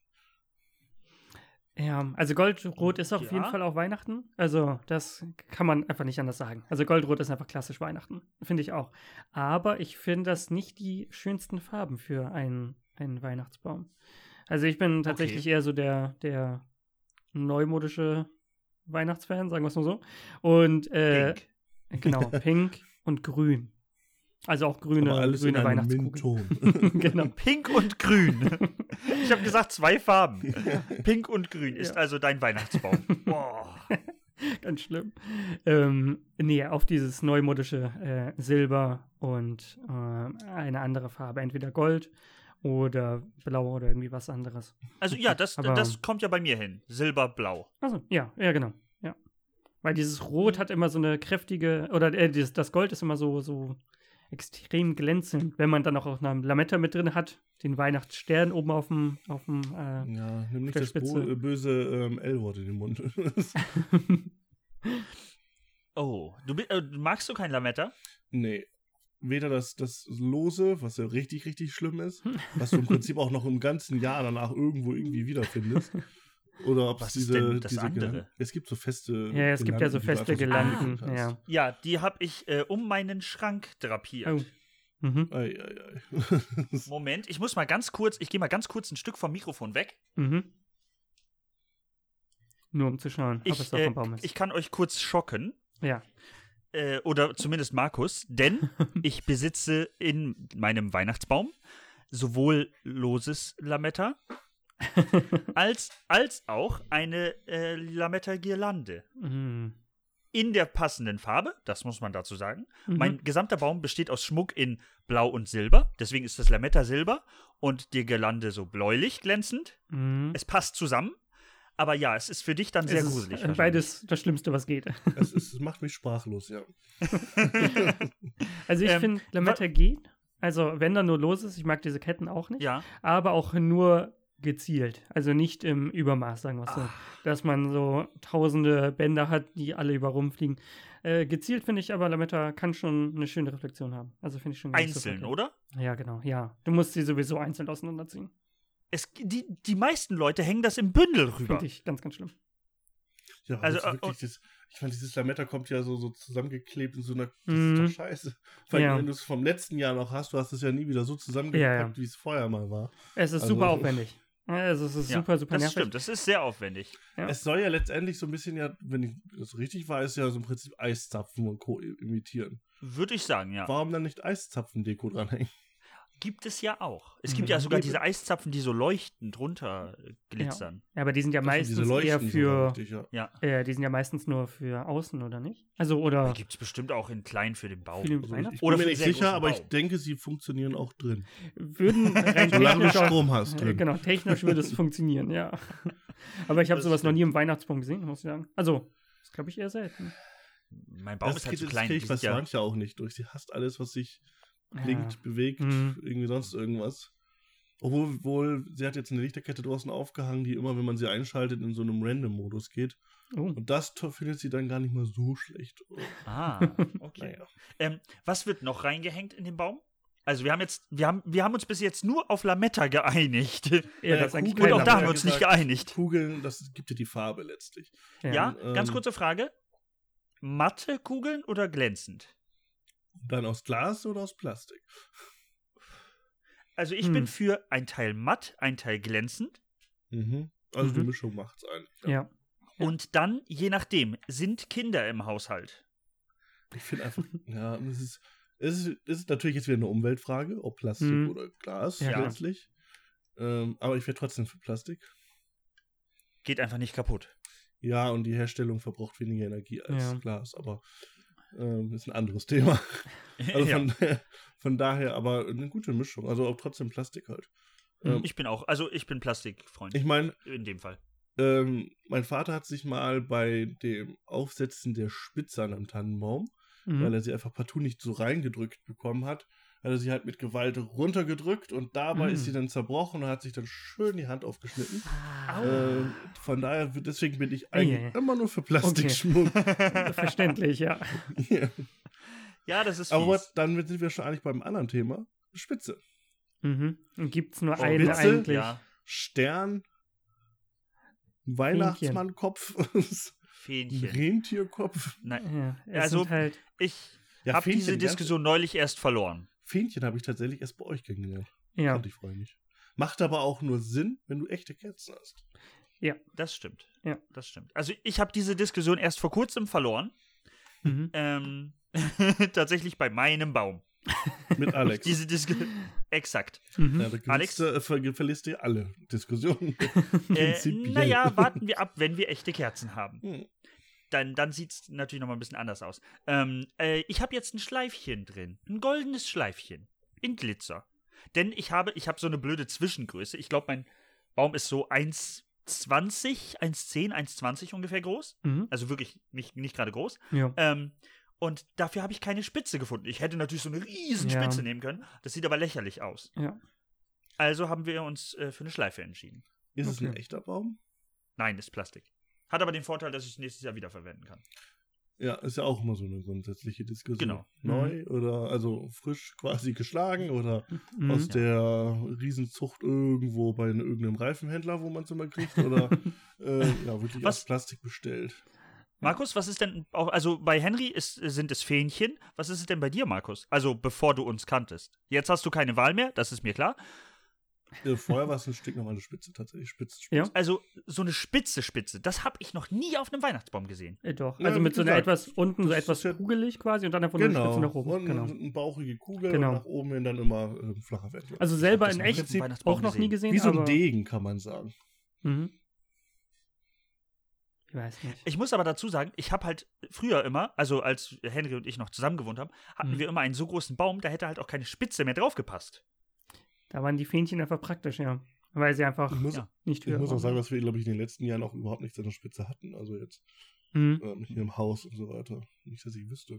[SPEAKER 2] Ja, also Goldrot ist auf
[SPEAKER 1] Ja.
[SPEAKER 2] jeden Fall auch Weihnachten. Also, das kann man einfach nicht anders sagen. Also, Goldrot ist einfach klassisch Weihnachten. Finde ich auch. Aber ich finde das nicht die schönsten Farben für einen, einen Weihnachtsbaum. Also, ich bin tatsächlich eher so der, der neumodische Weihnachtsfan, sagen wir es mal so. Und, äh,
[SPEAKER 1] Pink.
[SPEAKER 2] genau, pink und grün. Also auch grüne,
[SPEAKER 6] aber alles in
[SPEAKER 2] grüne
[SPEAKER 6] einem
[SPEAKER 2] Weihnachtskugeln.
[SPEAKER 6] Mintton.
[SPEAKER 2] genau.
[SPEAKER 1] Pink und grün. Ich habe gesagt, zwei Farben. Pink und grün ist
[SPEAKER 2] Ja.
[SPEAKER 1] also dein Weihnachtsbaum. Boah.
[SPEAKER 2] Ganz schlimm. Ähm, nee, auf dieses neumodische äh, Silber und äh, eine andere Farbe, entweder Gold oder Blau oder irgendwie was anderes.
[SPEAKER 1] Also ja, das,
[SPEAKER 2] Aber-
[SPEAKER 1] das kommt ja bei mir hin. Silberblau.
[SPEAKER 2] Also ja, ja genau, ja. Weil dieses Rot hat immer so eine kräftige oder äh, dieses, das Gold ist immer so so extrem glänzend, wenn man dann auch noch eine Lametta mit drin hat, den Weihnachtsstern oben auf dem auf dem äh,
[SPEAKER 6] ja, nimm nicht
[SPEAKER 2] Der
[SPEAKER 6] das bo-
[SPEAKER 2] Spitze.
[SPEAKER 6] äh, böse ähm, L-Wort in den Mund.
[SPEAKER 1] Oh, du bi- äh, magst du kein Lametta?
[SPEAKER 6] nee. Weder das, das Lose, was ja richtig, richtig schlimm ist, was du im Prinzip auch noch im ganzen Jahr danach irgendwo irgendwie wiederfindest. Oder ob es
[SPEAKER 1] Was ist
[SPEAKER 6] diese,
[SPEAKER 1] denn das
[SPEAKER 6] diese
[SPEAKER 1] andere?
[SPEAKER 6] Gelan- Es gibt so feste.
[SPEAKER 2] ja, es gibt ja so feste Gelanden,
[SPEAKER 6] Ah.
[SPEAKER 2] ja.
[SPEAKER 1] Ja, die habe ich äh, um meinen Schrank drapiert.
[SPEAKER 2] Oh. Mhm.
[SPEAKER 6] Ei, ei, ei.
[SPEAKER 1] Moment, ich muss mal ganz kurz, ich gehe mal ganz kurz ein Stück vom Mikrofon weg.
[SPEAKER 2] Mhm. Nur um zu schauen, ob es
[SPEAKER 1] Ich,
[SPEAKER 2] doch
[SPEAKER 1] äh,
[SPEAKER 2] ein Baum ist.
[SPEAKER 1] ich kann euch kurz schocken.
[SPEAKER 2] ja.
[SPEAKER 1] äh, oder zumindest Markus, denn ich besitze in meinem Weihnachtsbaum sowohl loses Lametta als, als auch eine äh, Lametta-Girlande.
[SPEAKER 2] Mhm.
[SPEAKER 1] In der passenden Farbe, das muss man dazu sagen.
[SPEAKER 2] Mhm.
[SPEAKER 1] Mein gesamter Baum besteht aus Schmuck in Blau und Silber, deswegen ist das Lametta silber und die Girlande so bläulich glänzend.
[SPEAKER 2] Mhm.
[SPEAKER 1] Es passt zusammen, aber ja, es ist für dich dann sehr
[SPEAKER 2] Es ist,
[SPEAKER 1] gruselig.
[SPEAKER 2] äh,
[SPEAKER 1] wahrscheinlich.
[SPEAKER 2] Beides das Schlimmste, was geht.
[SPEAKER 6] Es, ist, Also, es macht mich sprachlos, ja.
[SPEAKER 2] Also ich
[SPEAKER 1] Ähm,
[SPEAKER 2] finde, Lametta geht. Also wenn da nur los ist, ich mag diese Ketten auch nicht.
[SPEAKER 1] Ja,
[SPEAKER 2] Aber auch nur gezielt. Also nicht im Übermaß, sagen wir es so.
[SPEAKER 1] Ah.
[SPEAKER 2] Dass man so tausende Bänder hat, die alle über rumfliegen. Äh, gezielt finde ich aber, Lametta kann schon eine schöne Reflexion haben. Also finde ich schon gar nicht so
[SPEAKER 1] einzeln,
[SPEAKER 2] verkehrt.
[SPEAKER 1] oder?
[SPEAKER 2] Ja, genau. Ja. Du musst sie sowieso einzeln auseinanderziehen.
[SPEAKER 1] Es, die, die meisten Leute hängen das im Bündel rüber.
[SPEAKER 2] Finde ich ganz, ganz schlimm.
[SPEAKER 6] Ja, aber
[SPEAKER 1] Also,
[SPEAKER 6] das ist
[SPEAKER 1] äh,
[SPEAKER 6] wirklich, das, ich meine, dieses Lametta kommt ja so, so zusammengeklebt in so einer. Das
[SPEAKER 2] Mhm.
[SPEAKER 6] ist doch scheiße. Weil
[SPEAKER 2] Ja.
[SPEAKER 6] wenn du es vom letzten Jahr noch hast, du hast es ja nie wieder so zusammengepackt,
[SPEAKER 2] Ja, ja.
[SPEAKER 6] wie es vorher mal war.
[SPEAKER 2] Es ist
[SPEAKER 6] Also-
[SPEAKER 2] super aufwendig. Also es ist
[SPEAKER 1] Ja,
[SPEAKER 2] super, super
[SPEAKER 1] das
[SPEAKER 2] nervig.
[SPEAKER 1] stimmt, das ist sehr aufwendig.
[SPEAKER 2] Ja.
[SPEAKER 6] Es soll ja letztendlich so ein bisschen ja, wenn ich das richtig weiß, ja so im Prinzip Eiszapfen und Co. imitieren.
[SPEAKER 1] Würde ich sagen, ja.
[SPEAKER 6] Warum dann nicht Eiszapfen-Deko dranhängen?
[SPEAKER 1] Gibt es ja auch. Es
[SPEAKER 2] Mhm.
[SPEAKER 1] gibt ja sogar
[SPEAKER 6] Eben.
[SPEAKER 1] diese Eiszapfen, die so leuchtend runter äh, glitzern.
[SPEAKER 2] Ja, aber die sind ja
[SPEAKER 6] Das sind
[SPEAKER 2] meistens eher
[SPEAKER 6] sogar
[SPEAKER 2] für,
[SPEAKER 6] richtig, ja.
[SPEAKER 1] Ja.
[SPEAKER 2] äh, die sind ja meistens nur für außen, oder nicht? Also, oder
[SPEAKER 1] Gibt es bestimmt auch in klein für den Baum.
[SPEAKER 2] für den
[SPEAKER 6] Also ich, ich
[SPEAKER 2] Weihnachten?
[SPEAKER 1] Oder
[SPEAKER 6] bin mir
[SPEAKER 1] für
[SPEAKER 6] nicht
[SPEAKER 1] einen sehr
[SPEAKER 6] sicher,
[SPEAKER 1] großen
[SPEAKER 6] aber ich
[SPEAKER 1] Baum.
[SPEAKER 6] denke, sie funktionieren auch drin.
[SPEAKER 2] Würden rein
[SPEAKER 6] Solange du
[SPEAKER 2] technisch auch-
[SPEAKER 6] Strom hast
[SPEAKER 2] äh,
[SPEAKER 6] drin.
[SPEAKER 2] Genau, technisch würde es funktionieren, ja. Aber ich habe
[SPEAKER 1] Das
[SPEAKER 2] sowas noch
[SPEAKER 1] stimmt.
[SPEAKER 2] nie im Weihnachtsbaum gesehen, muss ich sagen. Also, das glaube ich eher selten.
[SPEAKER 1] Mein Baum
[SPEAKER 6] Das
[SPEAKER 1] ist halt
[SPEAKER 6] kriegt
[SPEAKER 1] so
[SPEAKER 6] das
[SPEAKER 1] klein.
[SPEAKER 6] kriegt
[SPEAKER 1] die
[SPEAKER 6] bei
[SPEAKER 1] sind ja-
[SPEAKER 6] Swancha auch nicht durch. Sie hasst alles, was sich
[SPEAKER 2] Ja.
[SPEAKER 6] blinkt, bewegt,
[SPEAKER 2] Mhm.
[SPEAKER 6] irgendwie sonst irgendwas. Obwohl, wohl, sie hat jetzt eine Lichterkette draußen aufgehangen, die immer, wenn man sie einschaltet, in so einem Random-Modus geht.
[SPEAKER 2] Oh.
[SPEAKER 6] Und das to- findet sie dann gar nicht mal so schlecht.
[SPEAKER 1] Ah, okay.
[SPEAKER 6] Naja.
[SPEAKER 1] ähm, was wird noch reingehängt in den Baum? Also wir haben jetzt, wir haben, wir haben uns bis jetzt nur auf Lametta geeinigt.
[SPEAKER 2] Ja,
[SPEAKER 6] Naja,
[SPEAKER 2] das ist eigentlich
[SPEAKER 1] Und
[SPEAKER 6] Kugeln
[SPEAKER 1] auch
[SPEAKER 2] keiner.
[SPEAKER 1] da
[SPEAKER 6] wir
[SPEAKER 1] haben wir
[SPEAKER 6] ja
[SPEAKER 1] uns nicht
[SPEAKER 6] gesagt.
[SPEAKER 1] geeinigt.
[SPEAKER 6] Kugeln, das gibt dir die Farbe letztlich.
[SPEAKER 1] Ja,
[SPEAKER 6] Ähm,
[SPEAKER 1] ganz kurze Frage. Matte Kugeln oder glänzend?
[SPEAKER 6] Und dann aus Glas oder aus Plastik?
[SPEAKER 1] Also ich
[SPEAKER 2] Hm.
[SPEAKER 1] bin für ein Teil matt, ein Teil glänzend.
[SPEAKER 6] Mhm. Also die
[SPEAKER 2] Mhm.
[SPEAKER 6] Mischung macht's eigentlich.
[SPEAKER 2] Ja. Ja.
[SPEAKER 1] Und dann, je nachdem, sind Kinder im Haushalt.
[SPEAKER 6] Ich finde einfach, ja, und es ist, es, ist, es ist natürlich jetzt wieder eine Umweltfrage, ob Plastik
[SPEAKER 2] Mhm.
[SPEAKER 6] oder Glas
[SPEAKER 2] Ja.
[SPEAKER 6] letztlich. Ähm, aber ich wäre trotzdem für Plastik.
[SPEAKER 1] Geht einfach nicht kaputt.
[SPEAKER 6] Ja, und die Herstellung verbraucht weniger Energie als
[SPEAKER 2] Ja.
[SPEAKER 6] Glas, aber ähm, ist ein anderes Thema. Also
[SPEAKER 1] Ja.
[SPEAKER 6] von, von daher aber eine gute Mischung. Also auch trotzdem Plastik halt.
[SPEAKER 2] Mhm.
[SPEAKER 6] Ähm,
[SPEAKER 1] Ich bin auch, also ich bin Plastikfreund.
[SPEAKER 6] ich meine,
[SPEAKER 1] in dem Fall.
[SPEAKER 6] ähm, mein Vater hat sich mal bei dem Aufsetzen der Spitze an einem Tannenbaum
[SPEAKER 2] Mhm.
[SPEAKER 6] weil er sie einfach partout nicht so reingedrückt bekommen hat, hat er sie halt mit Gewalt runtergedrückt und dabei
[SPEAKER 2] Mhm.
[SPEAKER 6] ist sie dann zerbrochen und hat sich dann schön die Hand aufgeschnitten.
[SPEAKER 2] Ah.
[SPEAKER 6] Äh, von daher, wird- deswegen bin ich
[SPEAKER 2] Eieiei.
[SPEAKER 6] eigentlich immer nur für Plastikschmuck.
[SPEAKER 2] Verständlich, ja.
[SPEAKER 6] ja.
[SPEAKER 1] Ja, das ist
[SPEAKER 6] Aber
[SPEAKER 1] fies.
[SPEAKER 6] was, dann sind wir schon eigentlich beim anderen Thema. Spitze.
[SPEAKER 2] Mhm. Gibt es nur
[SPEAKER 1] Oh,
[SPEAKER 2] eine
[SPEAKER 6] Witze?
[SPEAKER 2] eigentlich?
[SPEAKER 1] Ja,
[SPEAKER 6] Stern, ein Weihnachtsmannkopf, ein
[SPEAKER 1] Fähnchen.
[SPEAKER 6] Rentierkopf.
[SPEAKER 1] Nein,
[SPEAKER 2] Ja, es
[SPEAKER 1] Also-
[SPEAKER 2] sind halt.
[SPEAKER 1] ich
[SPEAKER 6] Ja,
[SPEAKER 1] habe diese
[SPEAKER 6] die ganze-
[SPEAKER 1] Diskussion neulich erst verloren.
[SPEAKER 6] Fähnchen habe ich tatsächlich erst bei euch kennengelernt. Ja.
[SPEAKER 2] Ja.
[SPEAKER 6] Fand ich vorher nicht. Macht aber auch nur Sinn, wenn du echte Kerzen hast.
[SPEAKER 1] Das stimmt.
[SPEAKER 2] Ja.
[SPEAKER 1] Das stimmt. Also ich habe diese Diskussion erst vor kurzem verloren.
[SPEAKER 2] Mhm.
[SPEAKER 1] Ähm, tatsächlich bei meinem Baum.
[SPEAKER 6] Mit Alex.
[SPEAKER 1] Diese Diskussion. Exakt.
[SPEAKER 2] Mhm.
[SPEAKER 6] ja, da
[SPEAKER 1] Alex?
[SPEAKER 6] Alex? Du, äh, ver verlierst du alle Diskussionen.
[SPEAKER 1] Äh,
[SPEAKER 6] Prinzipiell.
[SPEAKER 1] naja, warten wir ab, wenn wir echte Kerzen haben.
[SPEAKER 6] Hm.
[SPEAKER 1] Dann, dann sieht es natürlich noch mal ein bisschen anders aus. Ähm, äh, ich habe jetzt ein Schleifchen drin. Ein goldenes Schleifchen. In Glitzer. Denn ich habe, ich habe so eine blöde Zwischengröße. Ich glaube, mein Baum ist so 1,20, 1,10, 1,20 ungefähr groß.
[SPEAKER 2] Mhm.
[SPEAKER 1] Also wirklich nicht, nicht gerade groß.
[SPEAKER 2] Ja.
[SPEAKER 1] Ähm, und dafür habe ich keine Spitze gefunden. Ich hätte natürlich so eine riesen
[SPEAKER 2] Ja.
[SPEAKER 1] Spitze nehmen können. Das sieht aber lächerlich aus.
[SPEAKER 2] Ja.
[SPEAKER 1] Also haben wir uns äh, für eine Schleife entschieden.
[SPEAKER 6] Ist es ein
[SPEAKER 2] Okay.
[SPEAKER 6] echter Baum?
[SPEAKER 1] Nein, ist Plastik. Hat aber den Vorteil, dass ich es nächstes Jahr wiederverwenden kann.
[SPEAKER 6] Ja, ist ja auch immer so eine grundsätzliche Diskussion.
[SPEAKER 1] Genau.
[SPEAKER 6] Neu oder also frisch quasi geschlagen oder
[SPEAKER 2] Mhm.
[SPEAKER 6] aus der Riesenzucht irgendwo bei ne, irgendeinem Reifenhändler, wo man es immer kriegt oder äh, ja, wirklich
[SPEAKER 1] Was-
[SPEAKER 6] aus Plastik bestellt.
[SPEAKER 1] Markus, was ist denn, auch, also bei Henry ist, sind es Fähnchen. Was ist es denn bei dir, Markus? Also bevor du uns kanntest. Jetzt hast du keine Wahl mehr, das ist mir klar.
[SPEAKER 6] Äh, vorher war es ein Stück normale Spitze tatsächlich. Spitze, Spitze.
[SPEAKER 2] Ja.
[SPEAKER 1] Also so eine spitze Spitze, das habe ich noch nie auf einem Weihnachtsbaum gesehen.
[SPEAKER 2] Äh, doch.
[SPEAKER 6] Ja,
[SPEAKER 2] Also
[SPEAKER 6] wie
[SPEAKER 2] mit so einer
[SPEAKER 6] gesagt,
[SPEAKER 2] etwas unten, so
[SPEAKER 6] das
[SPEAKER 2] etwas
[SPEAKER 6] ist ja-
[SPEAKER 2] kugelig quasi und dann einfach nur eine
[SPEAKER 6] Genau.
[SPEAKER 2] Spitze nach oben.
[SPEAKER 6] Und
[SPEAKER 2] Genau.
[SPEAKER 6] eine bauchige Kugel
[SPEAKER 2] Genau.
[SPEAKER 6] und nach oben hin dann immer äh, flacher Wendler.
[SPEAKER 2] Also selber
[SPEAKER 1] das
[SPEAKER 2] in
[SPEAKER 1] noch nie
[SPEAKER 2] echt
[SPEAKER 1] auf dem Weihnachtsbaum
[SPEAKER 2] auch noch nie gesehen.
[SPEAKER 6] Wie so ein
[SPEAKER 2] aber,
[SPEAKER 6] Degen, kann man sagen.
[SPEAKER 2] Mhm. Ich weiß nicht.
[SPEAKER 1] Ich muss aber dazu sagen, ich habe halt früher immer, also als Henry und ich noch zusammen gewohnt haben, hatten
[SPEAKER 2] Mhm.
[SPEAKER 1] wir immer einen so großen Baum, da hätte halt auch keine Spitze mehr draufgepasst.
[SPEAKER 2] Da waren die Fähnchen einfach praktisch, ja. Weil sie einfach
[SPEAKER 6] Ich muss,
[SPEAKER 1] ja.
[SPEAKER 2] nicht
[SPEAKER 6] Mhm. ich
[SPEAKER 2] höher
[SPEAKER 6] muss auch
[SPEAKER 2] waren.
[SPEAKER 6] sagen, dass wir, glaube ich, in den letzten Jahren auch überhaupt nichts an der Spitze hatten. Also jetzt
[SPEAKER 2] Mhm.
[SPEAKER 6] ähm, hier im Haus und so weiter. Nicht, dass ich wüsste.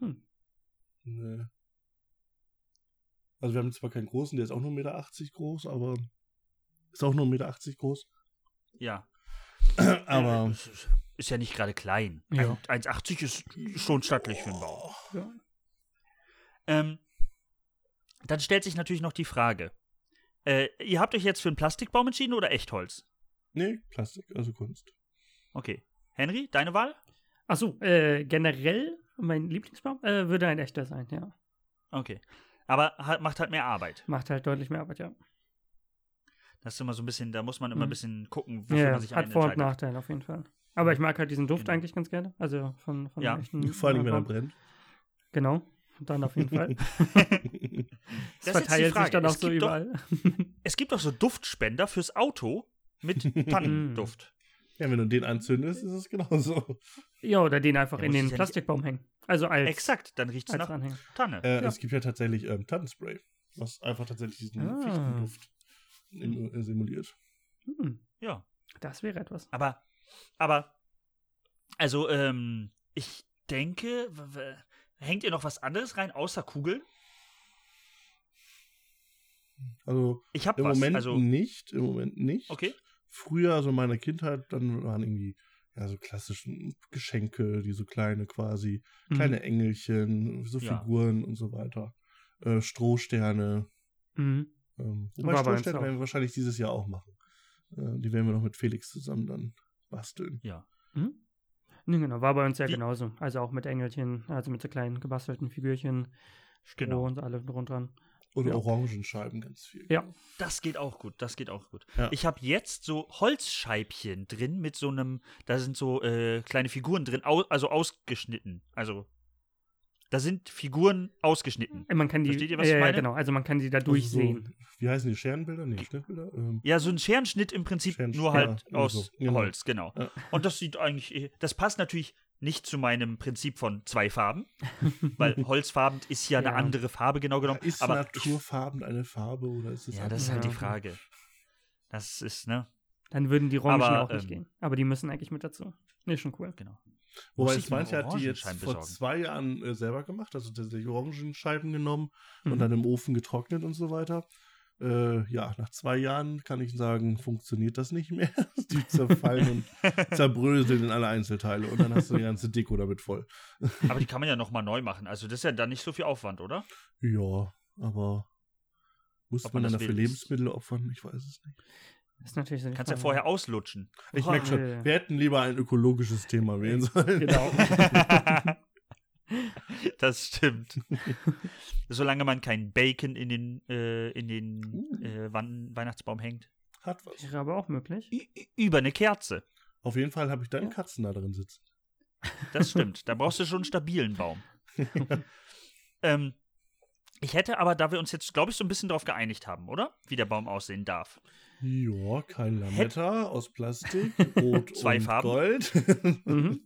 [SPEAKER 2] Hm.
[SPEAKER 6] Nee. Also wir haben zwar keinen großen, der ist auch nur 1,80 Meter groß, aber ist auch nur 1,80 Meter groß.
[SPEAKER 1] Ja.
[SPEAKER 6] aber
[SPEAKER 1] Äh, es Ist ja nicht gerade klein.
[SPEAKER 2] Ja.
[SPEAKER 1] Ein- 1,80 ist schon stattlich für einen Baum.
[SPEAKER 2] Ja.
[SPEAKER 1] Ähm, dann stellt sich natürlich noch die Frage: äh, Ihr habt euch jetzt für einen Plastikbaum entschieden oder Echtholz?
[SPEAKER 6] nee, Plastik, also Kunst.
[SPEAKER 1] Okay. Henry, deine Wahl?
[SPEAKER 2] Achso, äh, generell mein Lieblingsbaum äh, würde ein echter sein, ja.
[SPEAKER 1] Okay. Aber hat, macht halt mehr Arbeit.
[SPEAKER 2] Macht halt deutlich mehr Arbeit, ja.
[SPEAKER 1] Das ist immer so ein bisschen, da muss man immer ein
[SPEAKER 2] Mhm.
[SPEAKER 1] bisschen gucken, wofür
[SPEAKER 2] ja
[SPEAKER 1] man sich
[SPEAKER 2] hat Vor- und
[SPEAKER 1] entscheidet.
[SPEAKER 2] Nachteile auf jeden Fall. Aber ich mag halt diesen Duft
[SPEAKER 1] Genau.
[SPEAKER 2] eigentlich ganz gerne. Also von, von
[SPEAKER 1] Ja,
[SPEAKER 2] echten,
[SPEAKER 6] Vor allem,
[SPEAKER 2] äh,
[SPEAKER 6] wenn er
[SPEAKER 2] Baum.
[SPEAKER 6] brennt.
[SPEAKER 2] Genau, dann auf jeden Fall.
[SPEAKER 1] Das
[SPEAKER 2] Es
[SPEAKER 1] ist jetzt die
[SPEAKER 2] verteilt
[SPEAKER 1] Frage.
[SPEAKER 2] sich dann auch
[SPEAKER 1] Es
[SPEAKER 2] so
[SPEAKER 1] gibt doch-
[SPEAKER 2] überall.
[SPEAKER 1] Es gibt auch so Duftspender fürs Auto
[SPEAKER 6] Mhm.
[SPEAKER 1] mit Pannenduft.
[SPEAKER 6] ja, wenn du den anzündest, ist es genauso.
[SPEAKER 2] ja, oder den einfach
[SPEAKER 1] Ja,
[SPEAKER 2] in
[SPEAKER 1] muss es ja
[SPEAKER 2] den
[SPEAKER 1] nicht-
[SPEAKER 2] Plastikbaum hängen. Also als,
[SPEAKER 1] Exakt, dann riecht es
[SPEAKER 2] als
[SPEAKER 1] nach
[SPEAKER 2] Anhänger.
[SPEAKER 1] Tanne.
[SPEAKER 6] Äh,
[SPEAKER 2] Ja.
[SPEAKER 6] Es gibt ja tatsächlich ähm, Tannenspray, was einfach tatsächlich diesen
[SPEAKER 2] Ah.
[SPEAKER 6] Fichtenduft im- äh, simuliert.
[SPEAKER 2] Hm.
[SPEAKER 1] Ja.
[SPEAKER 2] Das wäre etwas.
[SPEAKER 1] Aber, aber, also, ähm, ich denke, w- w- hängt ihr noch was anderes rein, außer Kugeln?
[SPEAKER 6] Also
[SPEAKER 1] Ich hab
[SPEAKER 6] im
[SPEAKER 1] was.
[SPEAKER 6] Moment
[SPEAKER 1] also,
[SPEAKER 6] nicht, im Moment nicht.
[SPEAKER 1] okay.
[SPEAKER 6] Früher, also in meiner Kindheit, dann waren irgendwie ja, so klassische Geschenke, die so kleine quasi,
[SPEAKER 2] Mhm.
[SPEAKER 6] kleine Engelchen, so
[SPEAKER 1] Mhm. Ja.
[SPEAKER 6] Figuren und so weiter. Äh, Strohsterne.
[SPEAKER 2] Mhm.
[SPEAKER 6] Ähm,
[SPEAKER 2] War
[SPEAKER 6] wobei
[SPEAKER 2] bei uns
[SPEAKER 6] Strohsterne
[SPEAKER 2] auch.
[SPEAKER 6] werden wir wahrscheinlich dieses Jahr auch machen. Äh, die werden wir noch mit Felix zusammen dann basteln.
[SPEAKER 2] Mhm. Nee, genau, war bei uns ja
[SPEAKER 1] Wie-
[SPEAKER 2] genauso. Also auch mit Engelchen, also mit so kleinen gebastelten Figürchen, Stroh
[SPEAKER 1] Genau.
[SPEAKER 2] und alle drunter.
[SPEAKER 6] Oder
[SPEAKER 2] Ja.
[SPEAKER 6] Orangenscheiben ganz viel. genau.
[SPEAKER 2] Ja.
[SPEAKER 1] Das geht auch gut, das geht auch gut.
[SPEAKER 6] Ja.
[SPEAKER 1] Ich habe jetzt so Holzscheibchen drin mit so einem, da sind so äh, kleine Figuren drin, au also ausgeschnitten. Also, da sind Figuren ausgeschnitten.
[SPEAKER 2] Äh, Man kann die,
[SPEAKER 1] Versteht ihr, was
[SPEAKER 2] ja,
[SPEAKER 1] ich
[SPEAKER 2] ja,
[SPEAKER 1] meine?
[SPEAKER 2] genau, also man kann die da durchsehen.
[SPEAKER 6] Also so, wie heißen die Scherenbilder? Nee, Schnittbilder? Ähm,
[SPEAKER 1] Ja, so ein Scherenschnitt im Prinzip,
[SPEAKER 6] Scherenschnitt,
[SPEAKER 1] nur halt
[SPEAKER 6] ja,
[SPEAKER 1] aus
[SPEAKER 6] so, genau.
[SPEAKER 1] Holz, genau.
[SPEAKER 6] Ja.
[SPEAKER 1] Und das sieht eigentlich, eh- das passt natürlich nicht zu meinem Prinzip von zwei Farben, weil holzfarben ist ja,
[SPEAKER 2] Ja.
[SPEAKER 1] eine andere Farbe genau genommen.
[SPEAKER 6] ist
[SPEAKER 1] aber
[SPEAKER 6] Naturfarben eine Farbe oder ist es
[SPEAKER 1] ja,
[SPEAKER 6] einfach-
[SPEAKER 1] das ist halt
[SPEAKER 2] Ja.
[SPEAKER 1] die Frage. Das ist, ne?
[SPEAKER 2] Dann würden die Orangen
[SPEAKER 1] Aber,
[SPEAKER 2] auch nicht
[SPEAKER 1] ähm,
[SPEAKER 2] gehen. Aber die müssen eigentlich mit dazu. Nee, schon cool.
[SPEAKER 1] Muss
[SPEAKER 6] Wobei
[SPEAKER 1] ich
[SPEAKER 6] jetzt
[SPEAKER 1] mir
[SPEAKER 6] manche hat die jetzt
[SPEAKER 1] Orangenscheiben
[SPEAKER 6] vor
[SPEAKER 1] besorgen?
[SPEAKER 6] zwei Jahren äh, selber gemacht, also tatsächlich Orangenscheiben genommen
[SPEAKER 2] Mhm.
[SPEAKER 6] und dann im Ofen getrocknet und so weiter. Äh, ja, nach zwei Jahren kann ich sagen, funktioniert das nicht mehr. Die zerfallen und zerbröseln in alle Einzelteile und dann hast du die ganze Deko damit voll.
[SPEAKER 1] Aber die kann man ja nochmal neu machen. Also das ist ja dann nicht so viel Aufwand, oder?
[SPEAKER 6] Ja, aber muss
[SPEAKER 1] Ob
[SPEAKER 6] man,
[SPEAKER 1] man das
[SPEAKER 6] dann dafür
[SPEAKER 1] will.
[SPEAKER 6] Lebensmittel opfern? Ich weiß es nicht.
[SPEAKER 2] Das Hm. ist natürlich so die
[SPEAKER 1] Kannst ja
[SPEAKER 2] Frage.
[SPEAKER 1] vorher auslutschen.
[SPEAKER 6] Ich
[SPEAKER 1] Boah,
[SPEAKER 6] merke schon, wir hätten lieber ein ökologisches Thema wählen
[SPEAKER 1] Äh,
[SPEAKER 6] sollen.
[SPEAKER 2] Genau.
[SPEAKER 1] das stimmt. Solange man kein Bacon in den, äh, in
[SPEAKER 6] Uh.
[SPEAKER 1] den äh, Wan- Weihnachtsbaum hängt.
[SPEAKER 6] Hat was.
[SPEAKER 2] Wäre aber auch möglich.
[SPEAKER 1] Ü ü- über eine Kerze.
[SPEAKER 6] Auf jeden Fall habe ich da einen
[SPEAKER 2] Ja.
[SPEAKER 6] Katzen da drin sitzen.
[SPEAKER 1] Das stimmt. Da brauchst du schon einen stabilen Baum. ähm, ich hätte aber, da wir uns jetzt, glaube ich, so ein bisschen darauf geeinigt haben, oder? Wie der Baum aussehen darf.
[SPEAKER 6] Ja, kein Lametta aus Plastik, rot
[SPEAKER 1] Zwei
[SPEAKER 6] und
[SPEAKER 1] Farben.
[SPEAKER 6] Gold
[SPEAKER 2] Mhm.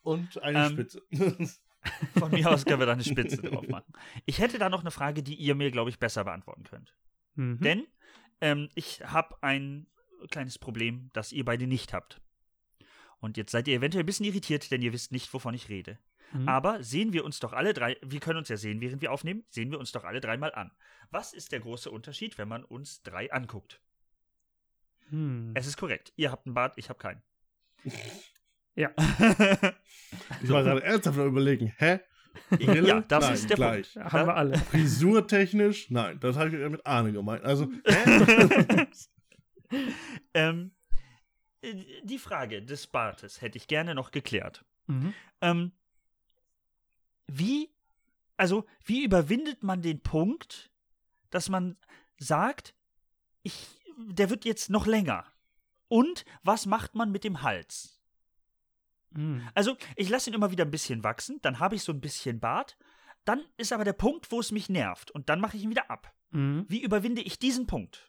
[SPEAKER 6] und eine
[SPEAKER 1] Ähm,
[SPEAKER 6] Spitze.
[SPEAKER 1] Von mir aus können wir da eine Spitze drauf machen. Ich hätte da noch eine Frage, die ihr mir, glaube ich, besser beantworten könnt.
[SPEAKER 2] Mhm.
[SPEAKER 1] Denn ähm, ich habe ein kleines Problem, das ihr beide nicht habt. Und jetzt seid ihr eventuell ein bisschen irritiert, denn ihr wisst nicht, wovon ich rede.
[SPEAKER 2] Mhm.
[SPEAKER 1] Aber sehen wir uns doch alle drei, wir können uns ja sehen, während wir aufnehmen, sehen wir uns doch alle dreimal an. Was ist der große Unterschied, wenn man uns drei anguckt?
[SPEAKER 2] Hm.
[SPEAKER 1] Es ist korrekt. Ihr habt einen Bart, ich habe keinen.
[SPEAKER 2] Ja.
[SPEAKER 6] ich war gerade ernsthaft am überlegen, hä? Brille?
[SPEAKER 1] ja, das
[SPEAKER 6] Nein,
[SPEAKER 1] ist der
[SPEAKER 6] gleich.
[SPEAKER 1] Punkt.
[SPEAKER 2] Haben wir alle.
[SPEAKER 6] Frisurtechnisch? Nein, das habe ich ja mit Arne gemeint. Also,
[SPEAKER 1] ähm, äh, die Frage des Bartes hätte ich gerne noch geklärt.
[SPEAKER 2] Mhm.
[SPEAKER 1] Ähm, wie, also, wie überwindet man den Punkt, dass man sagt, ich, der wird jetzt noch länger? Und was macht man mit dem Hals?
[SPEAKER 2] Mhm.
[SPEAKER 1] Also, ich lasse ihn immer wieder ein bisschen wachsen, dann habe ich so ein bisschen Bart, dann ist aber der Punkt, wo es mich nervt, und dann mache ich ihn wieder ab.
[SPEAKER 2] Mhm.
[SPEAKER 1] Wie überwinde ich diesen Punkt?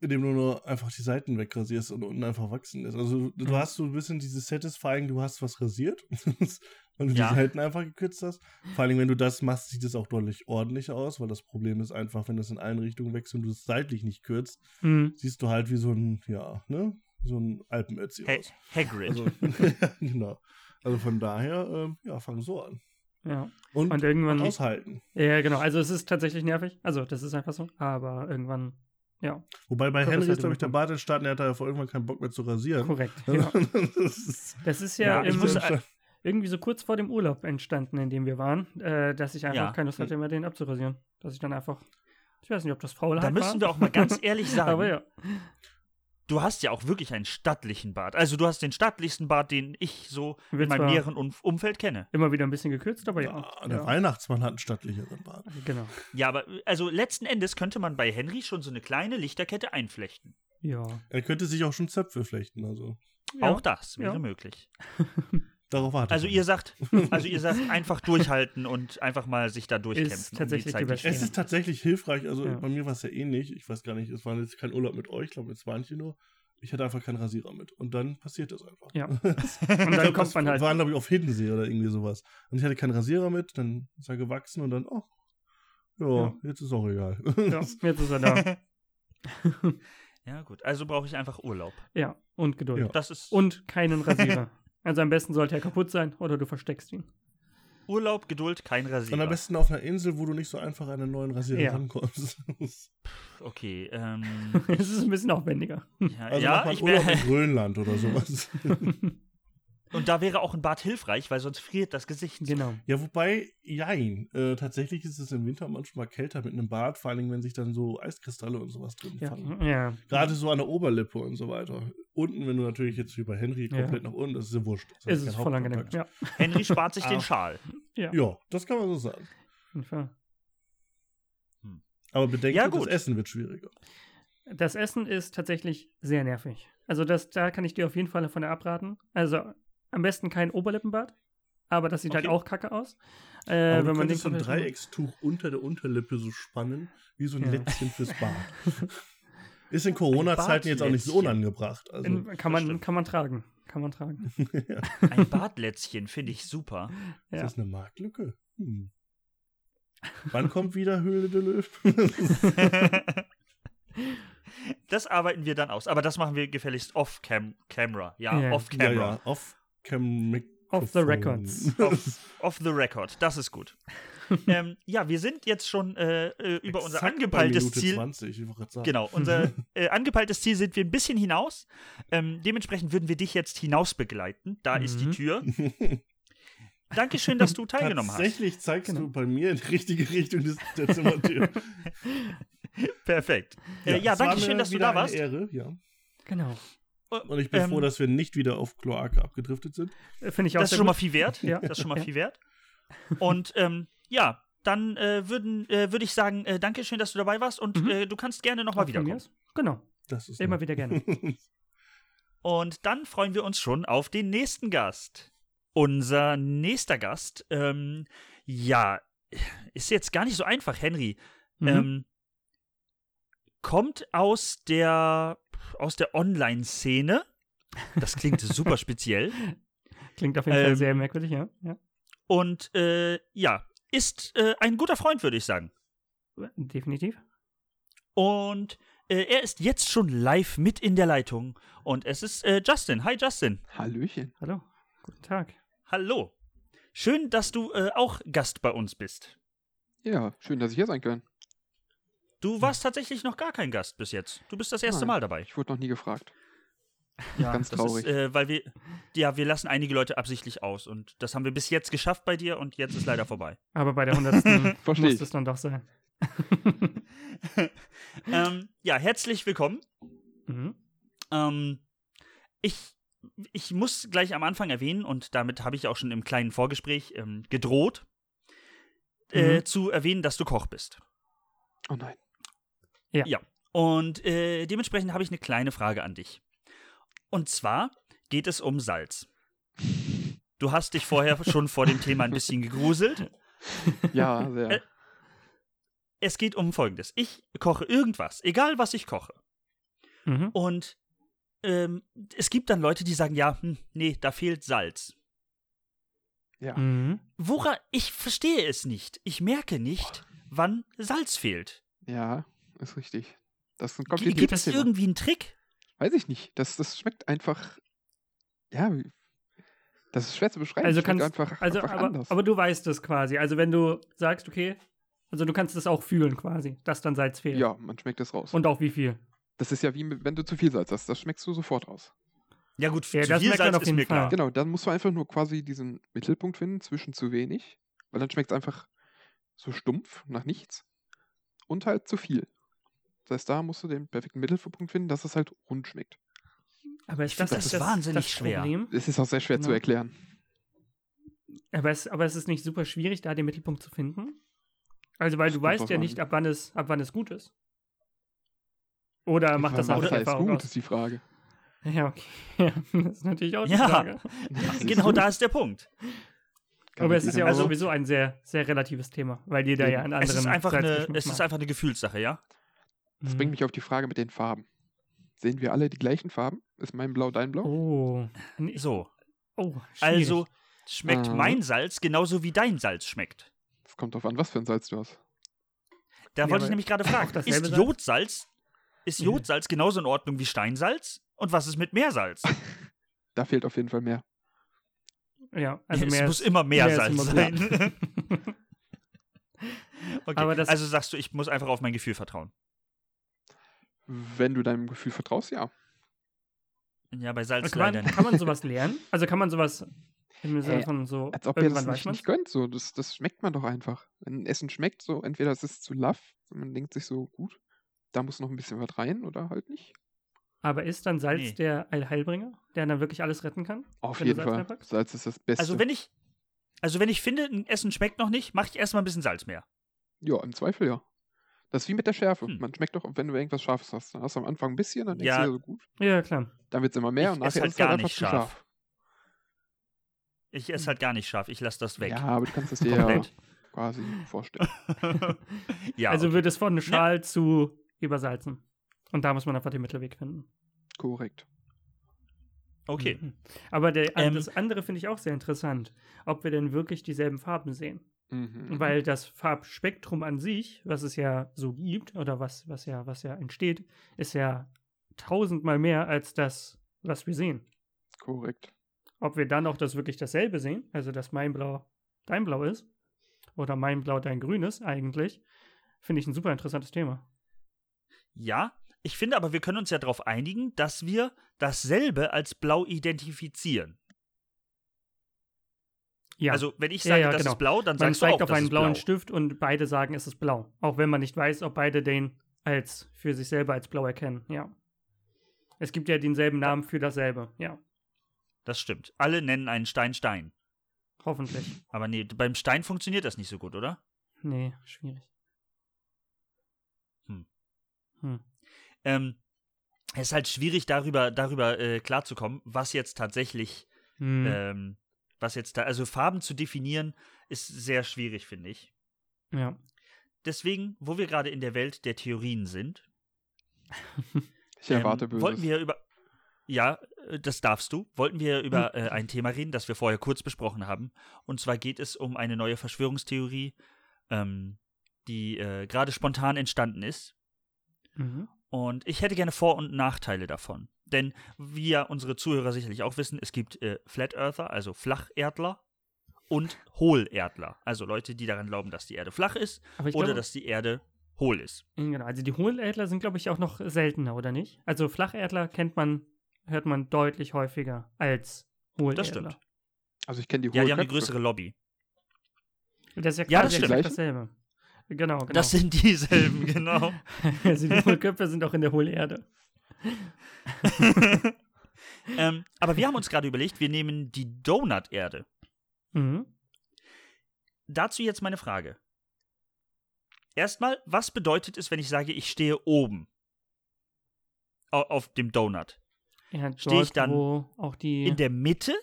[SPEAKER 6] indem du nur einfach die Seiten wegrasierst und unten einfach wachsen lässt. Also, du
[SPEAKER 2] Mhm.
[SPEAKER 6] hast so ein bisschen dieses Satisfying, du hast was rasiert und die
[SPEAKER 1] Ja.
[SPEAKER 6] Seiten einfach gekürzt hast. Vor allem, wenn du das machst, sieht es auch deutlich ordentlich aus, weil das Problem ist einfach, wenn das in allen Richtungen wächst und du es seitlich nicht kürzt,
[SPEAKER 2] Mhm.
[SPEAKER 6] siehst du halt wie so ein, ja, ne? So ein Alpenötzi
[SPEAKER 1] Ha
[SPEAKER 6] aus.
[SPEAKER 1] Hagrid.
[SPEAKER 6] Also, genau. Also von daher, ähm, ja, fang so an.
[SPEAKER 2] Ja.
[SPEAKER 6] Und,
[SPEAKER 2] Und irgendwann.
[SPEAKER 6] aushalten.
[SPEAKER 2] Ja, genau. Also es ist tatsächlich nervig. Also das ist einfach so. Aber irgendwann, ja,
[SPEAKER 6] Wobei bei
[SPEAKER 2] Ich glaub, das
[SPEAKER 6] Henry ist,
[SPEAKER 2] hätte
[SPEAKER 6] glaube ich, der
[SPEAKER 2] man-
[SPEAKER 6] Bart entstanden, der hat da vor irgendwann keinen Bock mehr zu rasieren.
[SPEAKER 2] korrekt. Ja.
[SPEAKER 6] das ist,
[SPEAKER 2] Das ist
[SPEAKER 1] Ja,
[SPEAKER 2] ja,
[SPEAKER 1] ich
[SPEAKER 2] im-
[SPEAKER 1] muss-
[SPEAKER 2] irgendwie so kurz vor dem Urlaub entstanden, in dem wir waren, äh, dass ich einfach
[SPEAKER 1] Ja.
[SPEAKER 2] keine Lust hatte, mehr den abzurasieren. Dass ich dann einfach, ich weiß nicht, ob das faul
[SPEAKER 1] Da müssen wir auch mal ganz ehrlich sagen,
[SPEAKER 2] Aber ja.
[SPEAKER 1] du hast ja auch wirklich einen stattlichen Bart. Also du hast den stattlichsten Bart, den ich so
[SPEAKER 2] Wird
[SPEAKER 1] in meinem
[SPEAKER 2] zwar-
[SPEAKER 1] näheren um Umfeld kenne.
[SPEAKER 2] Immer wieder ein bisschen gekürzt, aber ja.
[SPEAKER 6] ah, der Weihnachtsmann hat einen stattlicheren Bart.
[SPEAKER 2] Genau.
[SPEAKER 1] Ja, aber also letzten Endes könnte man bei Henry schon so eine kleine Lichterkette einflechten.
[SPEAKER 2] Ja.
[SPEAKER 6] Er könnte sich auch schon Zöpfe flechten, also
[SPEAKER 2] ja.
[SPEAKER 1] Auch das wäre
[SPEAKER 2] Ja.
[SPEAKER 1] möglich.
[SPEAKER 6] darauf wartet
[SPEAKER 1] Also
[SPEAKER 6] man.
[SPEAKER 1] ihr sagt, also ihr sagt einfach durchhalten und einfach mal sich da durchkämpfen. um
[SPEAKER 2] tatsächlich die beste
[SPEAKER 1] nicht-
[SPEAKER 6] Es ist tatsächlich hilfreich, also
[SPEAKER 2] Ja.
[SPEAKER 6] bei mir war es ja ähnlich, ich weiß gar nicht, es war jetzt kein Urlaub mit euch, ich glaube, jetzt waren hier nur. Ich hatte einfach keinen Rasierer mit. Und dann passiert das einfach.
[SPEAKER 2] Ja. Und
[SPEAKER 6] Und
[SPEAKER 2] dann kommt man
[SPEAKER 6] War,
[SPEAKER 2] halt.
[SPEAKER 6] glaube ich, auf Hiddensee oder irgendwie sowas. Und ich hatte keinen Rasierer mit, dann ist er gewachsen und dann, oh, ja,
[SPEAKER 2] Ja.
[SPEAKER 6] jetzt ist auch egal.
[SPEAKER 2] Ja, jetzt ist er da.
[SPEAKER 1] Ja, gut. Also brauche ich einfach Urlaub.
[SPEAKER 2] Ja, und Geduld.
[SPEAKER 6] Ja.
[SPEAKER 1] Das ist
[SPEAKER 2] Und keinen Rasierer. also am besten sollte er kaputt sein oder du versteckst ihn.
[SPEAKER 1] Urlaub, Geduld, kein Rasierer.
[SPEAKER 6] Und am besten auf einer Insel, wo du nicht so einfach an einen neuen Rasierer
[SPEAKER 2] Ja.
[SPEAKER 6] rankommst.
[SPEAKER 1] Okay, ähm,
[SPEAKER 2] es ist ein bisschen aufwendiger.
[SPEAKER 1] ja,
[SPEAKER 6] Also mach
[SPEAKER 1] ja
[SPEAKER 6] mal
[SPEAKER 1] ich
[SPEAKER 6] Urlaub in
[SPEAKER 2] halt
[SPEAKER 1] wär,
[SPEAKER 6] Grönland oder sowas.
[SPEAKER 1] und da wäre auch ein Bad hilfreich, weil sonst friert das Gesicht.
[SPEAKER 2] genau.
[SPEAKER 6] Ja, wobei, jein. Äh, tatsächlich ist es im Winter manchmal kälter mit einem Bart, vor allen Dingen, wenn sich dann so Eiskristalle und sowas drin
[SPEAKER 2] Ja. mhm.
[SPEAKER 6] fangen.
[SPEAKER 2] ja.
[SPEAKER 6] Gerade so an der Oberlippe und so weiter. Unten, wenn du natürlich jetzt über Henry
[SPEAKER 2] Ja.
[SPEAKER 6] komplett nach unten, das ist ja wurscht. Das
[SPEAKER 2] Es
[SPEAKER 6] kein
[SPEAKER 2] ist voll angenehm.
[SPEAKER 6] Hautkontakt.
[SPEAKER 2] Ja, auf
[SPEAKER 1] Henry spart sich den
[SPEAKER 6] Ah.
[SPEAKER 1] Schal.
[SPEAKER 6] ja, das kann man so sagen.
[SPEAKER 2] jeden Fall.
[SPEAKER 6] Aber bedenkt,
[SPEAKER 1] Ja,
[SPEAKER 6] das
[SPEAKER 1] gut.
[SPEAKER 6] Essen wird schwieriger.
[SPEAKER 2] Das Essen ist tatsächlich sehr nervig. Also das, da kann ich dir auf jeden Fall davon abraten. Also am besten kein Oberlippenbart, aber das sieht halt
[SPEAKER 1] Okay.
[SPEAKER 2] auch kacke aus. Äh,
[SPEAKER 6] Aber
[SPEAKER 2] wenn man
[SPEAKER 6] du
[SPEAKER 2] den
[SPEAKER 6] könntest
[SPEAKER 1] halt
[SPEAKER 6] so ein
[SPEAKER 2] komplett-
[SPEAKER 6] Dreieckstuch unter der Unterlippe so spannen, wie so ein
[SPEAKER 2] Ja.
[SPEAKER 6] Lätzchen fürs Bad. Ist in
[SPEAKER 1] Ein
[SPEAKER 6] Corona-Zeiten jetzt auch nicht so
[SPEAKER 1] Badlätzchen.
[SPEAKER 6] unangebracht. Also,
[SPEAKER 2] In, kann, man,
[SPEAKER 1] stimmt.
[SPEAKER 2] kann man tragen. Kann man tragen.
[SPEAKER 1] Ein Bartlätzchen finde ich super.
[SPEAKER 6] ist
[SPEAKER 2] Ja.
[SPEAKER 6] das eine Marktlücke? Hm. Wann kommt wieder Höhle der Löwen?
[SPEAKER 1] das arbeiten wir dann aus. Aber das machen wir gefälligst off-cam camera. Ja,
[SPEAKER 2] Ja.
[SPEAKER 6] ja,
[SPEAKER 1] off-camera.
[SPEAKER 6] ja, off cam
[SPEAKER 2] Off the records.
[SPEAKER 1] Off, off the record. Das ist gut. ähm, ja, wir sind jetzt schon äh, äh, über unser angepeiltes
[SPEAKER 6] Minute
[SPEAKER 1] Ziel.
[SPEAKER 6] 20, ich wollte gerade sagen.
[SPEAKER 1] Genau, unser äh, angepeiltes Ziel sind wir ein bisschen hinaus. Ähm, dementsprechend würden wir dich jetzt hinaus begleiten. Da ist die
[SPEAKER 2] Mhm.
[SPEAKER 1] Tür. Dankeschön, dass du teilgenommen hast.
[SPEAKER 6] Tatsächlich zeigst
[SPEAKER 2] Genau.
[SPEAKER 6] du bei mir in die richtige Richtung des, der Zimmertür.
[SPEAKER 1] Perfekt. Ja, äh, ja
[SPEAKER 6] es war
[SPEAKER 1] danke schön,
[SPEAKER 6] mir
[SPEAKER 1] dass du
[SPEAKER 6] wieder
[SPEAKER 1] da
[SPEAKER 6] eine
[SPEAKER 1] warst.
[SPEAKER 6] Ehre, ja.
[SPEAKER 2] Genau.
[SPEAKER 6] Und ich bin
[SPEAKER 1] Ähm,
[SPEAKER 6] froh, dass wir nicht wieder auf Kloake abgedriftet sind.
[SPEAKER 2] Äh, Finde ich auch
[SPEAKER 1] Das ist
[SPEAKER 2] sehr
[SPEAKER 1] schon mal
[SPEAKER 2] gut.
[SPEAKER 1] viel wert.
[SPEAKER 2] Ja.
[SPEAKER 1] Das ist schon mal
[SPEAKER 2] Ja.
[SPEAKER 1] viel wert. Und ähm, ja, dann äh, würden, äh, würde ich sagen, äh, Dankeschön, dass du dabei warst und
[SPEAKER 2] Mhm.
[SPEAKER 1] äh, du kannst gerne nochmal
[SPEAKER 2] Auch von mir
[SPEAKER 1] wiederkommen.
[SPEAKER 2] aus. Genau.
[SPEAKER 6] Das ist
[SPEAKER 2] Immer
[SPEAKER 6] nett.
[SPEAKER 2] wieder gerne.
[SPEAKER 1] Und dann freuen wir uns schon auf den nächsten Gast. Unser nächster Gast, ähm, ja, ist jetzt gar nicht so einfach, Henry.
[SPEAKER 2] Mhm.
[SPEAKER 1] Ähm, kommt aus der aus der Online-Szene. Das klingt super speziell.
[SPEAKER 2] Klingt auf jeden Fall
[SPEAKER 1] ähm,
[SPEAKER 2] sehr merkwürdig, ja. ja.
[SPEAKER 1] Und äh, ja, ist äh, ein guter Freund, würde ich sagen.
[SPEAKER 2] Definitiv.
[SPEAKER 1] Und äh, er ist jetzt schon live mit in der Leitung. Und es ist äh, Justin. Hi, Justin.
[SPEAKER 7] Hallöchen.
[SPEAKER 2] Hallo. Guten Tag.
[SPEAKER 1] Hallo. Schön, dass du äh, auch Gast bei uns bist.
[SPEAKER 7] Ja, schön, dass ich hier sein kann.
[SPEAKER 1] Du warst tatsächlich noch gar kein Gast bis jetzt. Du bist das erste
[SPEAKER 7] Nein.
[SPEAKER 1] Mal dabei.
[SPEAKER 7] Ich wurde noch nie gefragt.
[SPEAKER 1] Ja,
[SPEAKER 7] ganz
[SPEAKER 1] das
[SPEAKER 7] traurig.
[SPEAKER 1] Ist, äh, weil wir, ja, wir lassen einige Leute absichtlich aus. Und das haben wir bis jetzt geschafft bei dir und jetzt ist leider vorbei.
[SPEAKER 2] Aber bei der 100.
[SPEAKER 7] Versteh
[SPEAKER 2] muss
[SPEAKER 7] ich.
[SPEAKER 2] es dann doch sein.
[SPEAKER 1] ähm, ja, herzlich willkommen.
[SPEAKER 2] Mhm.
[SPEAKER 1] Ähm, ich, ich muss gleich am Anfang erwähnen, und damit habe ich auch schon im kleinen Vorgespräch ähm, gedroht, äh,
[SPEAKER 2] Mhm.
[SPEAKER 1] zu erwähnen, dass du Koch bist.
[SPEAKER 7] Oh nein.
[SPEAKER 1] Und äh, dementsprechend habe ich eine kleine Frage an dich. Und zwar geht es um Salz. Du hast dich vorher schon vor dem Thema ein bisschen gegruselt.
[SPEAKER 7] Ja, sehr.
[SPEAKER 1] Es geht um Folgendes. Ich koche irgendwas, egal was ich koche.
[SPEAKER 2] Mhm.
[SPEAKER 1] Und ähm, es gibt dann Leute, die sagen, ja, hm, nee, da fehlt Salz.
[SPEAKER 7] Ja.
[SPEAKER 2] Mhm.
[SPEAKER 1] Wora, ich verstehe es nicht. Ich merke nicht, wann Salz fehlt.
[SPEAKER 7] Ja, ist richtig. Das ist ein
[SPEAKER 1] G gibt
[SPEAKER 7] kompliziertes
[SPEAKER 1] es
[SPEAKER 7] Thema.
[SPEAKER 1] irgendwie einen Trick?
[SPEAKER 7] Weiß ich nicht. Das, das schmeckt einfach. Ja, wie- das ist schwer zu beschreiben.
[SPEAKER 2] Also
[SPEAKER 7] Es schmeckt
[SPEAKER 2] kannst-
[SPEAKER 7] einfach,
[SPEAKER 2] Also,
[SPEAKER 7] einfach
[SPEAKER 2] aber,
[SPEAKER 7] anders.
[SPEAKER 2] aber du weißt es quasi. Also, wenn du sagst, okay, also du kannst es auch fühlen quasi, dass dann Salz fehlt.
[SPEAKER 7] ja, man schmeckt es raus.
[SPEAKER 2] Und auch wie viel.
[SPEAKER 7] das ist ja wie mit- wenn du zu viel Salz hast. Das schmeckst du sofort raus.
[SPEAKER 1] Ja gut,
[SPEAKER 2] Ja,
[SPEAKER 1] zu
[SPEAKER 2] das
[SPEAKER 1] viel
[SPEAKER 2] merkt man
[SPEAKER 1] Salz
[SPEAKER 2] auf
[SPEAKER 1] ist
[SPEAKER 2] jeden
[SPEAKER 1] mir
[SPEAKER 2] Fall.
[SPEAKER 1] klar.
[SPEAKER 7] Genau, dann musst du einfach nur quasi diesen Mittelpunkt finden zwischen zu wenig, weil dann schmeckt es einfach so stumpf nach nichts und halt zu viel. Das heißt, da musst du den perfekten Mittelpunkt finden, dass es halt rund schmeckt.
[SPEAKER 2] Aber
[SPEAKER 1] Ich
[SPEAKER 2] ist
[SPEAKER 1] find, das
[SPEAKER 2] das,
[SPEAKER 1] ist
[SPEAKER 2] nicht das
[SPEAKER 1] wahnsinnig
[SPEAKER 2] das
[SPEAKER 1] schwer.
[SPEAKER 2] Problem?
[SPEAKER 7] Es ist auch sehr schwer zu
[SPEAKER 2] Ja.
[SPEAKER 7] erklären.
[SPEAKER 2] Aber es, aber es ist nicht super schwierig, da den Mittelpunkt zu finden. Also, weil
[SPEAKER 7] Das
[SPEAKER 2] du
[SPEAKER 7] kommt drauf
[SPEAKER 2] weißt ja
[SPEAKER 7] an.
[SPEAKER 2] nicht, ab wann es, ab wann es gut ist. Oder macht das
[SPEAKER 7] Wann
[SPEAKER 2] auch
[SPEAKER 7] das
[SPEAKER 2] die
[SPEAKER 7] heißt
[SPEAKER 2] Erfahrung
[SPEAKER 7] gut,
[SPEAKER 2] aus?
[SPEAKER 7] ist die Frage.
[SPEAKER 2] Ja, okay. Ja, das ist natürlich auch die
[SPEAKER 1] Ja.
[SPEAKER 2] Frage.
[SPEAKER 7] Was ist
[SPEAKER 1] Genau
[SPEAKER 7] gut?
[SPEAKER 1] da ist der Punkt.
[SPEAKER 7] Kann
[SPEAKER 2] aber es ist
[SPEAKER 7] natürlich
[SPEAKER 2] ja
[SPEAKER 7] sein.
[SPEAKER 1] Also-
[SPEAKER 2] sowieso ein sehr, sehr relatives Thema, weil jeder ja einen anderen
[SPEAKER 1] Es ist, einfach eine,
[SPEAKER 2] Salzgeschmack
[SPEAKER 1] es ist
[SPEAKER 2] mag.
[SPEAKER 1] einfach eine Gefühlssache, ja?
[SPEAKER 7] Das bringt mich auf die Frage mit den Farben. Sehen wir alle die gleichen Farben? Ist mein Blau dein Blau?
[SPEAKER 2] Oh. Nee,
[SPEAKER 1] So.
[SPEAKER 2] oh schwierig.
[SPEAKER 1] Also schmeckt
[SPEAKER 7] Ah.
[SPEAKER 1] mein Salz genauso wie dein Salz schmeckt.
[SPEAKER 7] Es kommt drauf an, was für ein Salz du hast.
[SPEAKER 1] Da
[SPEAKER 2] Ja,
[SPEAKER 1] wollte
[SPEAKER 2] aber
[SPEAKER 1] ich nämlich gerade fragen,
[SPEAKER 2] dasselbe
[SPEAKER 1] ist
[SPEAKER 2] Salz?
[SPEAKER 1] Jodsalz Ist Jodsalz genauso in Ordnung wie Steinsalz? Und was ist mit Meersalz?
[SPEAKER 7] Da fehlt auf jeden Fall mehr.
[SPEAKER 2] Ja, also
[SPEAKER 1] es
[SPEAKER 2] mehr
[SPEAKER 1] muss
[SPEAKER 2] ist-
[SPEAKER 1] immer Meersalz
[SPEAKER 2] ist immer gut.
[SPEAKER 1] sein. okay.
[SPEAKER 2] Aber das-
[SPEAKER 1] also sagst du, ich muss einfach auf mein Gefühl vertrauen.
[SPEAKER 7] Wenn du deinem Gefühl vertraust, ja.
[SPEAKER 1] Ja, bei Salz
[SPEAKER 2] Also kann,
[SPEAKER 1] leider
[SPEAKER 2] man,
[SPEAKER 1] nicht.
[SPEAKER 2] kann man sowas lernen? Also kann man sowas im Sinne
[SPEAKER 7] Äh,
[SPEAKER 2] von so
[SPEAKER 7] Als ob ihr das
[SPEAKER 2] irgendwann
[SPEAKER 7] nicht,
[SPEAKER 2] weiß man
[SPEAKER 7] nicht gönnt. So. Das, das schmeckt man doch einfach. Wenn ein Essen schmeckt, so entweder es ist zu laff, und man denkt sich so, gut, da muss noch ein bisschen was rein oder halt nicht.
[SPEAKER 2] Aber ist dann Salz
[SPEAKER 1] Nee.
[SPEAKER 2] der Allheilbringer, der dann wirklich alles retten kann?
[SPEAKER 7] Auf
[SPEAKER 2] Wenn du
[SPEAKER 7] jeden
[SPEAKER 2] Salz
[SPEAKER 7] Fall.
[SPEAKER 2] reinpackst?
[SPEAKER 7] Salz ist das Beste.
[SPEAKER 1] Also wenn ich, also wenn ich finde, ein Essen schmeckt noch nicht, mache ich erstmal ein bisschen Salz mehr.
[SPEAKER 7] ja, im Zweifel ja. Das ist wie mit der Schärfe.
[SPEAKER 1] Hm.
[SPEAKER 7] Man schmeckt doch, wenn du irgendwas Scharfes hast. Dann hast du am Anfang ein bisschen, dann denkst
[SPEAKER 1] Ja.
[SPEAKER 7] du dir so gut.
[SPEAKER 2] Ja, klar.
[SPEAKER 7] Dann wird es immer mehr
[SPEAKER 1] Ich
[SPEAKER 7] und
[SPEAKER 1] esse
[SPEAKER 7] nachher
[SPEAKER 1] halt
[SPEAKER 7] ist es
[SPEAKER 1] gar
[SPEAKER 7] halt einfach
[SPEAKER 1] nicht
[SPEAKER 7] zu
[SPEAKER 1] scharf.
[SPEAKER 7] scharf.
[SPEAKER 1] Ich
[SPEAKER 2] Hm.
[SPEAKER 1] esse halt gar nicht scharf, ich lasse das weg.
[SPEAKER 7] Ja, aber du kannst es dir ja
[SPEAKER 2] Komplett.
[SPEAKER 7] quasi vorstellen.
[SPEAKER 1] ja
[SPEAKER 2] also
[SPEAKER 1] okay.
[SPEAKER 2] wird es von Schal zu übersalzen. Und da muss man einfach den Mittelweg finden.
[SPEAKER 7] Korrekt.
[SPEAKER 1] okay.
[SPEAKER 2] Mhm. Aber der,
[SPEAKER 1] Ähm.
[SPEAKER 2] das andere finde ich auch sehr interessant, ob wir denn wirklich dieselben Farben sehen.
[SPEAKER 7] Mhm.
[SPEAKER 2] Weil das Farbspektrum an sich, was es ja so gibt, oder was, was ja, was ja entsteht, ist ja tausendmal mehr als das, was wir sehen.
[SPEAKER 7] Korrekt.
[SPEAKER 2] Ob wir dann auch das wirklich dasselbe sehen, also dass mein Blau dein Blau ist, oder mein Blau dein Grün ist, eigentlich, finde ich ein super interessantes Thema.
[SPEAKER 1] Ja, ich finde aber, wir können uns ja darauf einigen, dass wir dasselbe als blau identifizieren.
[SPEAKER 2] Ja,
[SPEAKER 1] Also wenn ich
[SPEAKER 2] Ja,
[SPEAKER 1] sage,
[SPEAKER 2] ja,
[SPEAKER 1] das
[SPEAKER 2] genau.
[SPEAKER 1] ist blau, dann
[SPEAKER 2] man
[SPEAKER 1] sagst du auch,
[SPEAKER 2] zeigt auf
[SPEAKER 1] das
[SPEAKER 2] einen
[SPEAKER 1] ist blau.
[SPEAKER 2] blauen Stift und beide sagen, es ist blau. Auch wenn man nicht weiß, ob beide den als für sich selber als blau erkennen, ja. Es gibt ja denselben Namen für dasselbe, ja.
[SPEAKER 1] Das stimmt. Alle nennen einen Stein Stein.
[SPEAKER 2] Hoffentlich.
[SPEAKER 1] Aber nee, beim Stein funktioniert das nicht so gut, oder?
[SPEAKER 2] Nee, schwierig.
[SPEAKER 1] Hm.
[SPEAKER 2] Hm.
[SPEAKER 1] Ähm, es ist halt schwierig, darüber, darüber äh, klarzukommen, was jetzt tatsächlich,
[SPEAKER 2] Hm.
[SPEAKER 1] ähm, was jetzt da, also Farben zu definieren, ist sehr schwierig, finde ich.
[SPEAKER 2] ja.
[SPEAKER 1] Deswegen, wo wir gerade in der Welt der Theorien sind,
[SPEAKER 7] Ich erwarte
[SPEAKER 1] ähm,
[SPEAKER 7] Böses.
[SPEAKER 1] Wollten wir über. Ja, äh, das darfst du. Wollten wir über
[SPEAKER 2] Hm.
[SPEAKER 1] äh, ein Thema reden, das wir vorher kurz besprochen haben. Und zwar geht es um eine neue Verschwörungstheorie, ähm, die äh, gerade spontan entstanden ist.
[SPEAKER 2] Mhm.
[SPEAKER 1] Und ich hätte gerne Vor- und Nachteile davon. Denn wie ja unsere Zuhörer sicherlich auch wissen, es gibt äh, Flat Earther, also Flacherdler, und Hohlerdler, also Leute, die daran glauben, dass die Erde flach ist
[SPEAKER 2] Aber ich
[SPEAKER 1] oder
[SPEAKER 2] glaube,
[SPEAKER 1] dass die Erde hohl ist.
[SPEAKER 2] genau, also die Hohlädler sind, glaube ich, auch noch seltener, oder nicht? Also Flachädler kennt man, hört man deutlich häufiger als Hohlädler.
[SPEAKER 1] stimmt.
[SPEAKER 7] also ich kenne die hohe
[SPEAKER 1] Ja, die haben eine
[SPEAKER 7] Köpfe.
[SPEAKER 1] größere Lobby.
[SPEAKER 2] Das ist ja
[SPEAKER 1] Ja,
[SPEAKER 2] quasi
[SPEAKER 1] das
[SPEAKER 2] exakt
[SPEAKER 7] stimmt.
[SPEAKER 2] dasselbe. Genau, genau.
[SPEAKER 1] Das sind dieselben, genau.
[SPEAKER 2] also die Hohlköpfe sind auch in der Hohlerde.
[SPEAKER 1] ähm, aber wir haben uns gerade überlegt, wir nehmen die Donut-Erde.
[SPEAKER 2] Mhm.
[SPEAKER 1] Dazu jetzt meine Frage. Erstmal, was bedeutet es, wenn ich sage, ich stehe oben Au- auf dem Donut?
[SPEAKER 2] Ja, dort,
[SPEAKER 1] Steh ich dann
[SPEAKER 2] wo auch die
[SPEAKER 1] In der Mitte?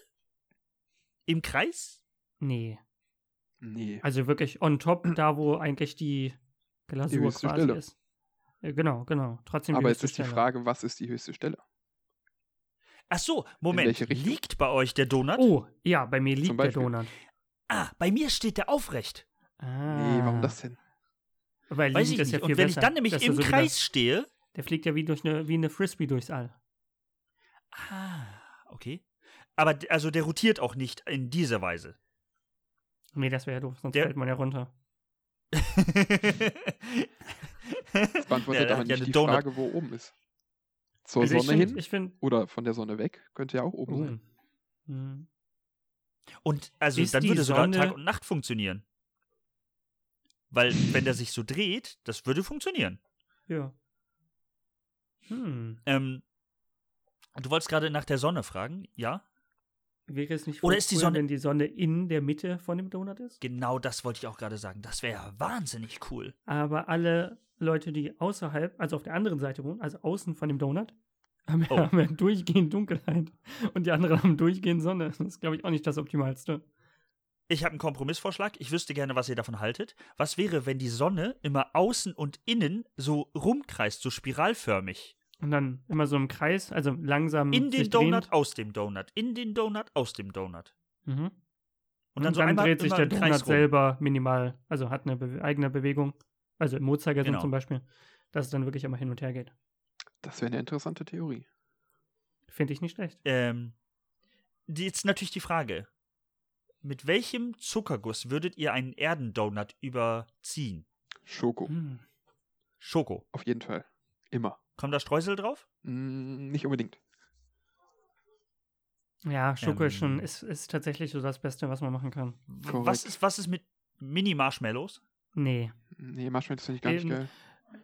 [SPEAKER 1] Im Kreis?
[SPEAKER 2] Nee,
[SPEAKER 7] Nee.
[SPEAKER 2] also wirklich on top, da wo eigentlich die Glasur
[SPEAKER 7] Die höchste
[SPEAKER 2] quasi
[SPEAKER 7] Stelle.
[SPEAKER 2] ist. Äh, Genau, genau. Trotzdem
[SPEAKER 7] Aber jetzt
[SPEAKER 2] höchste
[SPEAKER 7] ist die
[SPEAKER 2] Stelle.
[SPEAKER 7] Frage, was ist die höchste Stelle?
[SPEAKER 1] Ach so, Moment.
[SPEAKER 7] welche Richtung?
[SPEAKER 1] Liegt bei euch der Donut?
[SPEAKER 2] Oh, ja, bei mir
[SPEAKER 7] Zum
[SPEAKER 2] liegt der
[SPEAKER 7] Beispiel.
[SPEAKER 2] Donut.
[SPEAKER 1] Ah, bei mir steht der aufrecht.
[SPEAKER 2] Ah,
[SPEAKER 7] Nee, warum das denn?
[SPEAKER 2] Weil
[SPEAKER 1] Weiß ich
[SPEAKER 2] liegend ist
[SPEAKER 1] nicht.
[SPEAKER 2] ja viel
[SPEAKER 1] Und wenn ich
[SPEAKER 2] besser.
[SPEAKER 1] dann nämlich
[SPEAKER 2] Das ist
[SPEAKER 1] im
[SPEAKER 2] so wie
[SPEAKER 1] Kreis
[SPEAKER 2] Das,
[SPEAKER 1] stehe.
[SPEAKER 2] der fliegt ja wie, durch eine, wie eine Frisbee durchs All.
[SPEAKER 1] Ah, okay. Aber d- also der rotiert auch nicht in dieser Weise.
[SPEAKER 2] Nee, das wäre ja doof, sonst
[SPEAKER 1] Der-
[SPEAKER 2] fällt man ja runter.
[SPEAKER 1] das
[SPEAKER 7] Beantwortet aber nicht die Frage, wo oben ist. Zur
[SPEAKER 2] Also ich
[SPEAKER 7] Sonne
[SPEAKER 2] find-
[SPEAKER 7] hin
[SPEAKER 2] Ich finde.
[SPEAKER 7] oder von der Sonne weg könnte ja auch oben sein.
[SPEAKER 2] hm,
[SPEAKER 1] Und also
[SPEAKER 2] Ist
[SPEAKER 1] dann
[SPEAKER 2] die
[SPEAKER 1] würde sogar
[SPEAKER 2] Sonne-
[SPEAKER 1] Tag und Nacht funktionieren. Weil wenn der sich so dreht, das würde funktionieren.
[SPEAKER 2] Ja. Hm.
[SPEAKER 1] Ähm, du wolltest gerade nach der Sonne fragen, ja?
[SPEAKER 2] Wäre es nicht voll
[SPEAKER 1] Oder ist die
[SPEAKER 2] cool,
[SPEAKER 1] Sonne-
[SPEAKER 2] wenn die Sonne in der Mitte von dem Donut ist?
[SPEAKER 1] Genau das wollte ich auch gerade sagen. Das wäre ja wahnsinnig cool.
[SPEAKER 2] Aber alle Leute, die außerhalb, also auf der anderen Seite wohnen, also außen von dem Donut, haben,
[SPEAKER 1] Oh.
[SPEAKER 2] haben ja durchgehend Dunkelheit. Und die anderen haben durchgehend Sonne. Das ist, glaube ich, auch nicht das Optimalste.
[SPEAKER 1] Ich habe einen Kompromissvorschlag. Ich wüsste gerne, was ihr davon haltet. Was wäre, wenn die Sonne immer außen und innen so rumkreist, so spiralförmig?
[SPEAKER 2] Und dann immer so im Kreis, also langsam.
[SPEAKER 1] In den
[SPEAKER 2] sich
[SPEAKER 1] Donut,
[SPEAKER 2] drehend.
[SPEAKER 1] aus dem Donut, in den Donut, aus dem Donut.
[SPEAKER 2] Mhm.
[SPEAKER 1] Und dann, so einmal
[SPEAKER 2] dreht sich
[SPEAKER 1] immer im
[SPEAKER 2] der
[SPEAKER 1] Kreis rum.
[SPEAKER 2] Donut selber minimal, also hat eine Be eigene Bewegung. Also im Uhrzeigersinn
[SPEAKER 1] Genau.
[SPEAKER 2] zum Beispiel, dass es dann wirklich immer hin und her geht.
[SPEAKER 7] Das wäre eine interessante Theorie.
[SPEAKER 2] Finde ich nicht schlecht.
[SPEAKER 1] Ähm, die, jetzt natürlich die Frage: Mit welchem Zuckerguss würdet ihr einen Erdendonut überziehen?
[SPEAKER 7] Schoko.
[SPEAKER 2] Hm.
[SPEAKER 1] Schoko.
[SPEAKER 7] Auf jeden Fall. Immer.
[SPEAKER 1] Kommt da Streusel drauf?
[SPEAKER 7] Mm, nicht unbedingt.
[SPEAKER 2] Ja, Schoko ist schon,
[SPEAKER 1] Ähm.
[SPEAKER 2] ist, ist tatsächlich so das Beste, was man machen kann.
[SPEAKER 1] W-
[SPEAKER 7] Korrekt.
[SPEAKER 1] Was ist, was ist mit Mini-Marshmallows?
[SPEAKER 2] Nee.
[SPEAKER 7] Nee, Marshmallows finde ich gar nicht
[SPEAKER 2] Ähm,
[SPEAKER 7] geil.
[SPEAKER 1] Oh.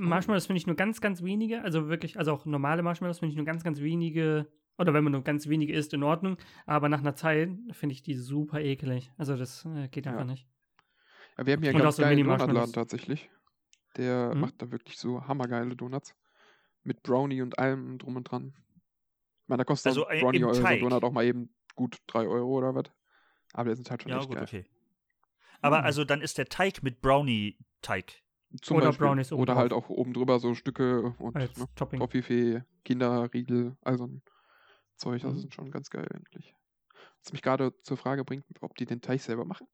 [SPEAKER 2] Marshmallows finde ich nur ganz, ganz wenige, also wirklich, also auch normale Marshmallows finde ich nur ganz, ganz wenige, oder wenn man nur ganz wenige isst, in Ordnung, aber nach einer Zeit finde ich die super eklig. Also das äh, geht
[SPEAKER 7] Ja.
[SPEAKER 2] einfach nicht.
[SPEAKER 7] Ja, wir haben hier
[SPEAKER 2] Und
[SPEAKER 7] einen ganz
[SPEAKER 2] auch so
[SPEAKER 7] geilen
[SPEAKER 2] Mini-Marshmallows.
[SPEAKER 7] Donutladen tatsächlich. Der
[SPEAKER 2] Hm?
[SPEAKER 7] macht da wirklich so hammergeile Donuts. Mit Brownie und allem drum und dran. Ich meine, da kostet
[SPEAKER 1] Also,
[SPEAKER 7] so
[SPEAKER 1] äh,
[SPEAKER 7] ein Brownie
[SPEAKER 1] im
[SPEAKER 7] oder so ein
[SPEAKER 1] Teig.
[SPEAKER 7] Donut auch mal eben gut 3 Euro oder was. Aber der sind halt schon
[SPEAKER 1] Ja,
[SPEAKER 7] echt
[SPEAKER 1] gut,
[SPEAKER 7] geil.
[SPEAKER 1] okay. Aber
[SPEAKER 2] Hm.
[SPEAKER 1] also dann ist der Teig mit Brownie-Teig.
[SPEAKER 7] Zum
[SPEAKER 2] Oder
[SPEAKER 7] Beispiel.
[SPEAKER 2] Brownies oben
[SPEAKER 7] Oder
[SPEAKER 2] drauf. Ah,
[SPEAKER 7] halt auch oben drüber so Stücke und
[SPEAKER 2] Als
[SPEAKER 7] ne,
[SPEAKER 2] Topping.
[SPEAKER 7] Toffifee, Kinderriegel, also ein Zeug, das
[SPEAKER 2] Mhm.
[SPEAKER 7] sind schon ganz geil eigentlich. Was mich gerade zur Frage bringt, ob die den Teig selber machen.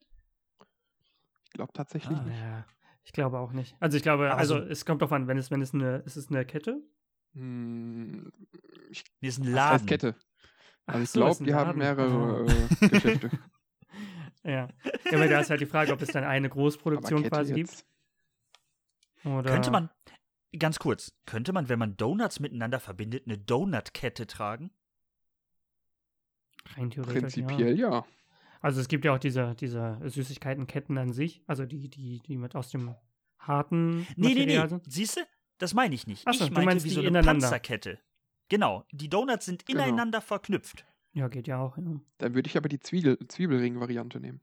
[SPEAKER 7] Ich glaube tatsächlich
[SPEAKER 1] Ah.
[SPEAKER 7] nicht.
[SPEAKER 2] Ja, ich glaube auch nicht. Also ich glaube,
[SPEAKER 1] Aber
[SPEAKER 2] also
[SPEAKER 1] so-
[SPEAKER 2] es kommt drauf an, wenn es, wenn es eine, ist es eine Kette?
[SPEAKER 7] Hm,
[SPEAKER 1] Nee, ist ein
[SPEAKER 7] das heißt
[SPEAKER 1] Laden.
[SPEAKER 7] Kette. Also
[SPEAKER 2] Ach
[SPEAKER 7] ich
[SPEAKER 2] so, ist ein
[SPEAKER 7] glaube, die haben
[SPEAKER 2] Laden. Ah.
[SPEAKER 7] mehrere äh, Geschäfte.
[SPEAKER 2] Ja. ja, aber da ist halt die Frage, ob es dann eine
[SPEAKER 7] Aber
[SPEAKER 2] Großproduktion
[SPEAKER 7] Kette
[SPEAKER 2] quasi
[SPEAKER 7] jetzt,
[SPEAKER 2] gibt. Oder
[SPEAKER 1] Könnte man, ganz kurz, könnte man, wenn man Donuts miteinander verbindet, eine Donutkette tragen?
[SPEAKER 2] rein theoretisch. Ja.
[SPEAKER 7] prinzipiell ja.
[SPEAKER 2] Also es gibt ja auch diese, diese Süßigkeitenketten an sich, also die, die, die mit aus dem harten
[SPEAKER 1] Nee, nee,
[SPEAKER 2] Material
[SPEAKER 1] nee.
[SPEAKER 2] sind.
[SPEAKER 1] Siehst du? Das meine ich nicht.
[SPEAKER 2] Ach so,
[SPEAKER 1] ich
[SPEAKER 2] du
[SPEAKER 1] meinte
[SPEAKER 2] meinst
[SPEAKER 1] wie
[SPEAKER 2] die
[SPEAKER 1] so eine
[SPEAKER 2] ineinander.
[SPEAKER 1] Panzerkette. Genau. Die Donuts sind
[SPEAKER 7] Genau.
[SPEAKER 1] ineinander verknüpft.
[SPEAKER 2] Ja, geht ja auch. Ja.
[SPEAKER 7] Dann würde ich aber die Zwiebel Zwiebelring-Variante nehmen.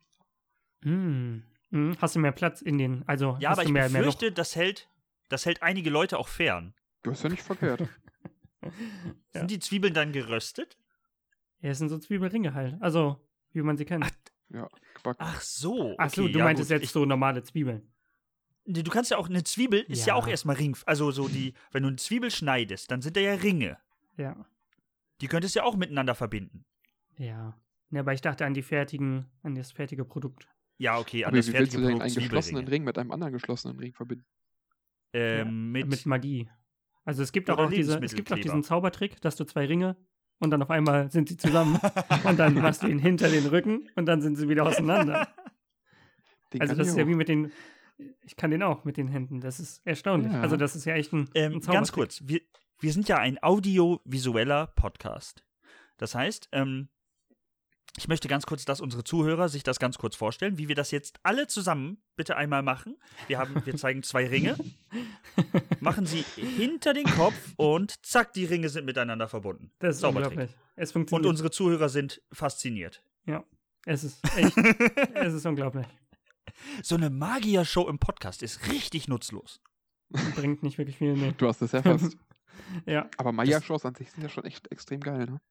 [SPEAKER 2] Mm. Mm. Hast du mehr Platz in den, also
[SPEAKER 1] Hm. Ja,
[SPEAKER 2] hast
[SPEAKER 1] aber
[SPEAKER 2] du
[SPEAKER 1] ich
[SPEAKER 2] mehr, mehr Luft.
[SPEAKER 1] befürchte, das hält, das hält einige Leute auch fern.
[SPEAKER 7] Das ist ja nicht verkehrt.
[SPEAKER 2] Ja.
[SPEAKER 1] Sind die Zwiebeln dann geröstet?
[SPEAKER 2] Ja, es sind so Zwiebelringe halt. Also, wie man sie kennt. Ach,
[SPEAKER 7] Ja, Quark.
[SPEAKER 1] Ach so.
[SPEAKER 2] so,
[SPEAKER 1] okay,
[SPEAKER 2] du
[SPEAKER 1] ja,
[SPEAKER 2] meintest
[SPEAKER 1] gut.
[SPEAKER 2] jetzt so normale Zwiebeln.
[SPEAKER 1] Nee, Du kannst ja auch, eine Zwiebel ist ja,
[SPEAKER 2] Ja.
[SPEAKER 1] auch erstmal Ring. Also so die, wenn du eine Zwiebel schneidest, dann sind da ja Ringe.
[SPEAKER 2] Ja.
[SPEAKER 1] Die könntest du ja auch miteinander verbinden.
[SPEAKER 2] Ja. Ne, aber ich dachte an die fertigen, an das fertige Produkt.
[SPEAKER 1] Ja, okay, an
[SPEAKER 7] aber
[SPEAKER 1] das
[SPEAKER 7] wie willst
[SPEAKER 1] fertige
[SPEAKER 7] du denn
[SPEAKER 1] Produkt
[SPEAKER 7] einen geschlossenen
[SPEAKER 1] Zwiebelringe.
[SPEAKER 7] Ring mit einem anderen geschlossenen Ring verbinden?
[SPEAKER 1] Ähm,
[SPEAKER 2] Mit,
[SPEAKER 1] mit,
[SPEAKER 2] Magie. Also es gibt auch,
[SPEAKER 1] Oder
[SPEAKER 2] auch diese, es gibt auch
[SPEAKER 1] Lebensmittelkleber.
[SPEAKER 2] diesen Zaubertrick, dass du zwei Ringe und dann auf einmal sind sie zusammen und dann machst du ihn hinter den Rücken und dann sind sie wieder auseinander.
[SPEAKER 7] Den
[SPEAKER 2] also
[SPEAKER 7] kann
[SPEAKER 2] das
[SPEAKER 7] ich
[SPEAKER 2] ist ja
[SPEAKER 7] auch.
[SPEAKER 2] wie mit den, ich kann den auch mit den Händen. Das ist erstaunlich.
[SPEAKER 7] Ja.
[SPEAKER 2] Also das ist ja echt ein,
[SPEAKER 1] Ähm,
[SPEAKER 2] ein
[SPEAKER 1] ganz kurz, wir, wir sind ja ein audiovisueller Podcast. Das heißt, ähm, ich möchte ganz kurz, dass unsere Zuhörer sich das ganz kurz vorstellen, wie wir das jetzt alle zusammen bitte einmal machen. Wir, haben, wir zeigen zwei Ringe, machen sie hinter den Kopf und zack, die Ringe sind miteinander verbunden.
[SPEAKER 2] Das ist
[SPEAKER 1] Zaubertrick.
[SPEAKER 2] unglaublich. Es
[SPEAKER 1] Und
[SPEAKER 2] funktioniert.
[SPEAKER 1] unsere Zuhörer sind fasziniert.
[SPEAKER 2] es ist echt, es ist unglaublich.
[SPEAKER 1] So eine Magier-Show im Podcast ist richtig nutzlos.
[SPEAKER 2] Bringt nicht wirklich viel. Nee.
[SPEAKER 7] Du hast es ja fast.
[SPEAKER 2] Ja,
[SPEAKER 7] Aber Maya-Shows an sich sind ja schon echt extrem geil, ne?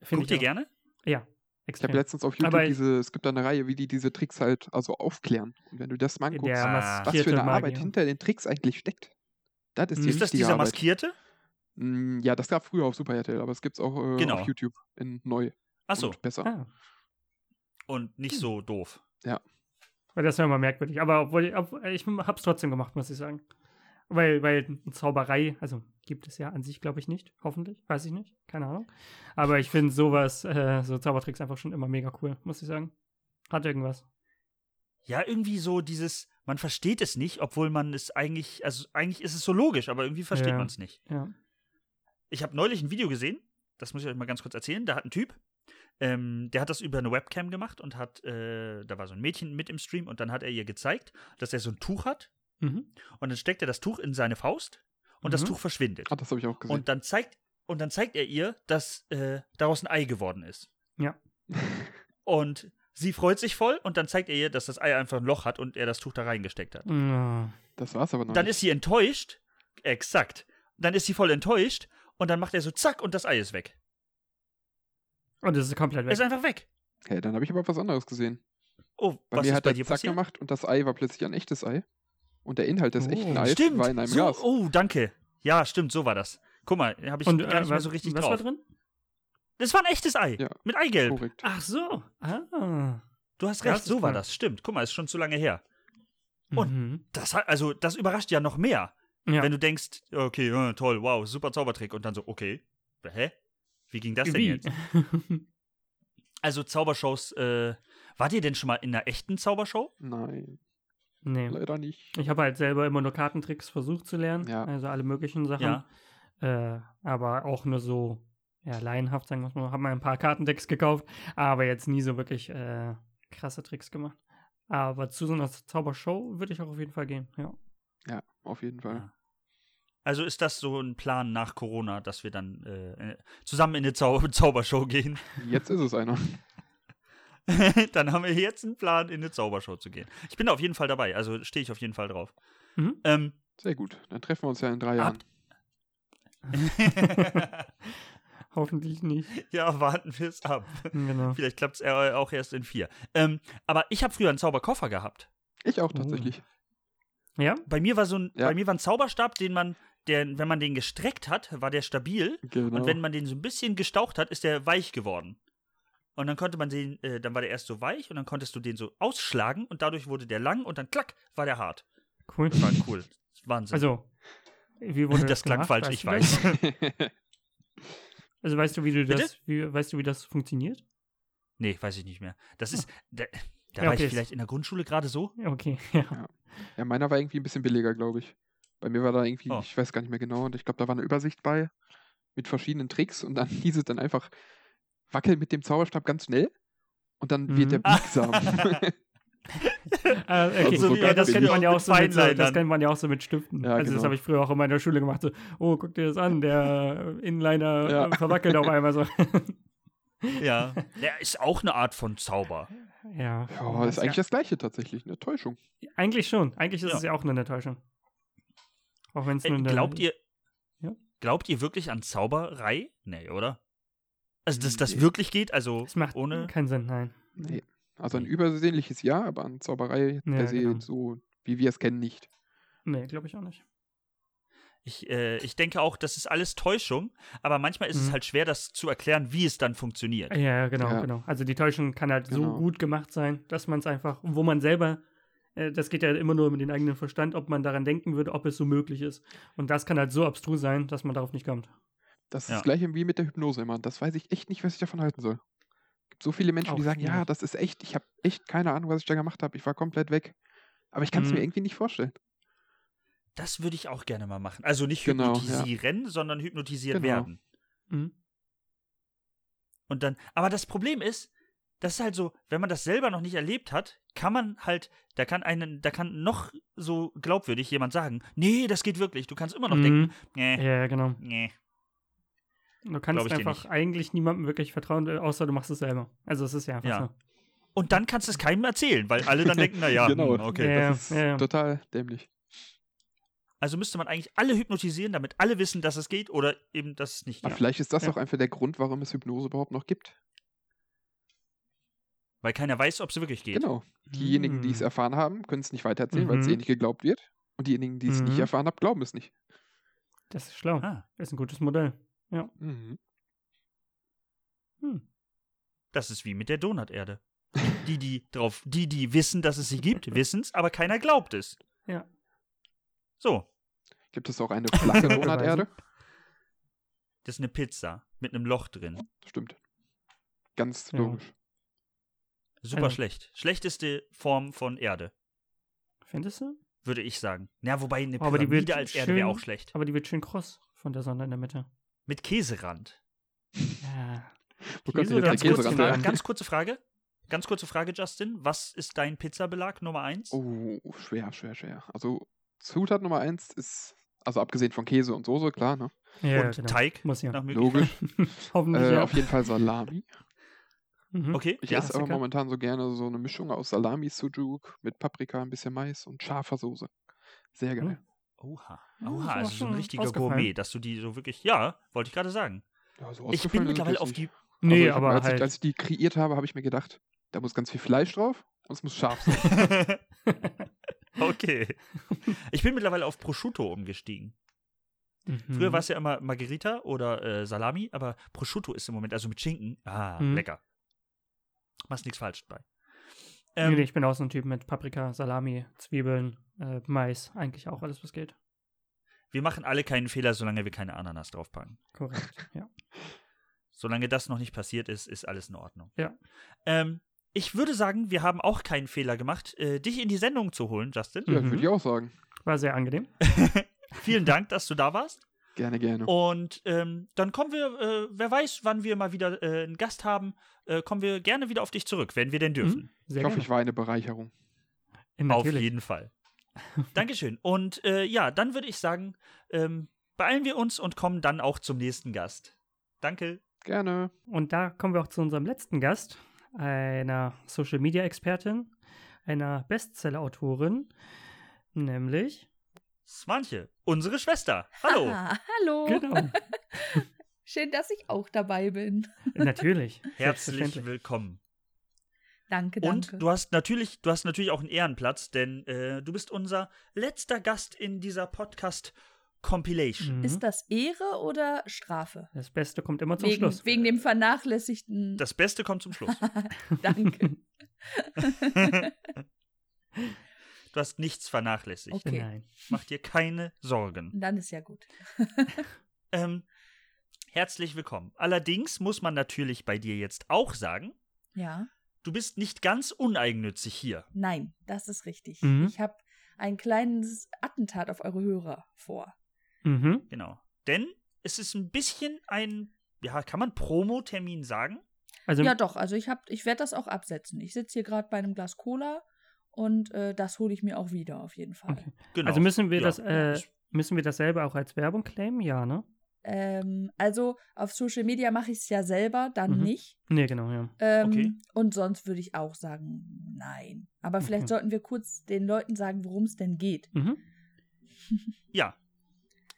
[SPEAKER 2] finde
[SPEAKER 1] Guckt
[SPEAKER 2] ich.
[SPEAKER 1] ihr
[SPEAKER 2] auch.
[SPEAKER 1] gerne?
[SPEAKER 2] Ja,
[SPEAKER 7] Ich habe
[SPEAKER 2] extrem.
[SPEAKER 7] letztens auf YouTube
[SPEAKER 2] Aber-
[SPEAKER 7] diese, es gibt da eine Reihe, wie die diese Tricks halt also aufklären. Und wenn du das mal anguckst,
[SPEAKER 2] Der
[SPEAKER 1] Ah.
[SPEAKER 7] was für
[SPEAKER 2] maskierte
[SPEAKER 7] eine Arbeit
[SPEAKER 2] Magier.
[SPEAKER 7] hinter den Tricks eigentlich steckt, das ist die
[SPEAKER 1] Ist das
[SPEAKER 7] richtige
[SPEAKER 1] dieser
[SPEAKER 7] Arbeit.
[SPEAKER 1] maskierte?
[SPEAKER 7] Mm, Ja, das gab früher auf Super RTL, aber es gibt's auch äh,
[SPEAKER 1] Genau.
[SPEAKER 7] auf YouTube in neu
[SPEAKER 1] Achso,
[SPEAKER 7] und besser.
[SPEAKER 2] Ah.
[SPEAKER 1] und nicht so doof.
[SPEAKER 2] Weil das wäre mal merkwürdig. Aber obwohl, ob, ich hab's trotzdem gemacht, muss ich sagen. Weil, weil Zauberei, also gibt es ja an sich, glaube ich, nicht. Hoffentlich. Weiß ich nicht. Keine Ahnung. Aber ich finde sowas, äh, so Zaubertricks einfach schon immer mega cool, muss ich sagen. Hat irgendwas.
[SPEAKER 1] Ja, irgendwie so dieses, man versteht es nicht, obwohl man es eigentlich, also eigentlich ist es so logisch, aber irgendwie versteht
[SPEAKER 2] Ja.
[SPEAKER 1] man es nicht.
[SPEAKER 2] Ja.
[SPEAKER 1] Ich habe neulich ein Video gesehen, das muss ich euch mal ganz kurz erzählen, da hat ein Typ, ähm, der hat das über eine Webcam gemacht und hat, äh, da war so ein Mädchen mit im Stream und dann hat er ihr gezeigt, dass er so ein Tuch hat
[SPEAKER 2] Mhm.
[SPEAKER 1] und dann steckt er das Tuch in seine Faust und das
[SPEAKER 2] Mhm.
[SPEAKER 1] Tuch verschwindet.
[SPEAKER 7] Ah, das habe ich auch gesehen.
[SPEAKER 1] Und dann zeigt, und dann zeigt er ihr, dass äh, daraus ein Ei geworden ist.
[SPEAKER 2] Ja.
[SPEAKER 1] Und sie freut sich voll und dann zeigt er ihr, dass das Ei einfach ein Loch hat und er das Tuch da reingesteckt hat.
[SPEAKER 2] Ja.
[SPEAKER 7] Das war's aber noch.
[SPEAKER 1] Dann
[SPEAKER 7] nicht.
[SPEAKER 1] ist sie enttäuscht. Exakt. Dann ist sie voll enttäuscht und dann macht er so zack und das Ei ist weg.
[SPEAKER 2] Und es ist komplett
[SPEAKER 1] Er ist
[SPEAKER 2] weg.
[SPEAKER 1] einfach weg.
[SPEAKER 7] Hey, dann habe ich aber was anderes gesehen.
[SPEAKER 1] Oh,
[SPEAKER 7] Bei
[SPEAKER 1] was
[SPEAKER 7] mir
[SPEAKER 1] ist
[SPEAKER 7] hat
[SPEAKER 1] bei
[SPEAKER 7] er
[SPEAKER 1] dir
[SPEAKER 7] Zack
[SPEAKER 1] passiert?
[SPEAKER 7] gemacht und das Ei war plötzlich ein echtes Ei. Und der Inhalt des
[SPEAKER 2] Oh.
[SPEAKER 7] echten Eis
[SPEAKER 1] stimmt.
[SPEAKER 7] war in einem
[SPEAKER 1] so,
[SPEAKER 7] Glas.
[SPEAKER 1] Oh, danke. Ja, stimmt, so war das. Guck mal, habe ich
[SPEAKER 2] Und
[SPEAKER 1] gar
[SPEAKER 2] äh,
[SPEAKER 1] nicht mehr
[SPEAKER 2] was,
[SPEAKER 1] so richtig
[SPEAKER 2] was
[SPEAKER 1] drauf.
[SPEAKER 2] war drin?
[SPEAKER 1] Das war ein echtes Ei.
[SPEAKER 7] Ja.
[SPEAKER 1] Mit Eigelb.
[SPEAKER 7] Korrekt.
[SPEAKER 2] Ach so. Ah.
[SPEAKER 1] Du hast
[SPEAKER 2] Ja,
[SPEAKER 1] recht,
[SPEAKER 2] das ist
[SPEAKER 1] so war
[SPEAKER 2] cool.
[SPEAKER 1] das. Stimmt. Guck mal, ist schon zu lange her.
[SPEAKER 2] Und? Mhm.
[SPEAKER 1] Das hat, also, das überrascht ja noch mehr.
[SPEAKER 2] Ja.
[SPEAKER 1] Wenn du denkst, okay, ja, toll, wow, super Zaubertrick und dann so, okay, hä? Wie ging das denn
[SPEAKER 2] Wie?
[SPEAKER 1] jetzt? Also Zaubershows, äh, wart ihr denn schon mal in einer echten Zaubershow?
[SPEAKER 7] Nein,
[SPEAKER 2] nee.
[SPEAKER 7] leider nicht.
[SPEAKER 2] Ich habe halt selber immer nur Kartentricks versucht zu lernen,
[SPEAKER 7] Ja.
[SPEAKER 2] also alle möglichen Sachen.
[SPEAKER 1] Ja.
[SPEAKER 2] Äh, aber auch nur so, ja, laienhaft, sagen wir mal. Hab mal ein paar Kartendecks gekauft, aber jetzt nie so wirklich äh, krasse Tricks gemacht. Aber zu so einer Zaubershow würde ich auch auf jeden Fall gehen, ja.
[SPEAKER 7] Ja, auf jeden Fall.
[SPEAKER 1] Also ist das so ein Plan nach Corona, dass wir dann äh, äh, zusammen in eine Zau Zaubershow gehen?
[SPEAKER 7] Jetzt ist es einer.
[SPEAKER 1] dann haben wir jetzt einen Plan, in eine Zaubershow zu gehen. Ich bin da auf jeden Fall dabei, also stehe ich auf jeden Fall drauf.
[SPEAKER 2] Mhm.
[SPEAKER 1] Ähm,
[SPEAKER 7] Sehr gut. Dann treffen wir uns ja in drei
[SPEAKER 1] Ab-
[SPEAKER 7] Jahren.
[SPEAKER 2] Hoffentlich nicht.
[SPEAKER 1] ja, warten wir es ab.
[SPEAKER 2] Genau.
[SPEAKER 1] Vielleicht klappt es auch erst in vier. Ähm, aber ich habe früher einen Zauberkoffer gehabt.
[SPEAKER 7] Ich auch tatsächlich.
[SPEAKER 2] Ja?
[SPEAKER 1] Bei mir war so ein,
[SPEAKER 7] Ja.
[SPEAKER 1] bei mir war ein Zauberstab, den man, der, wenn man den gestreckt hat, war der stabil.
[SPEAKER 7] Genau.
[SPEAKER 2] Oh.
[SPEAKER 1] Und wenn man den so ein bisschen gestaucht hat, ist der weich geworden. Und dann konnte man den, äh, dann war der erst so weich und dann konntest du den so ausschlagen und dadurch wurde der lang und dann klack, war der hart.
[SPEAKER 2] Cool.
[SPEAKER 1] Das war cool. Wahnsinn.
[SPEAKER 2] Also, wie wurde
[SPEAKER 1] das
[SPEAKER 2] das
[SPEAKER 1] klang
[SPEAKER 2] gemacht?
[SPEAKER 1] falsch,
[SPEAKER 2] Weißt
[SPEAKER 1] ich
[SPEAKER 2] du das?
[SPEAKER 1] weiß.
[SPEAKER 2] Also weißt du, wie du
[SPEAKER 1] Bitte?
[SPEAKER 2] das, wie, weißt du, wie das funktioniert?
[SPEAKER 1] nee, weiß ich nicht mehr. Das ist, da, da
[SPEAKER 2] Ja,
[SPEAKER 1] war
[SPEAKER 2] okay,
[SPEAKER 1] ich
[SPEAKER 2] ist-
[SPEAKER 1] vielleicht in der Grundschule gerade so.
[SPEAKER 2] Ja, Okay, ja.
[SPEAKER 7] ja, meiner war irgendwie ein bisschen billiger, glaube ich. Bei mir war da irgendwie,
[SPEAKER 1] Oh.
[SPEAKER 7] ich weiß gar nicht mehr genau, und ich glaube, da war eine Übersicht bei mit verschiedenen Tricks und dann hieß es dann einfach, wackel mit dem Zauberstab ganz schnell und dann wird der
[SPEAKER 2] Mhm.
[SPEAKER 7] biegsam.
[SPEAKER 2] Äh, okay,
[SPEAKER 7] Also so
[SPEAKER 2] ja, das
[SPEAKER 7] ganz
[SPEAKER 2] kennt man
[SPEAKER 1] billig.
[SPEAKER 2] ja auch so mit, so- das
[SPEAKER 1] Feinlinern.
[SPEAKER 2] kennt man ja auch so mit Stiften.
[SPEAKER 7] Ja,
[SPEAKER 2] also das
[SPEAKER 7] genau.
[SPEAKER 2] habe ich früher auch immer in der Schule gemacht. So, oh, guck dir das an, der äh, Inliner
[SPEAKER 7] Ja.
[SPEAKER 2] äh, verwackelt auf einmal so.
[SPEAKER 1] Ja. Der ist auch eine Art von Zauber.
[SPEAKER 2] ja.
[SPEAKER 7] ja, ist eigentlich das gleiche tatsächlich, eine Täuschung.
[SPEAKER 2] ja. Eigentlich schon. Eigentlich ist
[SPEAKER 1] Ja.
[SPEAKER 2] es ja auch nur eine Täuschung. Auch wenn es
[SPEAKER 1] Äh,
[SPEAKER 2] nur eine
[SPEAKER 1] Glaubt ihr,
[SPEAKER 2] Ja?
[SPEAKER 1] glaubt ihr wirklich an Zauberei? Nee, oder? Also, dass das
[SPEAKER 7] Nee.
[SPEAKER 1] wirklich geht? Also,
[SPEAKER 2] Es macht
[SPEAKER 1] ohne.
[SPEAKER 2] keinen Sinn, nein.
[SPEAKER 7] Nee. Also ein übersinnliches Ja, aber an Zauberei per se
[SPEAKER 2] genau.
[SPEAKER 7] so, wie wir es kennen, nicht.
[SPEAKER 2] Nee, glaube ich auch nicht.
[SPEAKER 1] Ich, äh, ich denke auch, das ist alles Täuschung, aber manchmal ist es
[SPEAKER 2] Mhm.
[SPEAKER 1] halt schwer, das zu erklären, wie es dann funktioniert.
[SPEAKER 2] Ja, ja, genau,
[SPEAKER 7] Ja.
[SPEAKER 2] genau. Also die Täuschung kann halt so
[SPEAKER 7] Genau.
[SPEAKER 2] gut gemacht sein, dass man es einfach, wo man selber, äh, das geht ja immer nur mit den eigenen Verstand, ob man daran denken würde, ob es so möglich ist. Und das kann halt so abstrus sein, dass man darauf nicht kommt.
[SPEAKER 7] Das ist
[SPEAKER 1] Ja.
[SPEAKER 7] das gleiche wie mit der Hypnose immer. Das weiß ich echt nicht, was ich davon halten soll. gibt so viele Menschen,
[SPEAKER 2] Auch
[SPEAKER 7] die sagen, ja,
[SPEAKER 2] schwierig.
[SPEAKER 7] das ist echt, ich habe echt keine Ahnung, was ich da gemacht habe. Ich war komplett weg. Aber ich kann es
[SPEAKER 2] Mhm.
[SPEAKER 7] mir irgendwie nicht vorstellen.
[SPEAKER 1] Das würde ich auch gerne mal machen. Also nicht
[SPEAKER 7] Genau, ja.
[SPEAKER 1] hypnotisieren, sondern hypnotisiert
[SPEAKER 7] Genau.
[SPEAKER 1] werden.
[SPEAKER 2] Mhm.
[SPEAKER 1] Und dann, aber das Problem ist, das ist halt so, wenn man das selber noch nicht erlebt hat, kann man halt, da kann einen, da kann noch so glaubwürdig jemand sagen, nee, das geht wirklich. Du kannst immer noch denken,
[SPEAKER 2] Mhm.
[SPEAKER 1] nee,
[SPEAKER 2] Ja, genau.
[SPEAKER 1] nee.
[SPEAKER 2] Du
[SPEAKER 1] Glaub
[SPEAKER 2] kannst
[SPEAKER 1] ich dir
[SPEAKER 2] einfach
[SPEAKER 1] nicht.
[SPEAKER 2] eigentlich niemandem wirklich vertrauen, äh, außer du machst es selber. Also es ist ja einfach
[SPEAKER 1] Ja.
[SPEAKER 2] so.
[SPEAKER 1] Und dann kannst du es keinem erzählen, weil alle dann denken, naja,
[SPEAKER 7] Genau.
[SPEAKER 1] genau. okay.
[SPEAKER 2] Ja,
[SPEAKER 7] das ist
[SPEAKER 2] ja, ja.
[SPEAKER 7] total dämlich.
[SPEAKER 1] Also müsste man eigentlich alle hypnotisieren, damit alle wissen, dass es geht oder eben, dass es nicht
[SPEAKER 7] Aber
[SPEAKER 1] geht.
[SPEAKER 7] vielleicht ist das
[SPEAKER 2] Ja.
[SPEAKER 7] auch einfach der Grund, warum es Hypnose überhaupt noch gibt.
[SPEAKER 1] Weil keiner weiß, ob es wirklich geht.
[SPEAKER 7] Genau. Diejenigen, die es
[SPEAKER 2] Hm.
[SPEAKER 7] erfahren haben, können es nicht weitererzählen, weil es
[SPEAKER 2] Mhm.
[SPEAKER 7] eh nicht geglaubt wird. Und diejenigen, die es nicht
[SPEAKER 2] Mhm.
[SPEAKER 7] erfahren haben, glauben es nicht.
[SPEAKER 2] Das ist schlau.
[SPEAKER 1] Ah,
[SPEAKER 2] Das ist ein gutes Modell.
[SPEAKER 7] Mhm.
[SPEAKER 2] Hm.
[SPEAKER 1] das ist wie mit der Donuterde. Die, die drauf, die, die wissen, dass es sie gibt, wissen es, aber keiner glaubt es.
[SPEAKER 2] Ja.
[SPEAKER 1] So,
[SPEAKER 7] Gibt es auch eine flache Donuterde?
[SPEAKER 1] das ist eine Pizza mit einem Loch drin.
[SPEAKER 7] Stimmt. Ganz
[SPEAKER 2] Ja.
[SPEAKER 7] logisch.
[SPEAKER 1] Super
[SPEAKER 2] Also-
[SPEAKER 1] schlecht. Schlechteste Form von Erde,
[SPEAKER 2] Findest du? würde
[SPEAKER 1] würde ich sagen. Na, wobei eine
[SPEAKER 2] Oh, Aber die
[SPEAKER 1] Pyramide
[SPEAKER 2] wird
[SPEAKER 1] als Erde wäre
[SPEAKER 2] schön-
[SPEAKER 1] auch schlecht.
[SPEAKER 2] Aber die wird schön kross von der Sonne in der Mitte.
[SPEAKER 1] Mit Käserand.
[SPEAKER 2] Ja.
[SPEAKER 7] Wo kommt
[SPEAKER 2] Käse
[SPEAKER 7] denn
[SPEAKER 2] oder
[SPEAKER 1] Ganz
[SPEAKER 7] jetzt der
[SPEAKER 1] kurze,
[SPEAKER 7] Käserand
[SPEAKER 2] Käserand?
[SPEAKER 1] Frage,
[SPEAKER 7] her?
[SPEAKER 1] ganz kurze Frage. Ganz kurze Frage, Justin. Was ist dein Pizzabelag Nummer 1?
[SPEAKER 7] Oh, schwer, schwer, schwer. Also Zutat Nummer eins ist, also abgesehen von Käse und Soße, klar, ne?
[SPEAKER 2] ja genau.
[SPEAKER 1] Und Teig?
[SPEAKER 2] Muss ja.
[SPEAKER 1] Nach Möglichkeit.
[SPEAKER 7] Logisch.
[SPEAKER 2] Hoffentlich
[SPEAKER 7] äh,
[SPEAKER 2] ja.
[SPEAKER 7] Auf jeden Fall Salami.
[SPEAKER 2] Mhm.
[SPEAKER 1] Okay,
[SPEAKER 7] Ich
[SPEAKER 1] ja.
[SPEAKER 7] esse aber
[SPEAKER 2] Klassiker.
[SPEAKER 7] momentan so gerne so eine Mischung aus Salami, Sujuk mit Paprika, ein bisschen Mais und scharfer Soße. Sehr geil.
[SPEAKER 2] Hm.
[SPEAKER 1] Oha.
[SPEAKER 2] Ja, das
[SPEAKER 1] Oha,
[SPEAKER 2] war
[SPEAKER 1] also so ein
[SPEAKER 2] schon
[SPEAKER 1] richtiger
[SPEAKER 2] ausgefallen.
[SPEAKER 1] Gourmet, dass du die so wirklich. Ja, wollte ich gerade sagen.
[SPEAKER 7] Ja, so
[SPEAKER 1] Ich bin
[SPEAKER 7] ausgefallen ist es
[SPEAKER 1] mittlerweile
[SPEAKER 7] jetzt
[SPEAKER 1] auf
[SPEAKER 7] nicht.
[SPEAKER 1] die.
[SPEAKER 2] Nee,
[SPEAKER 7] ich hab-
[SPEAKER 2] aber
[SPEAKER 7] als,
[SPEAKER 2] halt.
[SPEAKER 7] ich, als ich die kreiert habe, habe ich mir gedacht, da muss ganz viel Fleisch drauf und es muss scharf sein.
[SPEAKER 1] okay. Ich bin mittlerweile auf Prosciutto umgestiegen. Früher
[SPEAKER 2] Mhm.
[SPEAKER 1] war es ja immer Margherita oder äh, Salami, aber Prosciutto ist im Moment, also mit Schinken. Ah,
[SPEAKER 2] Mhm.
[SPEAKER 1] lecker. Machst nichts falsch bei.
[SPEAKER 2] Nee, nee,
[SPEAKER 1] Ähm,
[SPEAKER 2] ich bin auch so ein Typ mit Paprika, Salami, Zwiebeln, äh, Mais, eigentlich auch alles, was geht.
[SPEAKER 1] Wir machen alle keinen Fehler, solange wir keine Ananas draufpacken.
[SPEAKER 2] Korrekt, ja.
[SPEAKER 1] Solange das noch nicht passiert ist, ist alles in Ordnung.
[SPEAKER 2] Ja.
[SPEAKER 1] Ähm, ich würde sagen, wir haben auch keinen Fehler gemacht, äh, dich in die Sendung zu holen, Justin.
[SPEAKER 7] Ja,
[SPEAKER 2] Mhm.
[SPEAKER 7] würde ich auch sagen.
[SPEAKER 2] War sehr angenehm.
[SPEAKER 1] Vielen Dank, dass du da warst.
[SPEAKER 7] Gerne, gerne.
[SPEAKER 2] Oh,
[SPEAKER 1] Und ähm, dann kommen wir, äh, wer weiß, wann wir mal wieder äh, einen Gast haben, äh, kommen wir gerne wieder auf dich zurück, wenn wir denn dürfen.
[SPEAKER 2] Mhm, Sehr
[SPEAKER 7] ich hoffe,
[SPEAKER 2] gerne. Äh,
[SPEAKER 7] ich war eine Bereicherung.
[SPEAKER 1] Auf
[SPEAKER 2] Mhm, Natürlich.
[SPEAKER 1] jeden Fall. Dankeschön. Und äh, ja, dann würde ich sagen, ähm, beeilen wir uns und kommen dann auch zum nächsten Gast. Danke.
[SPEAKER 7] Gerne.
[SPEAKER 2] Und da kommen wir auch zu unserem letzten Gast, einer Social Media Expertin, einer Bestseller Autorin, nämlich
[SPEAKER 1] Smanche, unsere Schwester. Hallo.
[SPEAKER 8] Ah, hallo.
[SPEAKER 2] genau,
[SPEAKER 8] Schön, dass ich auch dabei bin.
[SPEAKER 2] natürlich.
[SPEAKER 1] Herzlich
[SPEAKER 2] selbstverständlich.
[SPEAKER 1] willkommen.
[SPEAKER 8] Danke,
[SPEAKER 1] Und
[SPEAKER 8] danke.
[SPEAKER 1] du hast natürlich, du hast natürlich auch einen Ehrenplatz, denn äh, du bist unser letzter Gast in dieser Podcast Compilation.
[SPEAKER 2] Mhm.
[SPEAKER 8] Ist das Ehre oder Strafe?
[SPEAKER 2] das Beste kommt immer zum
[SPEAKER 8] Wegen,
[SPEAKER 2] Schluss.
[SPEAKER 8] wegen dem vernachlässigten.
[SPEAKER 1] Das Beste kommt zum Schluss.
[SPEAKER 8] danke.
[SPEAKER 1] Du hast nichts vernachlässigt.
[SPEAKER 8] Okay.
[SPEAKER 2] Nein.
[SPEAKER 1] Mach dir keine Sorgen.
[SPEAKER 8] Dann ist ja gut.
[SPEAKER 1] Ähm, herzlich willkommen. Allerdings muss man natürlich bei dir jetzt auch sagen,
[SPEAKER 8] Ja.
[SPEAKER 1] du bist nicht ganz uneigennützig hier.
[SPEAKER 8] Nein, das ist richtig.
[SPEAKER 2] Mhm.
[SPEAKER 8] Ich habe ein kleines Attentat auf eure Hörer vor.
[SPEAKER 2] Mhm.
[SPEAKER 1] Genau. Denn es ist ein bisschen ein, ja, kann man Promotermin sagen?
[SPEAKER 2] Also
[SPEAKER 8] ja, doch, also ich, hab- ich werde das auch absetzen. Ich sitze hier gerade bei einem Glas Cola und äh, das hole ich mir auch wieder auf jeden Fall.
[SPEAKER 2] Okay.
[SPEAKER 1] Genau.
[SPEAKER 2] Also müssen wir
[SPEAKER 1] Ja.
[SPEAKER 2] das, äh, müssen wir das selber auch als Werbung claimen? Ja, ne?
[SPEAKER 8] Ähm, also auf Social Media mache ich es ja selber, dann
[SPEAKER 2] Mhm.
[SPEAKER 8] nicht.
[SPEAKER 2] Nee, genau, ja.
[SPEAKER 8] Ähm,
[SPEAKER 1] Okay.
[SPEAKER 8] Und sonst würde ich auch sagen, nein. Aber vielleicht
[SPEAKER 2] Mhm.
[SPEAKER 8] sollten wir kurz den Leuten sagen, worum es denn geht.
[SPEAKER 2] Mhm.
[SPEAKER 1] Ja.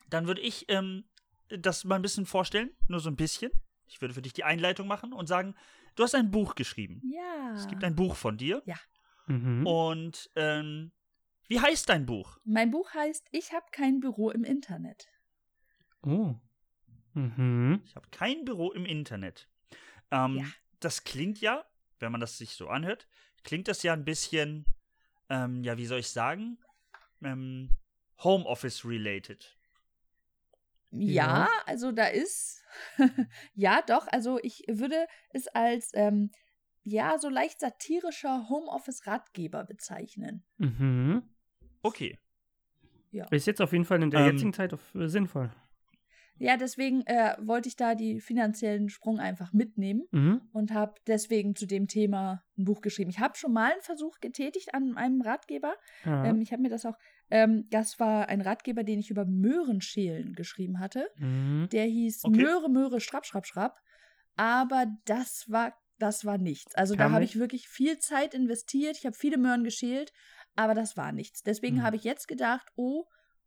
[SPEAKER 1] Dann würde ich ähm, das mal ein bisschen vorstellen, nur so ein bisschen. Ich würde für dich die Einleitung machen und sagen, du hast ein Buch geschrieben.
[SPEAKER 8] Ja.
[SPEAKER 1] Es gibt ein Buch von dir.
[SPEAKER 2] Mhm.
[SPEAKER 1] Oh. Und ähm, wie heißt dein Buch?
[SPEAKER 8] mein Buch heißt Ich habe kein Büro im Internet.
[SPEAKER 2] Oh. Mhm.
[SPEAKER 1] Ich habe kein Büro im Internet. Ähm,
[SPEAKER 8] Ja.
[SPEAKER 1] Das klingt ja, wenn man das sich so anhört, klingt das ja ein bisschen, ähm, ja, wie soll ich sagen, ähm, Homeoffice-related.
[SPEAKER 8] Ja,
[SPEAKER 2] Ja.
[SPEAKER 8] also da ist. ja, doch. Also ich würde es als ähm, ja so leicht satirischer Homeoffice-Ratgeber bezeichnen.
[SPEAKER 2] Mhm.
[SPEAKER 1] Okay,
[SPEAKER 2] Ist jetzt auf jeden Fall in der
[SPEAKER 1] Ähm.
[SPEAKER 2] jetzigen Zeit auf, äh, sinnvoll.
[SPEAKER 8] Ja, deswegen äh, wollte ich da die finanziellen Sprung einfach mitnehmen
[SPEAKER 2] Mhm.
[SPEAKER 8] und habe deswegen zu dem Thema ein Buch geschrieben. Ich habe schon mal einen Versuch getätigt an einem Ratgeber.
[SPEAKER 2] Ja.
[SPEAKER 8] Ähm, ich habe mir das auch. Ähm, das war ein Ratgeber, den ich über Möhrenschälen geschrieben hatte.
[SPEAKER 2] mhm.
[SPEAKER 8] Der hieß
[SPEAKER 1] Okay.
[SPEAKER 8] Möhre, Möhre, Schrapp, Schrapp, Schrapp. Aber das war, das war nichts. Also
[SPEAKER 2] Kam
[SPEAKER 8] da habe
[SPEAKER 2] nicht?
[SPEAKER 8] ich wirklich viel Zeit investiert. Ich habe viele Möhren geschält, aber das war nichts. Deswegen
[SPEAKER 2] Hm.
[SPEAKER 8] habe ich jetzt gedacht, oh,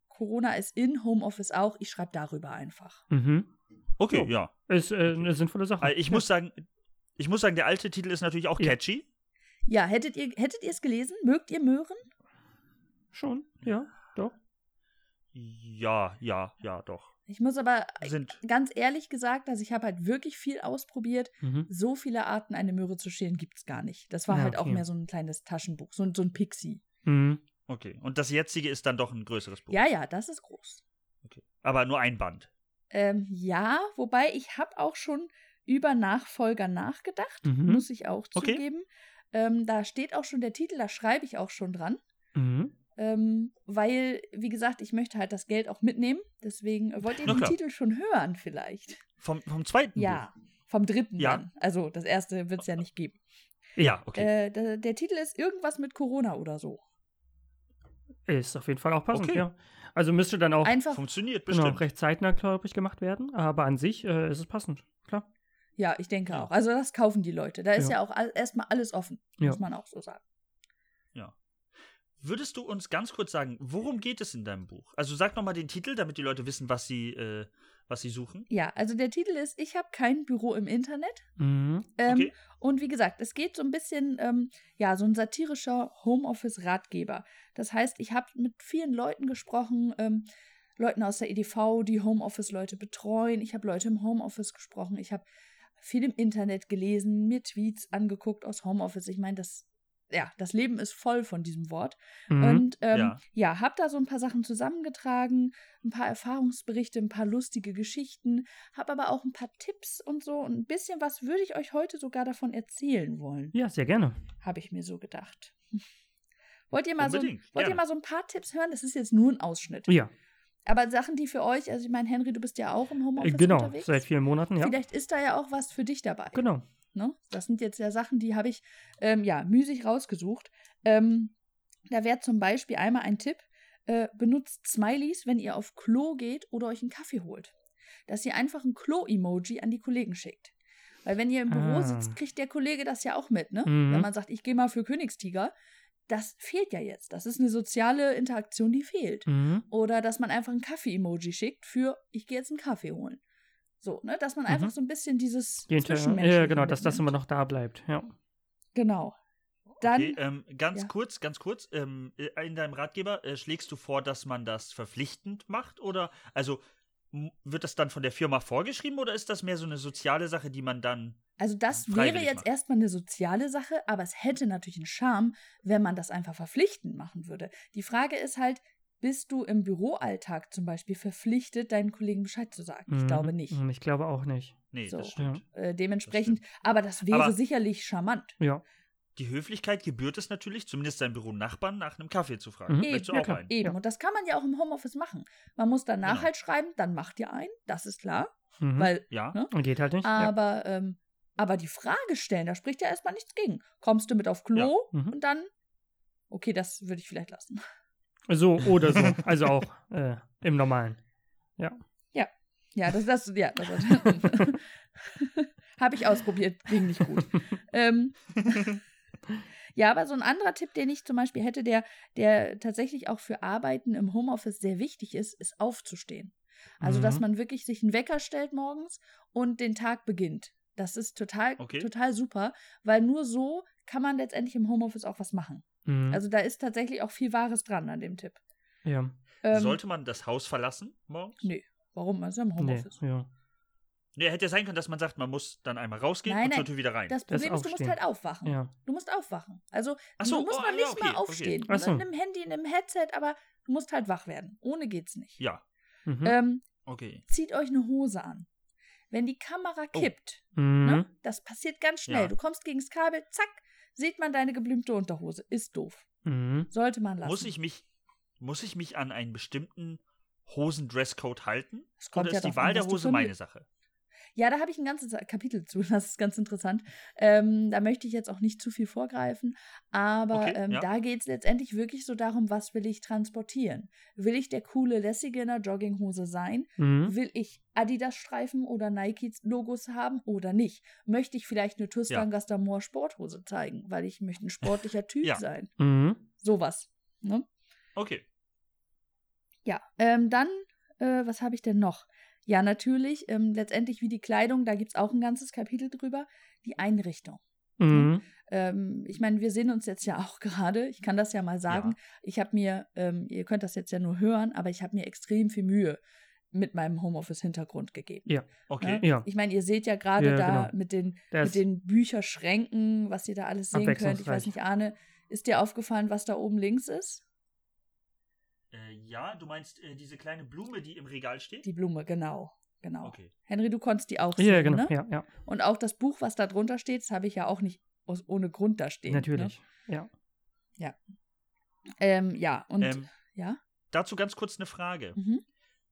[SPEAKER 8] Corona ist in, Homeoffice auch. Ich schreibe darüber einfach.
[SPEAKER 2] Mhm.
[SPEAKER 1] okay,
[SPEAKER 2] Jo.
[SPEAKER 1] ja.
[SPEAKER 2] Ist äh, eine sinnvolle Sache.
[SPEAKER 1] Äh, Ich muss sagen, ich muss sagen, der alte Titel ist natürlich auch
[SPEAKER 2] Ja.
[SPEAKER 1] catchy.
[SPEAKER 8] Ja, hättet ihr hättet ihr es gelesen? Mögt ihr Möhren?
[SPEAKER 2] Schon, ja, doch.
[SPEAKER 1] Ja, ja, ja, doch.
[SPEAKER 8] Ich muss aber
[SPEAKER 1] Sind.
[SPEAKER 8] ganz ehrlich gesagt, also ich habe halt wirklich viel ausprobiert.
[SPEAKER 2] Mhm.
[SPEAKER 8] So viele Arten, eine Möhre zu schälen, gibt es gar nicht. Das war
[SPEAKER 2] Ja,
[SPEAKER 8] halt auch
[SPEAKER 2] okay.
[SPEAKER 8] mehr so ein kleines Taschenbuch, so, ein- so ein Pixie.
[SPEAKER 2] Mhm.
[SPEAKER 1] Okay. Und das jetzige ist dann doch ein größeres Buch.
[SPEAKER 8] Ja, ja, das ist groß.
[SPEAKER 1] Okay. Aber nur ein Band.
[SPEAKER 8] Ähm, ja, wobei ich habe auch schon über Nachfolger nachgedacht,
[SPEAKER 2] Mhm.
[SPEAKER 8] muss ich auch
[SPEAKER 1] Okay.
[SPEAKER 8] zugeben. Ähm, da steht auch schon der Titel, da schreibe ich auch schon dran.
[SPEAKER 2] Mhm.
[SPEAKER 8] Ähm, weil, wie gesagt, ich möchte halt das Geld auch mitnehmen. Deswegen äh, wollt ihr
[SPEAKER 1] Na
[SPEAKER 8] den
[SPEAKER 1] klar.
[SPEAKER 8] Titel schon hören, vielleicht.
[SPEAKER 1] Vom, vom zweiten
[SPEAKER 8] Ja, vom dritten
[SPEAKER 1] Ja.
[SPEAKER 8] dann. Also das erste wird es ja nicht geben.
[SPEAKER 1] Buch. Ja, okay.
[SPEAKER 8] Äh, der, der Titel ist irgendwas mit Corona oder so.
[SPEAKER 2] Ist auf jeden Fall auch passend,
[SPEAKER 1] Okay.
[SPEAKER 2] ja. Also müsste dann auch
[SPEAKER 8] Einfach,
[SPEAKER 1] Funktioniert
[SPEAKER 2] genau,
[SPEAKER 1] bestimmt.
[SPEAKER 2] recht zeitnah, glaube ich, gemacht werden. Aber an sich äh, ist es passend, klar.
[SPEAKER 8] ja, ich denke auch. Also das kaufen die Leute. Da ist
[SPEAKER 2] Ja.
[SPEAKER 8] ja, auch all, erstmal alles offen,
[SPEAKER 2] Ja.
[SPEAKER 8] muss man auch so sagen.
[SPEAKER 1] Würdest du uns ganz kurz sagen, worum geht es in deinem Buch? Also sag nochmal den Titel, damit die Leute wissen, was sie, äh, was sie suchen.
[SPEAKER 8] Ja, also der Titel ist Ich habe kein Büro im Internet.
[SPEAKER 2] Mhm.
[SPEAKER 8] Ähm,
[SPEAKER 1] Okay.
[SPEAKER 8] Und wie gesagt, es geht so ein bisschen, ähm, ja, so ein satirischer Homeoffice-Ratgeber. Das heißt, ich habe mit vielen Leuten gesprochen, ähm, Leuten aus der EDV, die Homeoffice-Leute betreuen. Ich habe Leute im Homeoffice gesprochen. Ich habe viel im Internet gelesen, mir Tweets angeguckt aus Homeoffice. Ich meine, das ja, das Leben ist voll von diesem Wort.
[SPEAKER 2] Mhm.
[SPEAKER 8] Und ähm,
[SPEAKER 1] Ja.
[SPEAKER 8] ja. hab da so ein paar Sachen zusammengetragen, ein paar Erfahrungsberichte, ein paar lustige Geschichten, hab aber auch ein paar Tipps und so und ein bisschen was würde ich euch heute sogar davon erzählen wollen,
[SPEAKER 2] ja, sehr gerne.
[SPEAKER 8] habe ich mir so gedacht. Wollt ihr mal so,
[SPEAKER 1] Unbedingt,
[SPEAKER 8] wollt
[SPEAKER 1] gerne.
[SPEAKER 8] ihr mal so ein paar Tipps hören? Das ist jetzt nur ein Ausschnitt.
[SPEAKER 2] Ja,
[SPEAKER 8] Aber Sachen, die für euch, also ich meine, Henry, du bist ja auch im
[SPEAKER 2] äh,
[SPEAKER 8] Homeoffice
[SPEAKER 2] genau,
[SPEAKER 8] unterwegs.
[SPEAKER 2] seit vielen Monaten, ja.
[SPEAKER 8] Vielleicht ist da ja auch was für dich dabei.
[SPEAKER 2] Genau.
[SPEAKER 8] Ne? Das sind jetzt ja Sachen, die habe ich ähm, ja müßig rausgesucht. Ähm, da wäre zum Beispiel einmal ein Tipp: äh, Benutzt Smileys, wenn ihr auf Klo geht oder euch einen Kaffee holt, dass ihr einfach ein Klo-Emoji an die Kollegen schickt. Weil wenn ihr im Büro
[SPEAKER 2] Ah.
[SPEAKER 8] sitzt, kriegt der Kollege das ja auch mit, ne?
[SPEAKER 2] Mhm.
[SPEAKER 8] Wenn man sagt, ich gehe mal für Königstiger, das fehlt ja jetzt. Das ist eine soziale Interaktion, die fehlt.
[SPEAKER 2] Mhm.
[SPEAKER 8] Oder dass man einfach ein Kaffee-Emoji schickt für ich gehe jetzt einen Kaffee holen. So, ne? Dass man einfach
[SPEAKER 2] Mhm.
[SPEAKER 8] so ein bisschen dieses
[SPEAKER 2] Die Inter-
[SPEAKER 8] Zwischenmenschliche
[SPEAKER 2] ja, genau, dass das
[SPEAKER 8] mitnimmt.
[SPEAKER 2] immer noch da bleibt. Ja.
[SPEAKER 8] Genau. Dann
[SPEAKER 1] Okay, ähm, ganz
[SPEAKER 8] ja.
[SPEAKER 1] kurz, ganz kurz, ähm, äh, in deinem Ratgeber äh, schlägst du vor, dass man das verpflichtend macht oder also m- wird das dann von der Firma vorgeschrieben oder ist das mehr so eine soziale Sache, die man dann
[SPEAKER 8] Also das wäre
[SPEAKER 1] Freiwillig
[SPEAKER 8] jetzt
[SPEAKER 1] machen.
[SPEAKER 8] erstmal eine soziale Sache, aber es hätte natürlich einen Charme, wenn man das einfach verpflichtend machen würde. Die Frage ist halt, bist du im Büroalltag zum Beispiel verpflichtet, deinen Kollegen Bescheid zu sagen? Ich
[SPEAKER 2] Mhm.
[SPEAKER 8] glaube nicht.
[SPEAKER 2] Mhm, Ich glaube auch nicht.
[SPEAKER 1] Nee,
[SPEAKER 8] So.
[SPEAKER 1] das stimmt.
[SPEAKER 8] Äh, dementsprechend, aber das wäre
[SPEAKER 1] Aber-
[SPEAKER 8] sicherlich charmant.
[SPEAKER 2] Ja.
[SPEAKER 1] Die Höflichkeit gebührt es natürlich, zumindest seinen Büronachbarn nach einem Kaffee zu fragen.
[SPEAKER 2] Mhm.
[SPEAKER 1] Möchtest du
[SPEAKER 8] Eben,
[SPEAKER 2] ja,
[SPEAKER 1] auch
[SPEAKER 2] klar.
[SPEAKER 1] einen?
[SPEAKER 8] Eben.
[SPEAKER 2] Ja.
[SPEAKER 8] Und das kann man ja auch im Homeoffice machen. Man muss danach
[SPEAKER 1] Genau.
[SPEAKER 8] halt schreiben, dann macht ihr einen, das ist klar,
[SPEAKER 2] Mhm.
[SPEAKER 8] weil
[SPEAKER 1] Ja,
[SPEAKER 8] Ne?
[SPEAKER 2] Geht halt nicht. ja.
[SPEAKER 8] aber ähm, aber die Frage stellen, da spricht ja erstmal nichts gegen. Kommst du mit auf Klo
[SPEAKER 2] Ja. Mhm.
[SPEAKER 8] und dann Okay, das würde ich vielleicht lassen.
[SPEAKER 2] So oder so. Also auch äh, im Normalen.
[SPEAKER 8] Ja, das, das, ja, das habe ich ausprobiert, ging nicht gut. ähm, ja, aber so ein anderer Tipp, den ich zum Beispiel hätte, der, der tatsächlich auch für Arbeiten im Homeoffice sehr wichtig ist, ist aufzustehen. Also, dass
[SPEAKER 2] Mhm.
[SPEAKER 8] man wirklich sich einen Wecker stellt morgens und den Tag beginnt. Das ist total,
[SPEAKER 1] Okay.
[SPEAKER 8] total super, weil nur so kann man letztendlich im Homeoffice auch was machen.
[SPEAKER 2] Mhm.
[SPEAKER 8] Also, da ist tatsächlich auch viel Wahres dran an dem Tipp.
[SPEAKER 2] ja.
[SPEAKER 8] Ähm,
[SPEAKER 1] Sollte man das Haus verlassen morgens?
[SPEAKER 8] Nee. Warum? Man ist ja im
[SPEAKER 2] Nee,
[SPEAKER 8] Homeoffice.
[SPEAKER 2] ja.
[SPEAKER 1] Nee, hätte ja sein können, dass man sagt, man muss dann einmal rausgehen
[SPEAKER 8] Nein,
[SPEAKER 1] und
[SPEAKER 8] nein.
[SPEAKER 1] zur Tür wieder rein.
[SPEAKER 8] Das
[SPEAKER 2] Das
[SPEAKER 8] Problem ist, du musst
[SPEAKER 2] Aufstehen.
[SPEAKER 8] halt aufwachen.
[SPEAKER 2] ja.
[SPEAKER 8] Du musst aufwachen. Also
[SPEAKER 1] Ach so,
[SPEAKER 8] du musst
[SPEAKER 1] oh,
[SPEAKER 8] noch
[SPEAKER 1] ah,
[SPEAKER 8] nicht
[SPEAKER 1] ja, okay,
[SPEAKER 8] mal aufstehen.
[SPEAKER 2] okay. Ach so.
[SPEAKER 8] Mit einem Handy, einem Headset, aber du musst halt wach werden. Ohne geht's nicht.
[SPEAKER 1] ja,
[SPEAKER 2] Mhm.
[SPEAKER 8] Ähm,
[SPEAKER 1] okay.
[SPEAKER 8] zieht euch eine Hose an. Wenn die Kamera
[SPEAKER 1] Oh.
[SPEAKER 8] kippt,
[SPEAKER 2] mhm.
[SPEAKER 8] ne, das passiert ganz schnell.
[SPEAKER 1] Ja.
[SPEAKER 8] Du kommst gegens Kabel, zack, sieht man deine geblümte Unterhose. Ist doof.
[SPEAKER 2] Mhm.
[SPEAKER 8] Sollte man lassen.
[SPEAKER 1] Muss ich mich, muss ich mich an einen bestimmten Hosendresscode halten?
[SPEAKER 8] Es kommt
[SPEAKER 1] Oder
[SPEAKER 8] ja
[SPEAKER 1] ist die
[SPEAKER 8] drauf an,
[SPEAKER 1] Wahl der
[SPEAKER 8] was du für
[SPEAKER 1] Hose
[SPEAKER 8] ein-
[SPEAKER 1] meine Sache?
[SPEAKER 8] Ja, da habe ich ein ganzes Kapitel zu, das ist ganz interessant. Ähm, da möchte ich jetzt auch nicht zu viel vorgreifen, aber
[SPEAKER 1] Okay,
[SPEAKER 8] ähm,
[SPEAKER 1] ja.
[SPEAKER 8] da geht es letztendlich wirklich so darum, was will ich transportieren? Will ich der coole, lässige in der Jogginghose sein?
[SPEAKER 1] Hm?
[SPEAKER 2] Mhm.
[SPEAKER 8] Will ich Adidas-Streifen oder Nike-Logos haben oder nicht? Möchte ich vielleicht eine
[SPEAKER 1] Ja.
[SPEAKER 8] Tüstangaster Moor Sporthose zeigen, weil ich möchte ein sportlicher Typ
[SPEAKER 1] Ja.
[SPEAKER 8] sein?
[SPEAKER 2] Mhm.
[SPEAKER 8] Sowas. Ne?
[SPEAKER 1] Okay.
[SPEAKER 8] Ja, ähm, dann, äh, was habe ich denn noch? Ja, natürlich, ähm, letztendlich wie die Kleidung, da gibt es auch ein ganzes Kapitel drüber, die Einrichtung.
[SPEAKER 2] Mhm.
[SPEAKER 8] Ähm, ich meine, wir sehen uns jetzt ja auch gerade. Ich kann das ja mal sagen.
[SPEAKER 1] Ja.
[SPEAKER 8] Ich habe mir, ähm, ihr könnt das jetzt ja nur hören, aber ich habe mir extrem viel Mühe mit meinem Homeoffice-Hintergrund gegeben.
[SPEAKER 1] Okay.
[SPEAKER 8] Ne?
[SPEAKER 2] Ja.
[SPEAKER 8] Ich meine, ihr seht ja gerade
[SPEAKER 2] Ja,
[SPEAKER 8] da
[SPEAKER 2] genau.
[SPEAKER 8] mit, den,
[SPEAKER 2] Der
[SPEAKER 8] mit
[SPEAKER 2] ist-
[SPEAKER 8] den Bücherschränken, was ihr da alles sehen könnt. Ich
[SPEAKER 2] Abwechslungsreich.
[SPEAKER 8] weiß nicht, Arne, ist dir aufgefallen, was da oben links ist?
[SPEAKER 1] Äh, ja, du meinst äh, diese kleine Blume, die im Regal steht?
[SPEAKER 8] Die Blume, genau. Genau.
[SPEAKER 1] Okay.
[SPEAKER 8] Henry, du konntest die auch
[SPEAKER 2] ja,
[SPEAKER 8] sehen,
[SPEAKER 2] genau.
[SPEAKER 8] ne?
[SPEAKER 2] Ja, ja.
[SPEAKER 8] Und auch das Buch, was da drunter steht, das habe ich ja auch nicht aus, ohne Grund da stehen.
[SPEAKER 2] Natürlich. Ja.
[SPEAKER 8] Ne? Ähm, ja, und
[SPEAKER 1] Ähm,
[SPEAKER 8] ja.
[SPEAKER 1] Dazu ganz kurz eine Frage.
[SPEAKER 8] Mhm.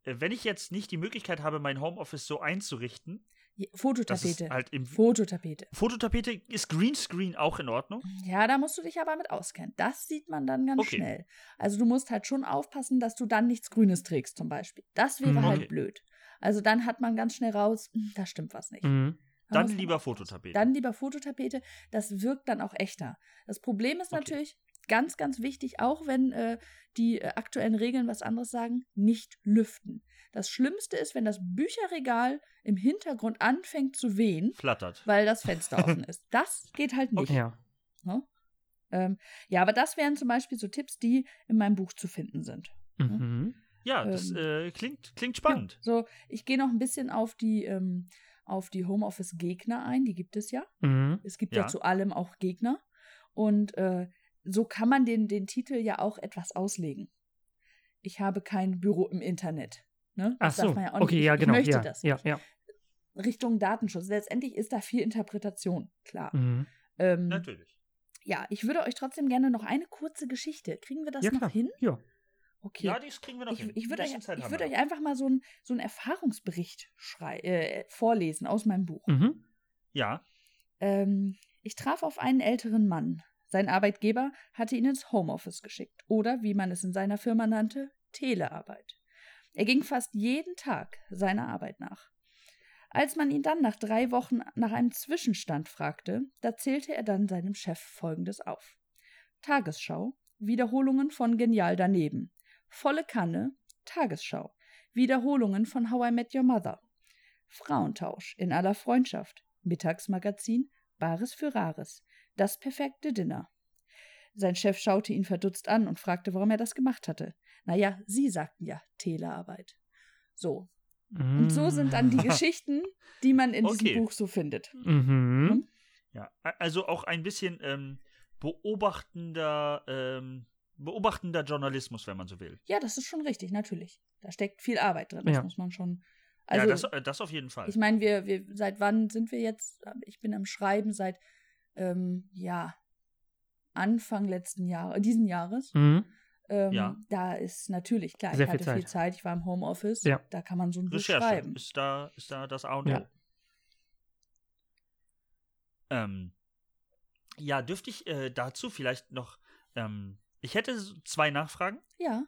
[SPEAKER 1] Äh, wenn ich jetzt nicht die Möglichkeit habe, mein Homeoffice so einzurichten,
[SPEAKER 8] Je-
[SPEAKER 1] dass es
[SPEAKER 8] Fototapete.
[SPEAKER 1] halt im
[SPEAKER 8] Fototapete.
[SPEAKER 1] Fototapete ist Greenscreen auch in Ordnung?
[SPEAKER 8] Ja, da musst du dich aber mit auskennen. Das sieht man dann ganz
[SPEAKER 1] Okay.
[SPEAKER 8] schnell. Also du musst halt schon aufpassen, dass du dann nichts Grünes trägst zum Beispiel. Das wäre
[SPEAKER 2] Mhm.
[SPEAKER 8] halt
[SPEAKER 1] Okay.
[SPEAKER 8] blöd. Also dann hat man ganz schnell raus, hm, da stimmt was nicht.
[SPEAKER 2] Mhm.
[SPEAKER 8] Da
[SPEAKER 1] Dann
[SPEAKER 8] muss man
[SPEAKER 1] lieber
[SPEAKER 8] aufpassen.
[SPEAKER 1] Fototapete.
[SPEAKER 8] Dann lieber Fototapete. Das wirkt dann auch echter. Das Problem ist
[SPEAKER 1] Okay.
[SPEAKER 8] natürlich ganz, ganz wichtig, auch wenn äh, die äh, aktuellen Regeln was anderes sagen, nicht lüften. Das Schlimmste ist, wenn das Bücherregal im Hintergrund anfängt zu wehen,
[SPEAKER 1] Flattert.
[SPEAKER 8] weil das Fenster offen ist. Das geht halt nicht.
[SPEAKER 2] Ja.
[SPEAKER 8] Ähm, ja, aber das wären zum Beispiel so Tipps, die in meinem Buch zu finden sind.
[SPEAKER 2] Mhm.
[SPEAKER 1] Ja, das
[SPEAKER 8] Ähm,
[SPEAKER 1] äh, klingt, klingt spannend.
[SPEAKER 8] So, ich gehe noch ein bisschen auf die, ähm, auf die Homeoffice-Gegner ein, die gibt es ja.
[SPEAKER 2] Mhm.
[SPEAKER 8] Es gibt ja,
[SPEAKER 1] Ja.
[SPEAKER 8] zu allem auch Gegner. Und äh, so kann man den, den Titel ja auch etwas auslegen. Ich habe kein Büro im Internet. Ne?
[SPEAKER 2] Ach
[SPEAKER 8] Das darf
[SPEAKER 2] so,
[SPEAKER 8] man ja auch nicht.
[SPEAKER 2] okay,
[SPEAKER 8] Ich-
[SPEAKER 2] ja, genau.
[SPEAKER 8] Ich möchte
[SPEAKER 2] ja,
[SPEAKER 8] das.
[SPEAKER 2] ja,
[SPEAKER 8] nicht.
[SPEAKER 2] ja.
[SPEAKER 8] Richtung Datenschutz. Letztendlich ist da viel Interpretation, klar.
[SPEAKER 2] Mhm.
[SPEAKER 8] Ähm,
[SPEAKER 1] Natürlich.
[SPEAKER 8] ja, ich würde euch trotzdem gerne noch eine kurze Geschichte. Kriegen wir das
[SPEAKER 2] ja,
[SPEAKER 8] noch
[SPEAKER 2] klar.
[SPEAKER 8] hin?
[SPEAKER 2] Ja.
[SPEAKER 8] Okay.
[SPEAKER 1] Ja, das kriegen wir noch
[SPEAKER 8] Ich,
[SPEAKER 1] hin.
[SPEAKER 8] ich würde
[SPEAKER 1] Ein
[SPEAKER 8] euch,
[SPEAKER 1] bisschen Zeit
[SPEAKER 8] ich
[SPEAKER 1] haben
[SPEAKER 8] würde
[SPEAKER 1] wir
[SPEAKER 8] euch
[SPEAKER 1] noch.
[SPEAKER 8] einfach mal so, ein, so einen Erfahrungsbericht schrei äh, vorlesen aus meinem Buch.
[SPEAKER 2] Mhm.
[SPEAKER 1] Ja.
[SPEAKER 8] Ähm, ich traf auf einen älteren Mann. Sein Arbeitgeber hatte ihn ins Homeoffice geschickt oder, wie man es in seiner Firma nannte, Telearbeit. Er ging fast jeden Tag seiner Arbeit nach. Als man ihn dann nach drei Wochen nach einem Zwischenstand fragte, da zählte er dann seinem Chef Folgendes auf. Tagesschau, Wiederholungen von Genial daneben, volle Kanne, Tagesschau, Wiederholungen von How I Met Your Mother, Frauentausch in aller Freundschaft, Mittagsmagazin, Bares für Rares, das perfekte Dinner. Sein Chef schaute ihn verdutzt an und fragte, warum er das gemacht hatte. Naja, sie sagten ja Telearbeit. So. Und so sind dann die Geschichten, die man in
[SPEAKER 1] Mm. Okay. Hm?
[SPEAKER 8] diesem Buch so findet. ne?
[SPEAKER 2] Mhm.
[SPEAKER 1] Ja, a- also auch ein bisschen ähm, beobachtender, ähm, beobachtender Journalismus, wenn man so will.
[SPEAKER 8] Ja, das ist schon richtig, natürlich. Da steckt viel Arbeit drin, das
[SPEAKER 2] Ja.
[SPEAKER 8] muss man schon. Also,
[SPEAKER 1] ja, das, äh, das auf jeden Fall.
[SPEAKER 8] ich meine, wir, wir, seit wann sind wir jetzt? Ich bin am Schreiben seit, ähm, ja, Anfang letzten Jahres, diesen Jahres.
[SPEAKER 1] Hm.
[SPEAKER 2] Mhm.
[SPEAKER 8] Ähm,
[SPEAKER 1] Ja.
[SPEAKER 8] Da ist natürlich, klar,
[SPEAKER 2] Sehr
[SPEAKER 8] ich
[SPEAKER 2] viel
[SPEAKER 8] hatte viel
[SPEAKER 2] Zeit.
[SPEAKER 8] Zeit, ich war im Homeoffice,
[SPEAKER 2] Ja.
[SPEAKER 8] da kann man so ein Buch
[SPEAKER 1] Recherche
[SPEAKER 8] schreiben.
[SPEAKER 1] ist da, ist da das A und O.
[SPEAKER 2] Ja.
[SPEAKER 1] Ja, ähm, ja dürfte ich äh, dazu vielleicht noch. Ähm, ich hätte so zwei Nachfragen.
[SPEAKER 8] Ja,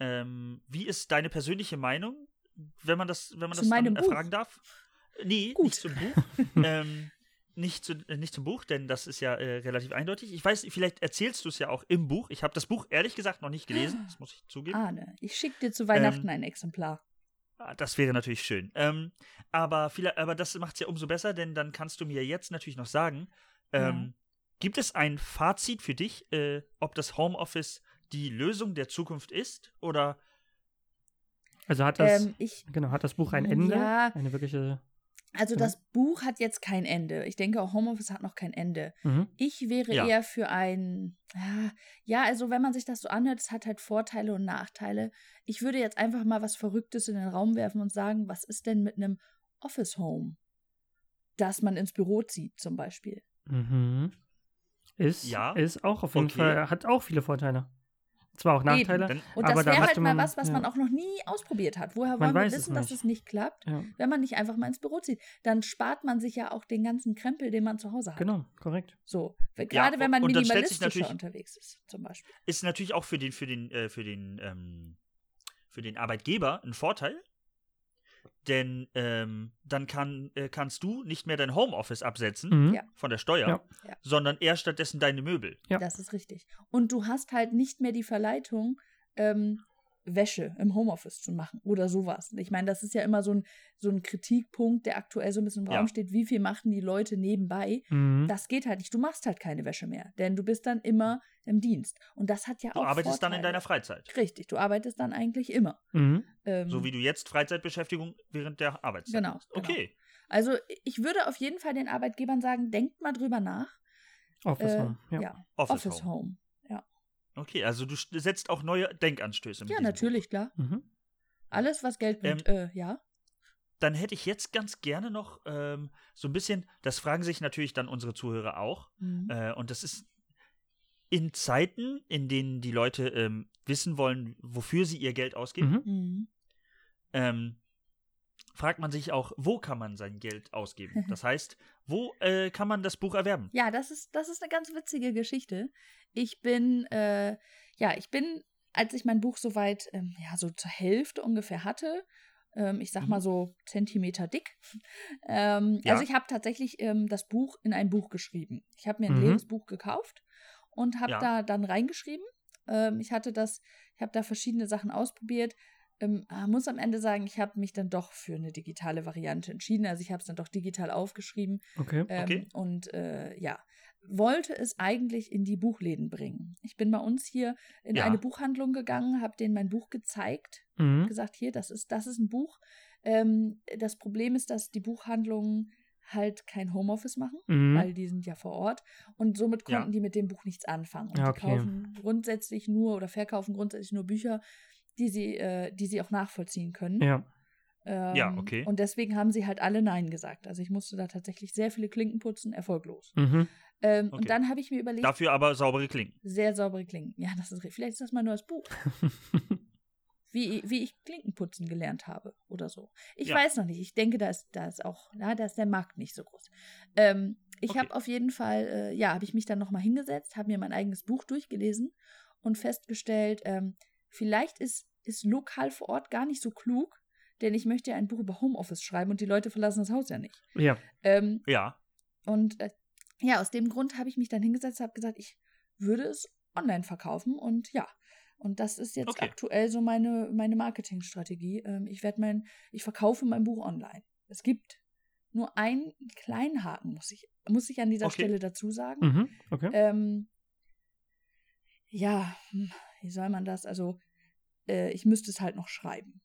[SPEAKER 1] Ähm, wie ist deine persönliche Meinung, wenn man das, wenn man
[SPEAKER 8] Zu
[SPEAKER 1] das dann
[SPEAKER 8] meinem Buch?
[SPEAKER 1] erfragen darf? Äh, Nee,
[SPEAKER 8] Gut.
[SPEAKER 1] nicht zum Buch. ähm, nicht, zu, äh, nicht zum Buch, denn das ist ja äh, relativ eindeutig. Ich weiß, vielleicht erzählst du es ja auch im Buch. Ich habe das Buch ehrlich gesagt noch nicht gelesen, das muss ich zugeben.
[SPEAKER 8] Arne, ich schicke dir zu Weihnachten
[SPEAKER 1] Ähm,
[SPEAKER 8] ein Exemplar.
[SPEAKER 1] Ah, Das wäre natürlich schön. Ähm, aber, viele, aber das macht es ja umso besser, denn dann kannst du mir jetzt natürlich noch sagen, ähm, gibt es ein Fazit für dich, äh, ob das Homeoffice die Lösung der Zukunft ist oder
[SPEAKER 2] Also hat das,
[SPEAKER 8] ähm, ich,
[SPEAKER 2] genau, hat das Buch ein Ende?
[SPEAKER 8] Ja.
[SPEAKER 2] Eine wirkliche.
[SPEAKER 8] also
[SPEAKER 2] Ja.
[SPEAKER 8] das Buch hat jetzt kein Ende. Ich denke, auch Homeoffice hat noch kein Ende.
[SPEAKER 2] Mhm.
[SPEAKER 8] Ich wäre
[SPEAKER 1] Ja.
[SPEAKER 8] eher für ein, ah, ja, also wenn man sich das so anhört, es hat halt Vorteile und Nachteile. Ich würde jetzt einfach mal was Verrücktes in den Raum werfen und sagen, was ist denn mit einem Office Home, das man ins Büro zieht zum Beispiel?
[SPEAKER 2] Mhm. Ist,
[SPEAKER 1] Ja.
[SPEAKER 2] ist auch auf jeden
[SPEAKER 1] Okay.
[SPEAKER 2] Fall, hat auch viele Vorteile. Zwar auch Nachteile.
[SPEAKER 1] dann,
[SPEAKER 8] Und
[SPEAKER 2] Aber
[SPEAKER 8] das
[SPEAKER 2] da
[SPEAKER 8] wäre halt
[SPEAKER 2] hatte
[SPEAKER 8] mal
[SPEAKER 2] man-
[SPEAKER 8] was, was
[SPEAKER 2] ja.
[SPEAKER 8] man auch noch nie ausprobiert hat. Woher
[SPEAKER 2] Man
[SPEAKER 8] wollen wir
[SPEAKER 2] weiß es
[SPEAKER 8] wissen, dass
[SPEAKER 2] nicht.
[SPEAKER 8] es nicht klappt,
[SPEAKER 2] Ja,
[SPEAKER 8] wenn man nicht einfach mal ins Büro zieht? Dann spart man sich ja auch den ganzen Krempel, den man zu Hause hat.
[SPEAKER 2] genau, korrekt.
[SPEAKER 8] So, we- gerade wenn man
[SPEAKER 1] und dann stellt sich
[SPEAKER 8] minimalistischer
[SPEAKER 1] natürlich-
[SPEAKER 8] unterwegs ist, zum Beispiel.
[SPEAKER 1] ist natürlich auch für den, für den, äh, für den, ähm, für den Arbeitgeber ein Vorteil. Denn ähm, dann kann, äh, kannst du nicht mehr dein Homeoffice absetzen
[SPEAKER 2] Mhm.
[SPEAKER 8] Ja.
[SPEAKER 1] von der Steuer,
[SPEAKER 2] Ja.
[SPEAKER 8] Ja.
[SPEAKER 1] sondern eher stattdessen deine Möbel.
[SPEAKER 2] Ja.
[SPEAKER 8] Das ist richtig. Und du hast halt nicht mehr die Verleitung, ähm, Wäsche im Homeoffice zu machen oder sowas. Ich meine, das ist ja immer so ein, so ein Kritikpunkt, der aktuell so ein bisschen im
[SPEAKER 1] Ja.
[SPEAKER 8] Raum steht. Wie viel machen die Leute nebenbei?
[SPEAKER 1] Hm?
[SPEAKER 2] Mhm.
[SPEAKER 8] Das geht halt nicht. Du machst halt keine Wäsche mehr, denn du bist dann immer im Dienst. Und das hat ja
[SPEAKER 1] Hm. Du
[SPEAKER 8] auch.
[SPEAKER 1] arbeitest dann in
[SPEAKER 8] Vorteile.
[SPEAKER 1] deiner Freizeit.
[SPEAKER 8] Richtig, du arbeitest dann eigentlich immer.
[SPEAKER 2] Mhm.
[SPEAKER 8] Ähm,
[SPEAKER 1] So wie du jetzt Freizeitbeschäftigung während der Arbeitszeit
[SPEAKER 8] Genau,
[SPEAKER 1] machst. Okay.
[SPEAKER 8] Also ich würde auf jeden Fall den Arbeitgebern sagen, denkt mal drüber nach.
[SPEAKER 2] Office
[SPEAKER 8] Äh,
[SPEAKER 2] Home. Ja.
[SPEAKER 1] Office,
[SPEAKER 8] Office
[SPEAKER 1] Home.
[SPEAKER 8] Home.
[SPEAKER 1] Okay, also du st- setzt auch neue Denkanstöße mit
[SPEAKER 8] Ja,
[SPEAKER 1] diesem Ähm,
[SPEAKER 8] natürlich, klar.
[SPEAKER 2] Mhm.
[SPEAKER 8] Alles, was Geld bringt. äh, ja.
[SPEAKER 1] dann hätte ich jetzt ganz gerne noch ähm, so ein bisschen, das fragen sich natürlich dann unsere Zuhörer auch,
[SPEAKER 8] Mhm.
[SPEAKER 1] äh, und das ist in Zeiten, in denen die Leute ähm, wissen wollen, wofür sie ihr Geld ausgeben,
[SPEAKER 2] Mhm.
[SPEAKER 8] Mhm.
[SPEAKER 1] ähm, fragt man sich auch, wo kann man sein Geld ausgeben? Das heißt, wo äh, kann man das Buch erwerben?
[SPEAKER 8] Ja, das ist, das ist eine ganz witzige Geschichte. Ich bin, äh, ja, ich bin, als ich mein Buch soweit, ähm, ja, so zur Hälfte ungefähr hatte, ähm, ich sag
[SPEAKER 1] Mhm.
[SPEAKER 8] mal so Zentimeter dick. Ähm,
[SPEAKER 1] Ja.
[SPEAKER 8] Also ich habe tatsächlich ähm, das Buch in ein Buch geschrieben. Ich habe mir ein
[SPEAKER 2] Mhm.
[SPEAKER 8] Lebensbuch gekauft und habe
[SPEAKER 1] Ja.
[SPEAKER 8] da dann reingeschrieben. Ähm, ich hatte das, ich habe da verschiedene Sachen ausprobiert. Ähm, ah, muss am Ende sagen, ich habe mich dann doch für eine digitale Variante entschieden. Also ich habe es dann doch digital aufgeschrieben.
[SPEAKER 2] Okay.
[SPEAKER 8] Ähm,
[SPEAKER 1] Okay.
[SPEAKER 8] Und äh, ja, wollte es eigentlich in die Buchläden bringen. Ich bin bei uns hier in
[SPEAKER 1] Ja.
[SPEAKER 8] eine Buchhandlung gegangen, habe denen mein Buch gezeigt,
[SPEAKER 2] Mhm.
[SPEAKER 8] gesagt, hier, das ist, das ist ein Buch. Ähm, das Problem ist, dass die Buchhandlungen halt kein Homeoffice machen,
[SPEAKER 2] Mhm.
[SPEAKER 8] weil die sind ja vor Ort. Und somit
[SPEAKER 1] Ja.
[SPEAKER 8] konnten die mit dem Buch nichts anfangen. Und
[SPEAKER 2] Ja,
[SPEAKER 8] die
[SPEAKER 2] okay.
[SPEAKER 8] kaufen grundsätzlich nur oder verkaufen grundsätzlich nur Bücher, die sie, äh, die sie auch nachvollziehen können.
[SPEAKER 2] Ja.
[SPEAKER 8] Ähm,
[SPEAKER 1] Ja, okay.
[SPEAKER 8] Und deswegen haben sie halt alle Nein gesagt. Also ich musste da tatsächlich sehr viele Klinken putzen, erfolglos.
[SPEAKER 2] Mhm.
[SPEAKER 8] Ähm,
[SPEAKER 1] Okay.
[SPEAKER 8] Und dann habe ich mir überlegt,
[SPEAKER 1] Dafür aber saubere Klingen.
[SPEAKER 8] sehr saubere Klinken. Ja, das ist, ri- vielleicht ist das mein neues Buch, wie, wie ich Klinken putzen gelernt habe oder so. Ich
[SPEAKER 1] Ja.
[SPEAKER 8] weiß noch nicht. Ich denke, da ist, da ist auch, na, da ist der Markt nicht so groß. Ähm, ich
[SPEAKER 1] Okay.
[SPEAKER 8] habe auf jeden Fall, äh, ja, habe ich mich dann nochmal hingesetzt, habe mir mein eigenes Buch durchgelesen und festgestellt, ähm, vielleicht ist, ist lokal vor Ort gar nicht so klug, denn ich möchte ja ein Buch über Homeoffice schreiben und die Leute verlassen das Haus ja nicht.
[SPEAKER 2] ja.
[SPEAKER 8] Ähm,
[SPEAKER 1] Ja.
[SPEAKER 8] und äh, ja, aus dem Grund habe ich mich dann hingesetzt und habe gesagt, ich würde es online verkaufen. Und ja, und das ist jetzt
[SPEAKER 1] Okay.
[SPEAKER 8] aktuell so meine, meine Marketingstrategie. Ähm, ich werde mein, ich verkaufe mein Buch online. Es gibt nur einen kleinen Haken, muss ich, muss ich an dieser
[SPEAKER 1] Okay.
[SPEAKER 8] Stelle dazu sagen.
[SPEAKER 2] Mhm. Okay.
[SPEAKER 8] Ähm, ja, hm, wie soll man das? Also, äh, ich müsste es halt noch schreiben.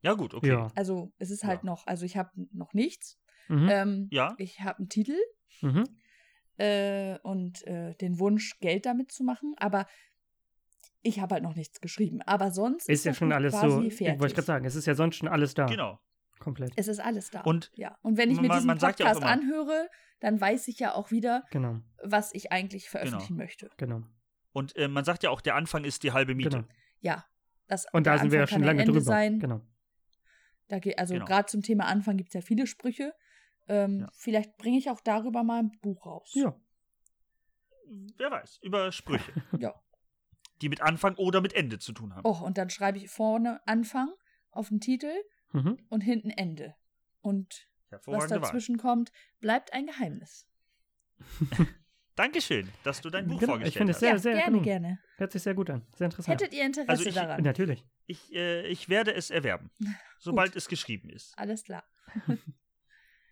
[SPEAKER 1] Ja, gut, okay.
[SPEAKER 2] Ja.
[SPEAKER 8] Also, es ist halt
[SPEAKER 1] Ja. Hm?
[SPEAKER 8] noch, also ich habe noch nichts.
[SPEAKER 2] Mhm.
[SPEAKER 8] Ähm,
[SPEAKER 1] Ja.
[SPEAKER 8] Ich habe einen Titel,
[SPEAKER 2] mhm.
[SPEAKER 8] äh, und äh, den Wunsch, Geld damit zu machen. Aber ich habe halt noch nichts geschrieben. Aber sonst
[SPEAKER 2] Ist ja
[SPEAKER 8] das
[SPEAKER 2] schon
[SPEAKER 8] Buch
[SPEAKER 2] alles
[SPEAKER 8] quasi
[SPEAKER 2] so. Ich
[SPEAKER 8] Fertig.
[SPEAKER 2] wollte gerade sagen, es ist ja sonst schon alles da.
[SPEAKER 1] Genau.
[SPEAKER 2] Komplett.
[SPEAKER 8] Es ist alles da.
[SPEAKER 1] Und
[SPEAKER 8] ja. Und wenn ich mir
[SPEAKER 1] man-
[SPEAKER 8] diesen
[SPEAKER 1] man sagt ja auch
[SPEAKER 8] Podcast
[SPEAKER 1] immer-
[SPEAKER 8] anhöre, dann weiß ich ja auch wieder,
[SPEAKER 2] Genau.
[SPEAKER 8] was ich eigentlich veröffentlichen möchte.
[SPEAKER 2] Genau.
[SPEAKER 1] Und äh, man sagt ja auch, der Anfang ist die halbe Miete.
[SPEAKER 2] Genau.
[SPEAKER 8] Ja. Das,
[SPEAKER 2] Und da
[SPEAKER 8] der
[SPEAKER 2] sind wir ja
[SPEAKER 8] Anfang kann
[SPEAKER 2] schon
[SPEAKER 8] ein
[SPEAKER 2] lange
[SPEAKER 8] Ende
[SPEAKER 2] drüber.
[SPEAKER 8] Sein.
[SPEAKER 2] Genau.
[SPEAKER 8] Da geht, also
[SPEAKER 1] Genau.
[SPEAKER 8] gerade zum Thema Anfang gibt es ja viele Sprüche. Ähm,
[SPEAKER 1] Ja.
[SPEAKER 8] Vielleicht bringe ich auch darüber mal ein Buch raus.
[SPEAKER 2] Ja. Genau.
[SPEAKER 1] Wer weiß, über Sprüche,
[SPEAKER 8] ja.
[SPEAKER 1] die mit Anfang oder mit Ende zu tun haben.
[SPEAKER 8] Oh, und dann schreibe ich vorne Anfang auf den Titel
[SPEAKER 2] Mhm.
[SPEAKER 8] und hinten Ende. Und was
[SPEAKER 1] Hervorragende Wahl.
[SPEAKER 8] dazwischen kommt, bleibt ein Geheimnis.
[SPEAKER 1] Dankeschön, dass du dein Buch
[SPEAKER 2] Genau, ich
[SPEAKER 1] vorgestellt
[SPEAKER 2] finde es
[SPEAKER 1] hast.
[SPEAKER 2] Sehr,
[SPEAKER 8] ja,
[SPEAKER 2] sehr
[SPEAKER 8] gerne,
[SPEAKER 2] gelungen.
[SPEAKER 8] gerne.
[SPEAKER 2] Hört sich sehr gut an. Sehr interessant.
[SPEAKER 8] Hättet ihr Interesse
[SPEAKER 1] Also ich-
[SPEAKER 8] daran?
[SPEAKER 2] Natürlich.
[SPEAKER 1] Ich, äh, ich werde es erwerben, sobald es geschrieben ist.
[SPEAKER 8] Alles klar.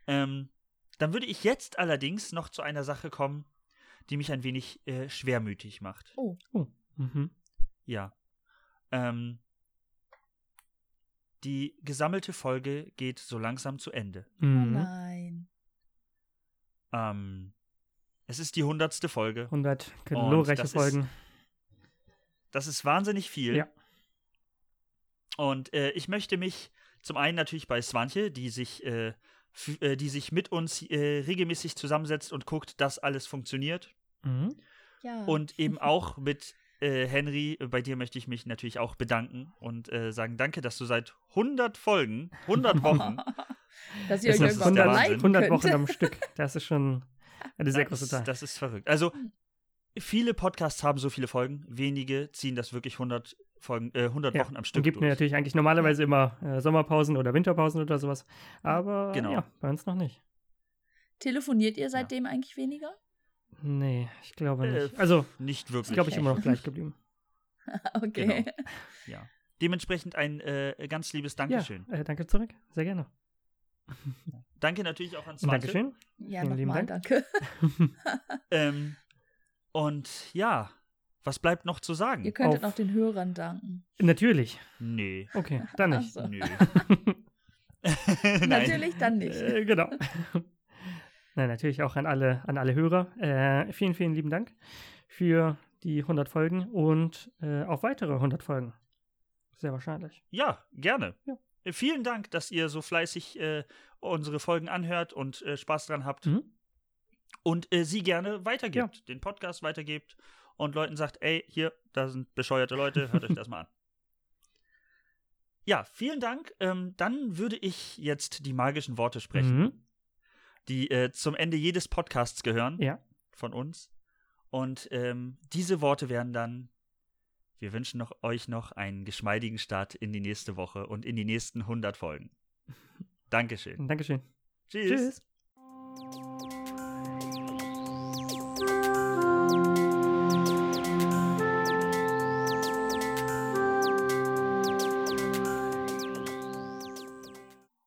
[SPEAKER 1] Ähm, dann würde ich jetzt allerdings noch zu einer Sache kommen, die mich ein wenig äh, schwermütig macht.
[SPEAKER 8] Oh,
[SPEAKER 2] Oh. Mhm.
[SPEAKER 1] Ja. Ähm, die gesammelte Folge geht so langsam zu Ende.
[SPEAKER 2] Mhm.
[SPEAKER 8] Oh nein.
[SPEAKER 1] Ähm, es ist die hundertste Folge.
[SPEAKER 2] 100
[SPEAKER 1] Und
[SPEAKER 2] glorreiche
[SPEAKER 1] das ist-
[SPEAKER 2] Folgen.
[SPEAKER 1] Das ist wahnsinnig viel.
[SPEAKER 2] Ja.
[SPEAKER 1] Und äh, ich möchte mich zum einen natürlich bei Swantje, die sich, äh, f- äh, die sich mit uns äh, regelmäßig zusammensetzt und guckt, dass alles funktioniert.
[SPEAKER 2] Mhm.
[SPEAKER 8] Ja.
[SPEAKER 1] Und eben auch mit äh, Henry, äh, bei dir möchte ich mich natürlich auch bedanken und äh, sagen danke, dass du seit 100 Folgen, 100 Wochen,
[SPEAKER 8] Dass ihr
[SPEAKER 2] Das
[SPEAKER 8] euch
[SPEAKER 1] ist
[SPEAKER 2] sind
[SPEAKER 8] irgendwann
[SPEAKER 1] der
[SPEAKER 2] 100,
[SPEAKER 8] mal
[SPEAKER 1] Wahnsinn.
[SPEAKER 8] leiden
[SPEAKER 2] 100 Wochen
[SPEAKER 8] könnt.
[SPEAKER 2] am Stück. Das ist schon eine sehr Hm.
[SPEAKER 1] das,
[SPEAKER 2] große Zahl.
[SPEAKER 1] das ist verrückt. Also viele Podcasts haben so viele Folgen, wenige ziehen das wirklich 100 Folgen, äh, 100
[SPEAKER 2] Ja,
[SPEAKER 1] Wochen am
[SPEAKER 2] Und
[SPEAKER 1] Stück
[SPEAKER 2] gibt
[SPEAKER 1] durch.
[SPEAKER 2] mir natürlich eigentlich normalerweise immer äh, Sommerpausen oder Winterpausen oder sowas. Aber
[SPEAKER 1] Genau.
[SPEAKER 2] ja, bei uns noch nicht.
[SPEAKER 8] Telefoniert ihr seitdem eigentlich weniger?
[SPEAKER 2] Nee, ich glaube
[SPEAKER 1] Äh,
[SPEAKER 2] nicht. Also,
[SPEAKER 1] Nicht
[SPEAKER 2] ist,
[SPEAKER 1] wirklich.
[SPEAKER 2] glaube ich,
[SPEAKER 8] okay.
[SPEAKER 2] immer noch gleich geblieben.
[SPEAKER 8] Okay.
[SPEAKER 1] Genau. Ja. Dementsprechend ein äh, ganz liebes Dankeschön.
[SPEAKER 2] Ja, äh, danke zurück. Sehr gerne.
[SPEAKER 1] Danke natürlich auch an
[SPEAKER 2] Und
[SPEAKER 1] Swante.
[SPEAKER 2] Dankeschön.
[SPEAKER 8] Ja,
[SPEAKER 2] Vielen lieben
[SPEAKER 8] nochmal,
[SPEAKER 2] Dank.
[SPEAKER 8] danke.
[SPEAKER 1] Ähm, und ja, was bleibt noch zu
[SPEAKER 8] Ihr
[SPEAKER 1] sagen?
[SPEAKER 8] könntet
[SPEAKER 2] Auf-
[SPEAKER 8] noch den Hörern danken.
[SPEAKER 2] Natürlich.
[SPEAKER 1] Nee.
[SPEAKER 2] Okay, dann nicht.
[SPEAKER 8] Ach so.
[SPEAKER 1] Nö. Nein.
[SPEAKER 8] Natürlich dann nicht.
[SPEAKER 2] Äh, genau. Nein, natürlich auch an alle, an alle Hörer. Äh, vielen, vielen lieben Dank für die 100 Folgen und äh, auch weitere 100 Folgen. Sehr wahrscheinlich.
[SPEAKER 1] Ja, gerne.
[SPEAKER 2] Ja.
[SPEAKER 1] Äh, Vielen Dank, dass ihr so fleißig äh, unsere Folgen anhört und äh, Spaß dran habt
[SPEAKER 2] Mhm.
[SPEAKER 1] und äh, sie gerne weitergebt, den Podcast weitergebt und Leuten sagt, ey, hier, da sind bescheuerte Leute, hört euch das mal an. Ja, vielen Dank. Ähm, dann würde ich jetzt die magischen Worte sprechen.
[SPEAKER 2] Mhm.
[SPEAKER 1] die äh, zum Ende jedes Podcasts gehören
[SPEAKER 2] Ja.
[SPEAKER 1] von uns. Und ähm, diese Worte werden dann, wir wünschen noch, euch noch einen geschmeidigen Start in die nächste Woche und in die nächsten 100 Folgen. Dankeschön.
[SPEAKER 2] Dankeschön.
[SPEAKER 1] Tschüss.
[SPEAKER 2] Tschüss.